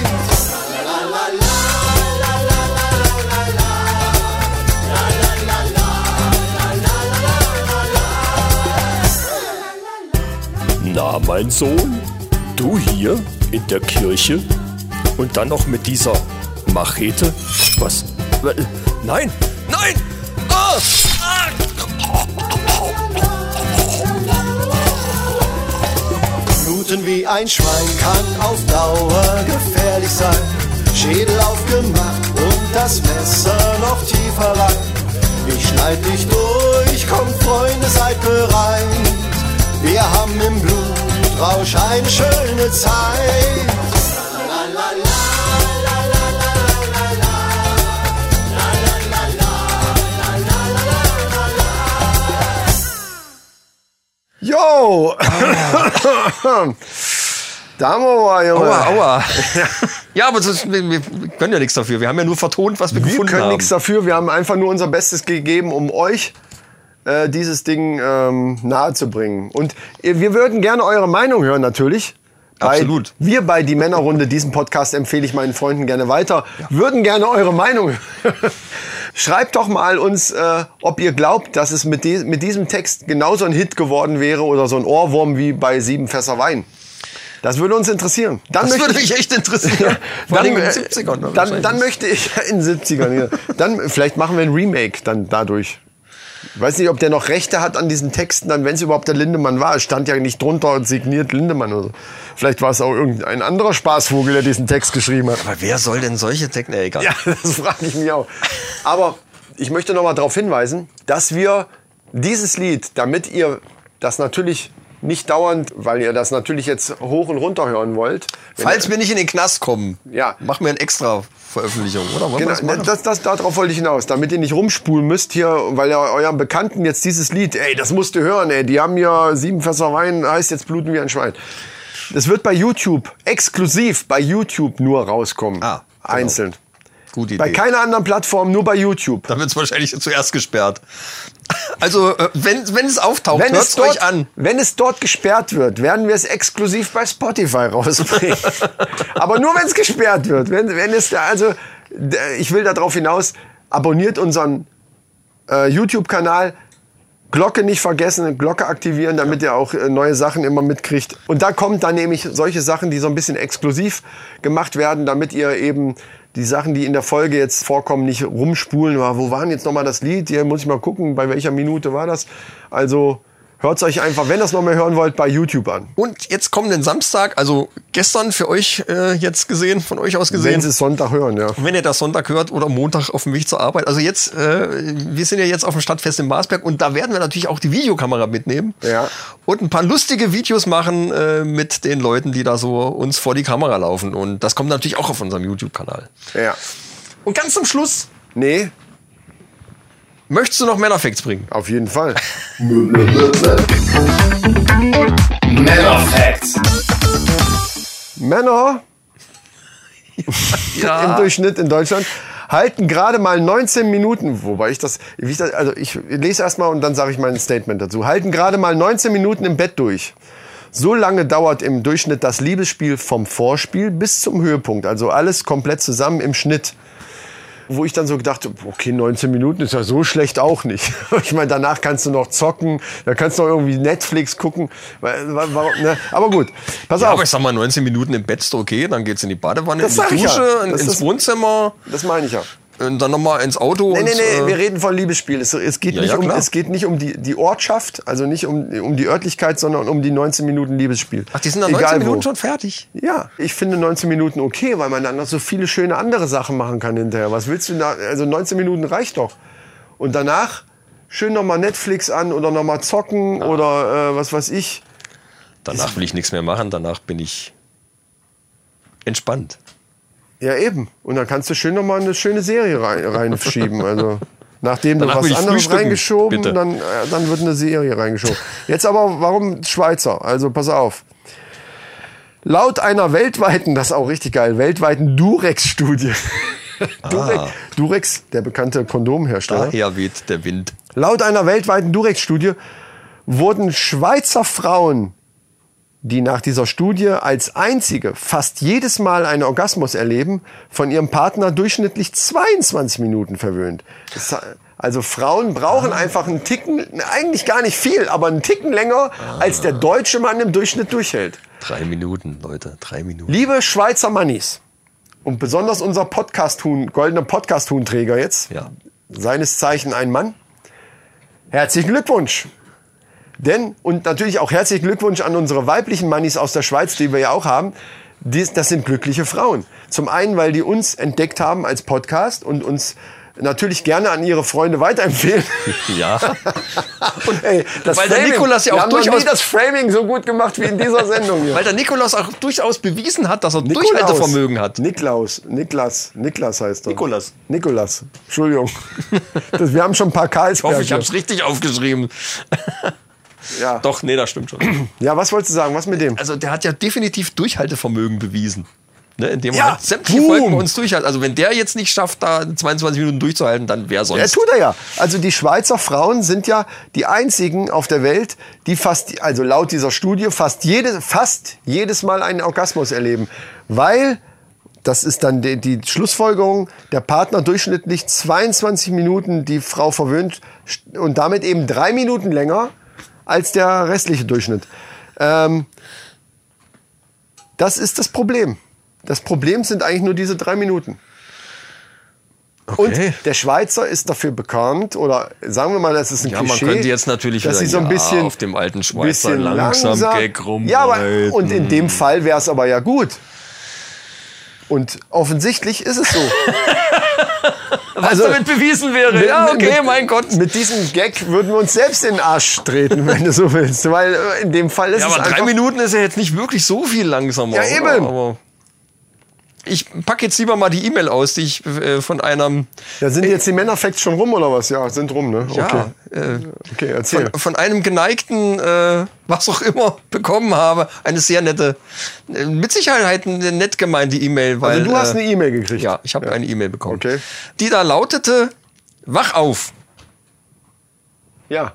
S6: Na, mein Sohn, du hier in der Kirche und dann noch mit dieser Machete? Was? Äh, Nein, nein! Ah! Ah!
S5: Töten wie ein Schwein kann auf Dauer gefährlich sein. Schädel aufgemacht und das Messer noch tiefer rein. Ich schneid dich durch, kommt Freunde, seid bereit. Wir haben im Blutrausch eine schöne Zeit.
S4: Yo! *laughs* Damova, Junge.
S1: Ah. Aua, aua. Äh. *laughs* ja, aber sonst, wir, wir können ja nichts dafür. Wir haben ja nur vertont, was wir,
S4: Wir
S1: gefunden
S4: können
S1: haben.
S4: nichts dafür. Wir haben einfach nur unser Bestes gegeben, um euch äh, dieses Ding ähm, nahezubringen. Und äh, wir würden gerne eure Meinung hören, natürlich. Bei,
S1: Absolut.
S4: Wir bei Die Männerrunde, diesen Podcast empfehle ich meinen Freunden gerne weiter, würden gerne eure Meinung hören. *laughs* Schreibt doch mal uns, äh, ob ihr glaubt, dass es mit, di mit diesem Text genauso ein Hit geworden wäre oder so ein Ohrwurm wie bei Sieben Fässer Wein. Das würde uns interessieren. Dann
S1: Das
S4: möchte
S1: würde
S4: ich-
S1: mich echt interessieren. Vor
S4: *laughs* dann,
S1: allem in den
S4: äh,
S1: 70ern. ne,
S4: dann, dann
S1: wahrscheinlich.
S4: möchte ich *laughs* in den 70ern. Ja. Dann vielleicht machen wir ein Remake dann dadurch. Ich weiß nicht, ob der noch Rechte hat an diesen Texten, dann wenn es überhaupt der Lindemann war. Es stand ja nicht drunter signiert Lindemann oder so. Vielleicht war es auch irgendein anderer Spaßvogel, der diesen Text geschrieben hat. *laughs*
S1: Aber wer soll denn solche Technik? Nee, egal.
S4: Ja, das frage ich mich auch. Aber ich möchte noch mal darauf hinweisen, dass wir dieses Lied, damit ihr das natürlich nicht dauernd, weil ihr das natürlich jetzt hoch und runter hören wollt, wenn
S1: Falls wir nicht in den Knast kommen,
S4: Ja.
S1: machen wir eine extra Veröffentlichung, oder? Wollen wir das
S4: Genau,
S1: machen?
S4: das, das, darauf wollte ich hinaus, damit ihr nicht rumspulen müsst hier, weil ihr euren Bekannten jetzt dieses Lied, ey, das musst du hören, ey, die haben ja sieben Fässer Wein, heißt jetzt bluten wie ein Schwein. Das wird bei YouTube, exklusiv bei YouTube nur rauskommen.
S1: Ah, genau.
S4: Einzeln.
S1: Gute
S4: Bei
S1: Idee.
S4: keiner anderen Plattform, nur bei YouTube.
S1: *laughs* Dann wird es wahrscheinlich zuerst gesperrt. Also, äh, wenn, wenn es auftaucht,
S4: Wenn
S1: hört
S4: es,
S1: es
S4: dort,
S1: euch an.
S4: wenn es dort gesperrt wird, werden wir es exklusiv bei Spotify
S1: *laughs*
S4: rausbringen. Aber nur wenn es gesperrt wird. Wenn, wenn es da, also, d- ich will darauf hinaus, abonniert unseren äh, YouTube-Kanal. Glocke nicht vergessen, Glocke aktivieren, damit ihr auch äh, neue Sachen immer mitkriegt. Und da kommt dann nämlich solche Sachen, die so ein bisschen exklusiv gemacht werden, damit ihr eben die Sachen, die in der Folge jetzt vorkommen, nicht rumspulen. Wa- Wo war denn jetzt nochmal das Lied? Hier muss ich mal gucken, bei welcher Minute war das. Also hört's euch einfach, wenn ihr es nochmal hören wollt, bei YouTube an.
S1: Und jetzt kommenden Samstag, also gestern für euch äh, jetzt gesehen, von euch aus
S4: Wenn
S1: gesehen.
S4: Sie es Sonntag hören, ja.
S1: Wenn ihr das Sonntag hört oder Montag auf dem Weg zur Arbeit. Also jetzt, äh, wir sind ja jetzt auf dem Stadtfest in Marsberg und da werden wir natürlich auch die Videokamera mitnehmen
S4: Ja.
S1: und ein paar lustige Videos machen äh, mit den Leuten, die da so uns vor die Kamera laufen. Und das kommt natürlich auch auf unserem YouTube-Kanal.
S4: Ja.
S1: Und ganz zum Schluss,
S4: Nee,
S1: möchtest du noch Männerfacts bringen?
S4: auf jeden Fall.
S7: Männerfacts.
S4: Männer
S1: Ah.
S4: im Durchschnitt in Deutschland halten gerade mal 19 Minuten, wobei ich das, wie ich das also ich lese erstmal und dann sage ich mein Statement dazu. Halten gerade mal 19 Minuten im Bett durch. So lange dauert im Durchschnitt das Liebesspiel vom Vorspiel bis zum Höhepunkt, also alles komplett zusammen im Schnitt. Wo ich dann so gedacht habe, okay, 19 Minuten ist ja so schlecht auch nicht. *laughs* Ich meine, danach kannst du noch zocken, da kannst du noch irgendwie Netflix gucken. Weil- weil- warum- ne? Aber gut, pass auf.
S1: Aber ich sag mal, 19 Minuten im Bett ist okay, dann geht's in die Badewanne,
S4: Also Das
S1: in
S4: sag
S1: die
S4: ich
S1: Dusche,
S4: ja.
S1: in,
S4: Das
S1: ins
S4: ist-
S1: Wohnzimmer
S4: Das meine ich ja.
S1: und dann nochmal ins Auto.
S4: Nee,
S1: und,
S4: nee, nee,
S1: äh,
S4: wir reden von Liebesspiel. Es, es, geht,
S1: Ja,
S4: nicht
S1: ja,
S4: um,
S1: klar.
S4: es geht nicht um die, die Ortschaft, also nicht um, um die Örtlichkeit, sondern um die 19 Minuten Liebesspiel.
S1: Ach, die sind nach 19 Minuten schon fertig.
S4: Ja, ich finde 19 Minuten okay, weil man dann noch so viele schöne andere Sachen machen kann hinterher. Was willst du da? Also 19 Minuten reicht doch. Und danach schön nochmal Netflix an oder nochmal zocken oder äh, was weiß ich.
S1: Danach will ich nichts mehr machen, danach bin ich entspannt.
S4: Ja, eben. Und dann kannst du schön nochmal eine schöne Serie rein, reinschieben.
S1: *laughs*
S4: Also, nachdem du
S1: Danach will
S4: was
S1: ich
S4: anderes
S1: frühstücken,
S4: reingeschoben,
S1: bitte.
S4: dann, äh, dann wird eine Serie reingeschoben. Jetzt aber, warum Schweizer? Also, pass auf. Laut einer weltweiten, das ist auch richtig geil, weltweiten Durex-Studie. *laughs*
S1: Ah.
S4: Durex, Durex, der bekannte Kondomhersteller.
S1: Daher weht der Wind.
S4: Laut einer weltweiten Durex-Studie wurden Schweizer Frauen, die nach dieser Studie als einzige fast jedes Mal einen Orgasmus erleben, von ihrem Partner durchschnittlich 22 Minuten verwöhnt. Das, also Frauen brauchen einfach einen Ticken, eigentlich gar nicht viel, aber einen Ticken länger, als der deutsche Mann im Durchschnitt durchhält.
S1: Drei Minuten, Leute, drei Minuten.
S4: Liebe Schweizer Mannis und besonders unser Podcast-Huhn, goldener Podcast-Huhnträger jetzt,
S1: Ja.
S4: seines Zeichen ein Mann, herzlichen Glückwunsch. Denn, und natürlich auch herzlichen Glückwunsch an unsere weiblichen Mannis aus der Schweiz, die wir ja auch haben. Dies, das sind glückliche Frauen. Zum einen, weil die uns entdeckt haben als Podcast und uns natürlich gerne an ihre Freunde weiterempfehlen.
S1: *laughs* Ja.
S4: *laughs* Und ey, das
S1: Weil der Nikolas ja auch
S4: wir haben noch
S1: durchaus-
S4: nie das Framing so gut gemacht wie in dieser Sendung hier.
S1: Weil der Nikolaus auch durchaus bewiesen hat, dass er
S4: Nikolaus.
S1: Durchhaltevermögen hat.
S4: Niklaus, Niklas, Niklas heißt er.
S1: Nikolas.
S4: Nikolas,
S1: *laughs*
S4: Entschuldigung. Das, wir haben schon ein paar
S1: Ich hoffe,
S4: Karlsberg.
S1: ich habe es richtig aufgeschrieben.
S4: genau. ja.
S1: Doch, nee, das stimmt schon.
S4: ja, was wolltest du sagen? Was mit dem?
S1: Also der hat ja definitiv Durchhaltevermögen bewiesen. Ne, indem er
S4: Ja,
S1: halt sämtliche
S4: boom.
S1: Folgen bei uns durchhält. Also wenn der jetzt nicht schafft, da 22 Minuten durchzuhalten, dann wer
S4: Ja,
S1: sonst?
S4: tut er ja. Also die Schweizer Frauen sind ja die einzigen auf der Welt, die fast, also laut dieser Studie, fast, jede, fast jedes Mal einen Orgasmus erleben. Weil, das ist dann die, die Schlussfolgerung, der Partner durchschnittlich 22 Minuten die Frau verwöhnt st- und damit eben drei Minuten länger als der restliche Durchschnitt. Ähm, das ist das Problem. Das Problem sind eigentlich nur diese drei Minuten.
S1: Okay.
S4: Und der Schweizer ist dafür bekannt, oder sagen wir mal, das ist ein
S1: Ja, man
S4: Klischee.
S1: könnte jetzt natürlich
S4: dass
S1: wieder,
S4: sie so ein
S1: ja,
S4: bisschen
S1: auf dem alten Schweizer langsam Gag rumreiten.
S4: Ja, aber und in dem Fall wäre es aber ja gut. Und offensichtlich ist
S1: *laughs*
S4: es so.
S1: Was
S4: also-
S1: damit bewiesen wäre. ja, okay,
S4: mit,
S1: mein Gott.
S4: Mit diesem Gag würden wir uns selbst in den Arsch treten, wenn du so willst, weil äh, in dem Fall ist
S1: Ja,
S4: es
S1: aber drei
S4: einfach
S1: Minuten ist ja jetzt nicht wirklich so viel langsamer.
S4: Ja,
S1: oder?
S4: eben.
S1: Aber ich packe jetzt lieber mal die E-Mail aus, die ich äh, von einem,
S4: Da sind jetzt die Männerfacts schon rum oder was? Ja, sind rum, ne?
S1: ja, äh,
S4: Okay, erzähl.
S1: von, von einem geneigten, äh, was auch immer, bekommen habe. Eine sehr nette, äh, mit Sicherheit eine nett gemeinte E-Mail. Weil,
S4: Also du hast
S1: äh,
S4: eine E-Mail gekriegt.
S1: Ja, ich habe eine E-Mail bekommen.
S4: Okay.
S1: Die da lautete, wach auf.
S4: Ja.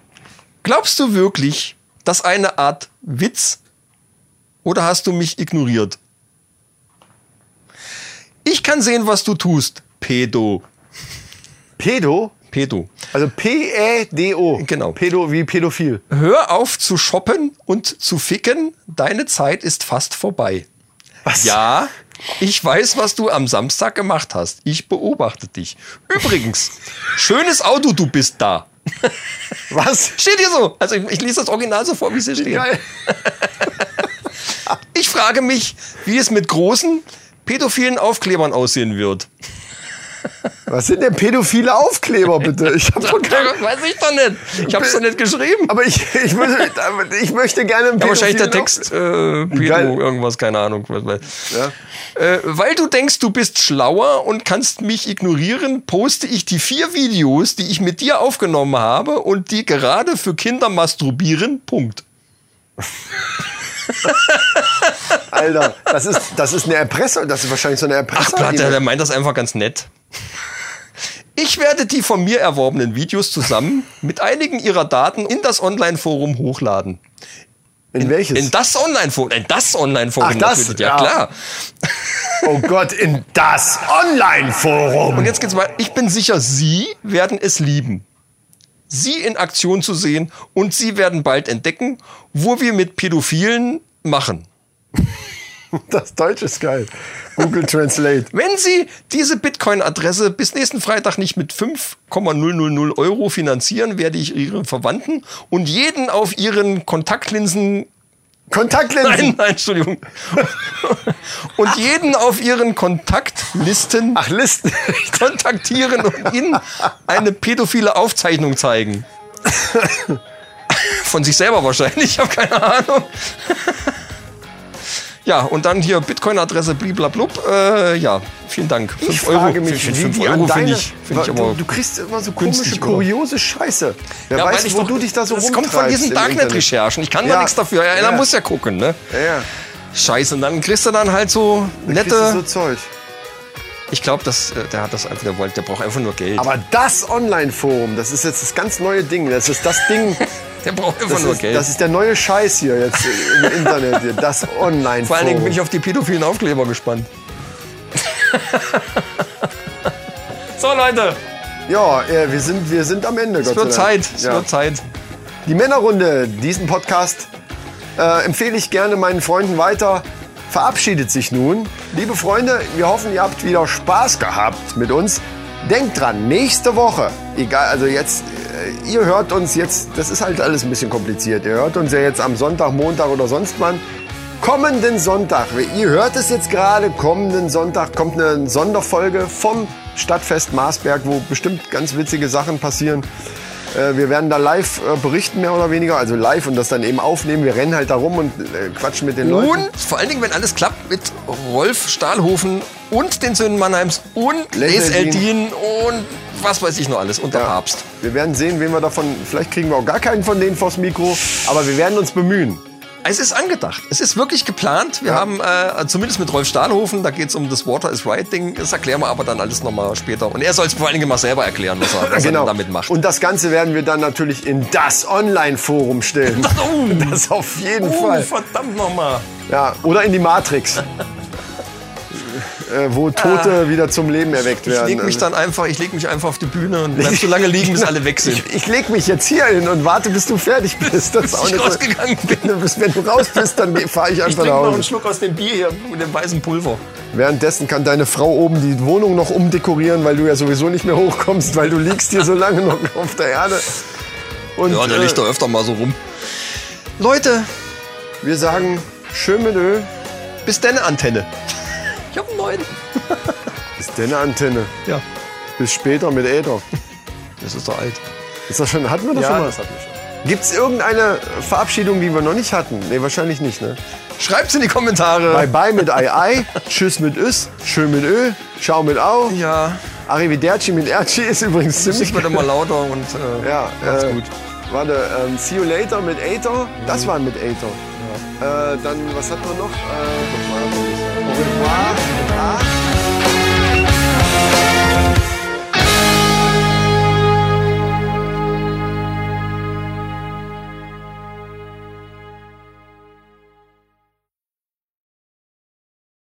S1: Glaubst du wirklich, dass eine Art Witz oder hast du mich ignoriert? Ich kann sehen, was du tust. Pedo.
S4: Pedo,
S1: Pedo.
S4: also P-E-D-O.
S1: Genau.
S4: Pedo wie pädophil.
S1: Hör auf zu shoppen und zu ficken. Deine Zeit ist fast vorbei.
S4: Was?
S1: Ja, ich weiß, was du am Samstag gemacht hast. Ich beobachte dich. Übrigens, schönes Auto, du bist da.
S4: Was?
S1: Steht hier so. Also ich, ich lese das Original so vor, wie es hier steht.
S4: Geil.
S1: Ich frage mich, wie es mit großen, pädophilen Aufklebern aussehen wird.
S4: Was sind denn pädophile Aufkleber, bitte? Ich hab doch keine.
S1: *laughs* Weiß ich doch nicht. Ich hab's doch nicht geschrieben.
S4: Aber ich, ich, möchte, ich möchte gerne einen
S1: Ja, wahrscheinlich der
S4: pädophilen
S1: Text, äh,
S4: Geil.
S1: Pedro, irgendwas, keine Ahnung. was weiß.
S4: Ja.
S1: Äh, weil du denkst, du bist schlauer und kannst mich ignorieren, poste ich die vier Videos, die ich mit dir aufgenommen habe und die gerade für Kinder masturbieren, Punkt.
S4: Auf- Alter, das ist, das ist eine Erpressung. Das ist wahrscheinlich so eine
S1: Ach,
S4: Erpressung.
S1: Platte, der meint das einfach ganz nett. Ich werde die von mir erworbenen Videos zusammen mit einigen ihrer Daten in das Online-Forum hochladen.
S4: in welches?
S1: In das Online-Forum, in das Online-Forum
S4: Ach, das,
S1: natürlich, ja,
S4: ja.
S1: klar.
S4: oh Gott, in das Online-Forum.
S1: Und jetzt geht's weiter. Ich bin sicher, Sie werden es lieben. Sie in Aktion zu sehen und Sie werden bald entdecken, wo wir mit Pädophilen machen.
S4: Das Deutsch ist geil. Google Translate.
S1: Wenn Sie diese Bitcoin-Adresse bis nächsten Freitag nicht mit 5,000 Euro finanzieren, werde ich Ihre Verwandten und jeden auf Ihren Kontaktlinsen, *laughs*
S4: Kontaktlinsen.
S1: nein, nein, Entschuldigung, *laughs* und jeden auf Ihren Kontaktlisten
S4: Ach, Listen.
S1: *laughs* kontaktieren und Ihnen eine pädophile Aufzeichnung zeigen. Von sich selber wahrscheinlich, ich habe keine Ahnung. Ja, und dann hier Bitcoin-Adresse, bliblablub. Äh, ja, vielen Dank.
S4: Ich
S1: Fünf Euro.
S4: frage mich,
S1: Fünf-
S4: wie
S1: fünf
S4: die
S1: Euro
S4: an
S1: finde
S4: deine...
S1: ich, find ich
S4: du,
S1: aber
S4: du kriegst immer so
S1: günstig,
S4: komische,
S1: oder?
S4: kuriose Scheiße. Wer
S1: Ja, weil
S4: weiß,
S1: ich
S4: wo
S1: doch-
S4: du dich da so
S1: Das kommt von
S4: rumtreibst
S1: diesen
S4: im Internet.
S1: Darknet-Recherchen. Ich kann da
S4: Ja.
S1: nichts dafür. Ja, Einer
S4: Ja.
S1: muss ja gucken, ne?
S4: Ja, ja.
S1: Scheiße, und dann kriegst du dann halt so
S4: Kriegst du
S1: nette...
S4: so Zeug.
S1: ich glaube, äh, der hat das einfach, der, wollte, der braucht einfach nur Geld.
S4: Aber das Online-Forum, das ist jetzt das ganz neue Ding. Das ist das *laughs* Ding,
S1: der braucht einfach
S4: das,
S1: nur
S4: ist,
S1: Geld.
S4: das ist der neue Scheiß hier jetzt im Internet. Hier. Das Online-Forum.
S1: Vor allen Dingen bin ich auf die pädophilen Aufkleber gespannt. *laughs* so, Leute,
S4: Ja, äh, wir sind, wir sind am Ende,
S1: es
S4: Gott
S1: wird
S4: sei Dank.
S1: Zeit. Es
S4: Ja.
S1: wird Zeit.
S4: Die Männerrunde, diesen Podcast äh, empfehle ich gerne meinen Freunden weiter. Verabschiedet sich nun. Liebe Freunde, wir hoffen, ihr habt wieder Spaß gehabt mit uns. Denkt dran, nächste Woche, egal, also jetzt, äh, ihr hört uns jetzt, das ist halt alles ein bisschen kompliziert. Ihr hört uns ja jetzt am Sonntag, Montag oder sonst wann. Kommenden Sonntag, ihr hört es jetzt gerade, kommenden Sonntag kommt eine Sonderfolge vom Stadtfest Marsberg, wo bestimmt ganz witzige Sachen passieren. Äh, Wir werden da live äh, berichten, mehr oder weniger. Also live und das dann eben aufnehmen. Wir rennen halt da rum und äh, quatschen mit den Leuten.
S1: Und vor allen Dingen, wenn alles klappt, mit Rolf Stahlhofen und den Söhnen Mannheims und Les
S4: Leseldin.
S1: Eldin und was weiß ich noch alles und der Papst.
S4: Wir werden sehen, wen wir davon. Vielleicht kriegen wir auch gar keinen von denen vors Mikro, aber wir werden uns bemühen.
S1: Es ist angedacht. Es ist wirklich geplant. Wir haben äh, zumindest mit Rolf Stahlhofen, da geht es um das Water is Right Ding. Das erklären wir aber dann alles nochmal später. Und er soll es vor allen Dingen mal selber erklären, was er, was er damit macht.
S4: Genau. Und das Ganze werden wir dann natürlich in das Online-Forum stellen.
S1: *laughs* Oh.
S4: Das auf jeden
S1: Oh,
S4: Fall.
S1: verdammt nochmal.
S4: Ja, oder in die
S1: *laughs*
S4: Matrix. äh, wo Tote wieder zum Leben erweckt
S1: Ah. Ich
S4: werden. Also
S1: leg mich dann einfach, ich leg mich einfach auf die Bühne und bleib so lange liegen, *laughs* bis alle weg sind.
S4: Ich, ich leg mich jetzt hier hin und warte, bis du fertig bist. Das ist
S1: Bis ich
S4: nicht so-
S1: rausgegangen bin.
S4: Bis, wenn du raus
S1: *laughs*
S4: bist, dann fahre ich
S1: Ich
S4: einfach
S1: trinke
S4: nach
S1: noch einen
S4: Hause.
S1: Schluck aus dem Bier hier mit dem weißen Pulver.
S4: Währenddessen kann deine Frau oben die Wohnung noch umdekorieren, weil du ja sowieso nicht mehr hochkommst, weil du liegst hier so lange noch *laughs* auf der Erde. Und
S1: Ja, der
S4: äh,
S1: liegt da öfter mal so rum. Leute,
S4: wir sagen, schön mit Öl,
S1: bis denn Antenne. Ich hab einen neuen.
S4: ist deine Antenne.
S1: Ja,
S4: Bis später mit Äther.
S1: das ist doch alt.
S4: Ist das schon, hatten wir das schon mal?
S1: hat mich schon.
S4: Gibt es irgendeine Verabschiedung, die wir noch nicht hatten? Nee, wahrscheinlich nicht, ne?
S1: Schreibt's in die Kommentare.
S4: Bye bye mit Ei Ei, Tschüss mit Üs, Schön mit Ö, Ciao mit Au,
S1: Ja,
S4: Arrivederci mit Erci ist übrigens
S1: ich
S4: ziemlich
S1: werde immer lauter und äh,
S4: *laughs* Ja,
S1: macht's
S4: äh,
S1: gut. Mhm.
S4: Warte, ähm, See You Later mit Aether. Das war mit Aether. Äh, dann, was hat man noch? Äh, au revoir.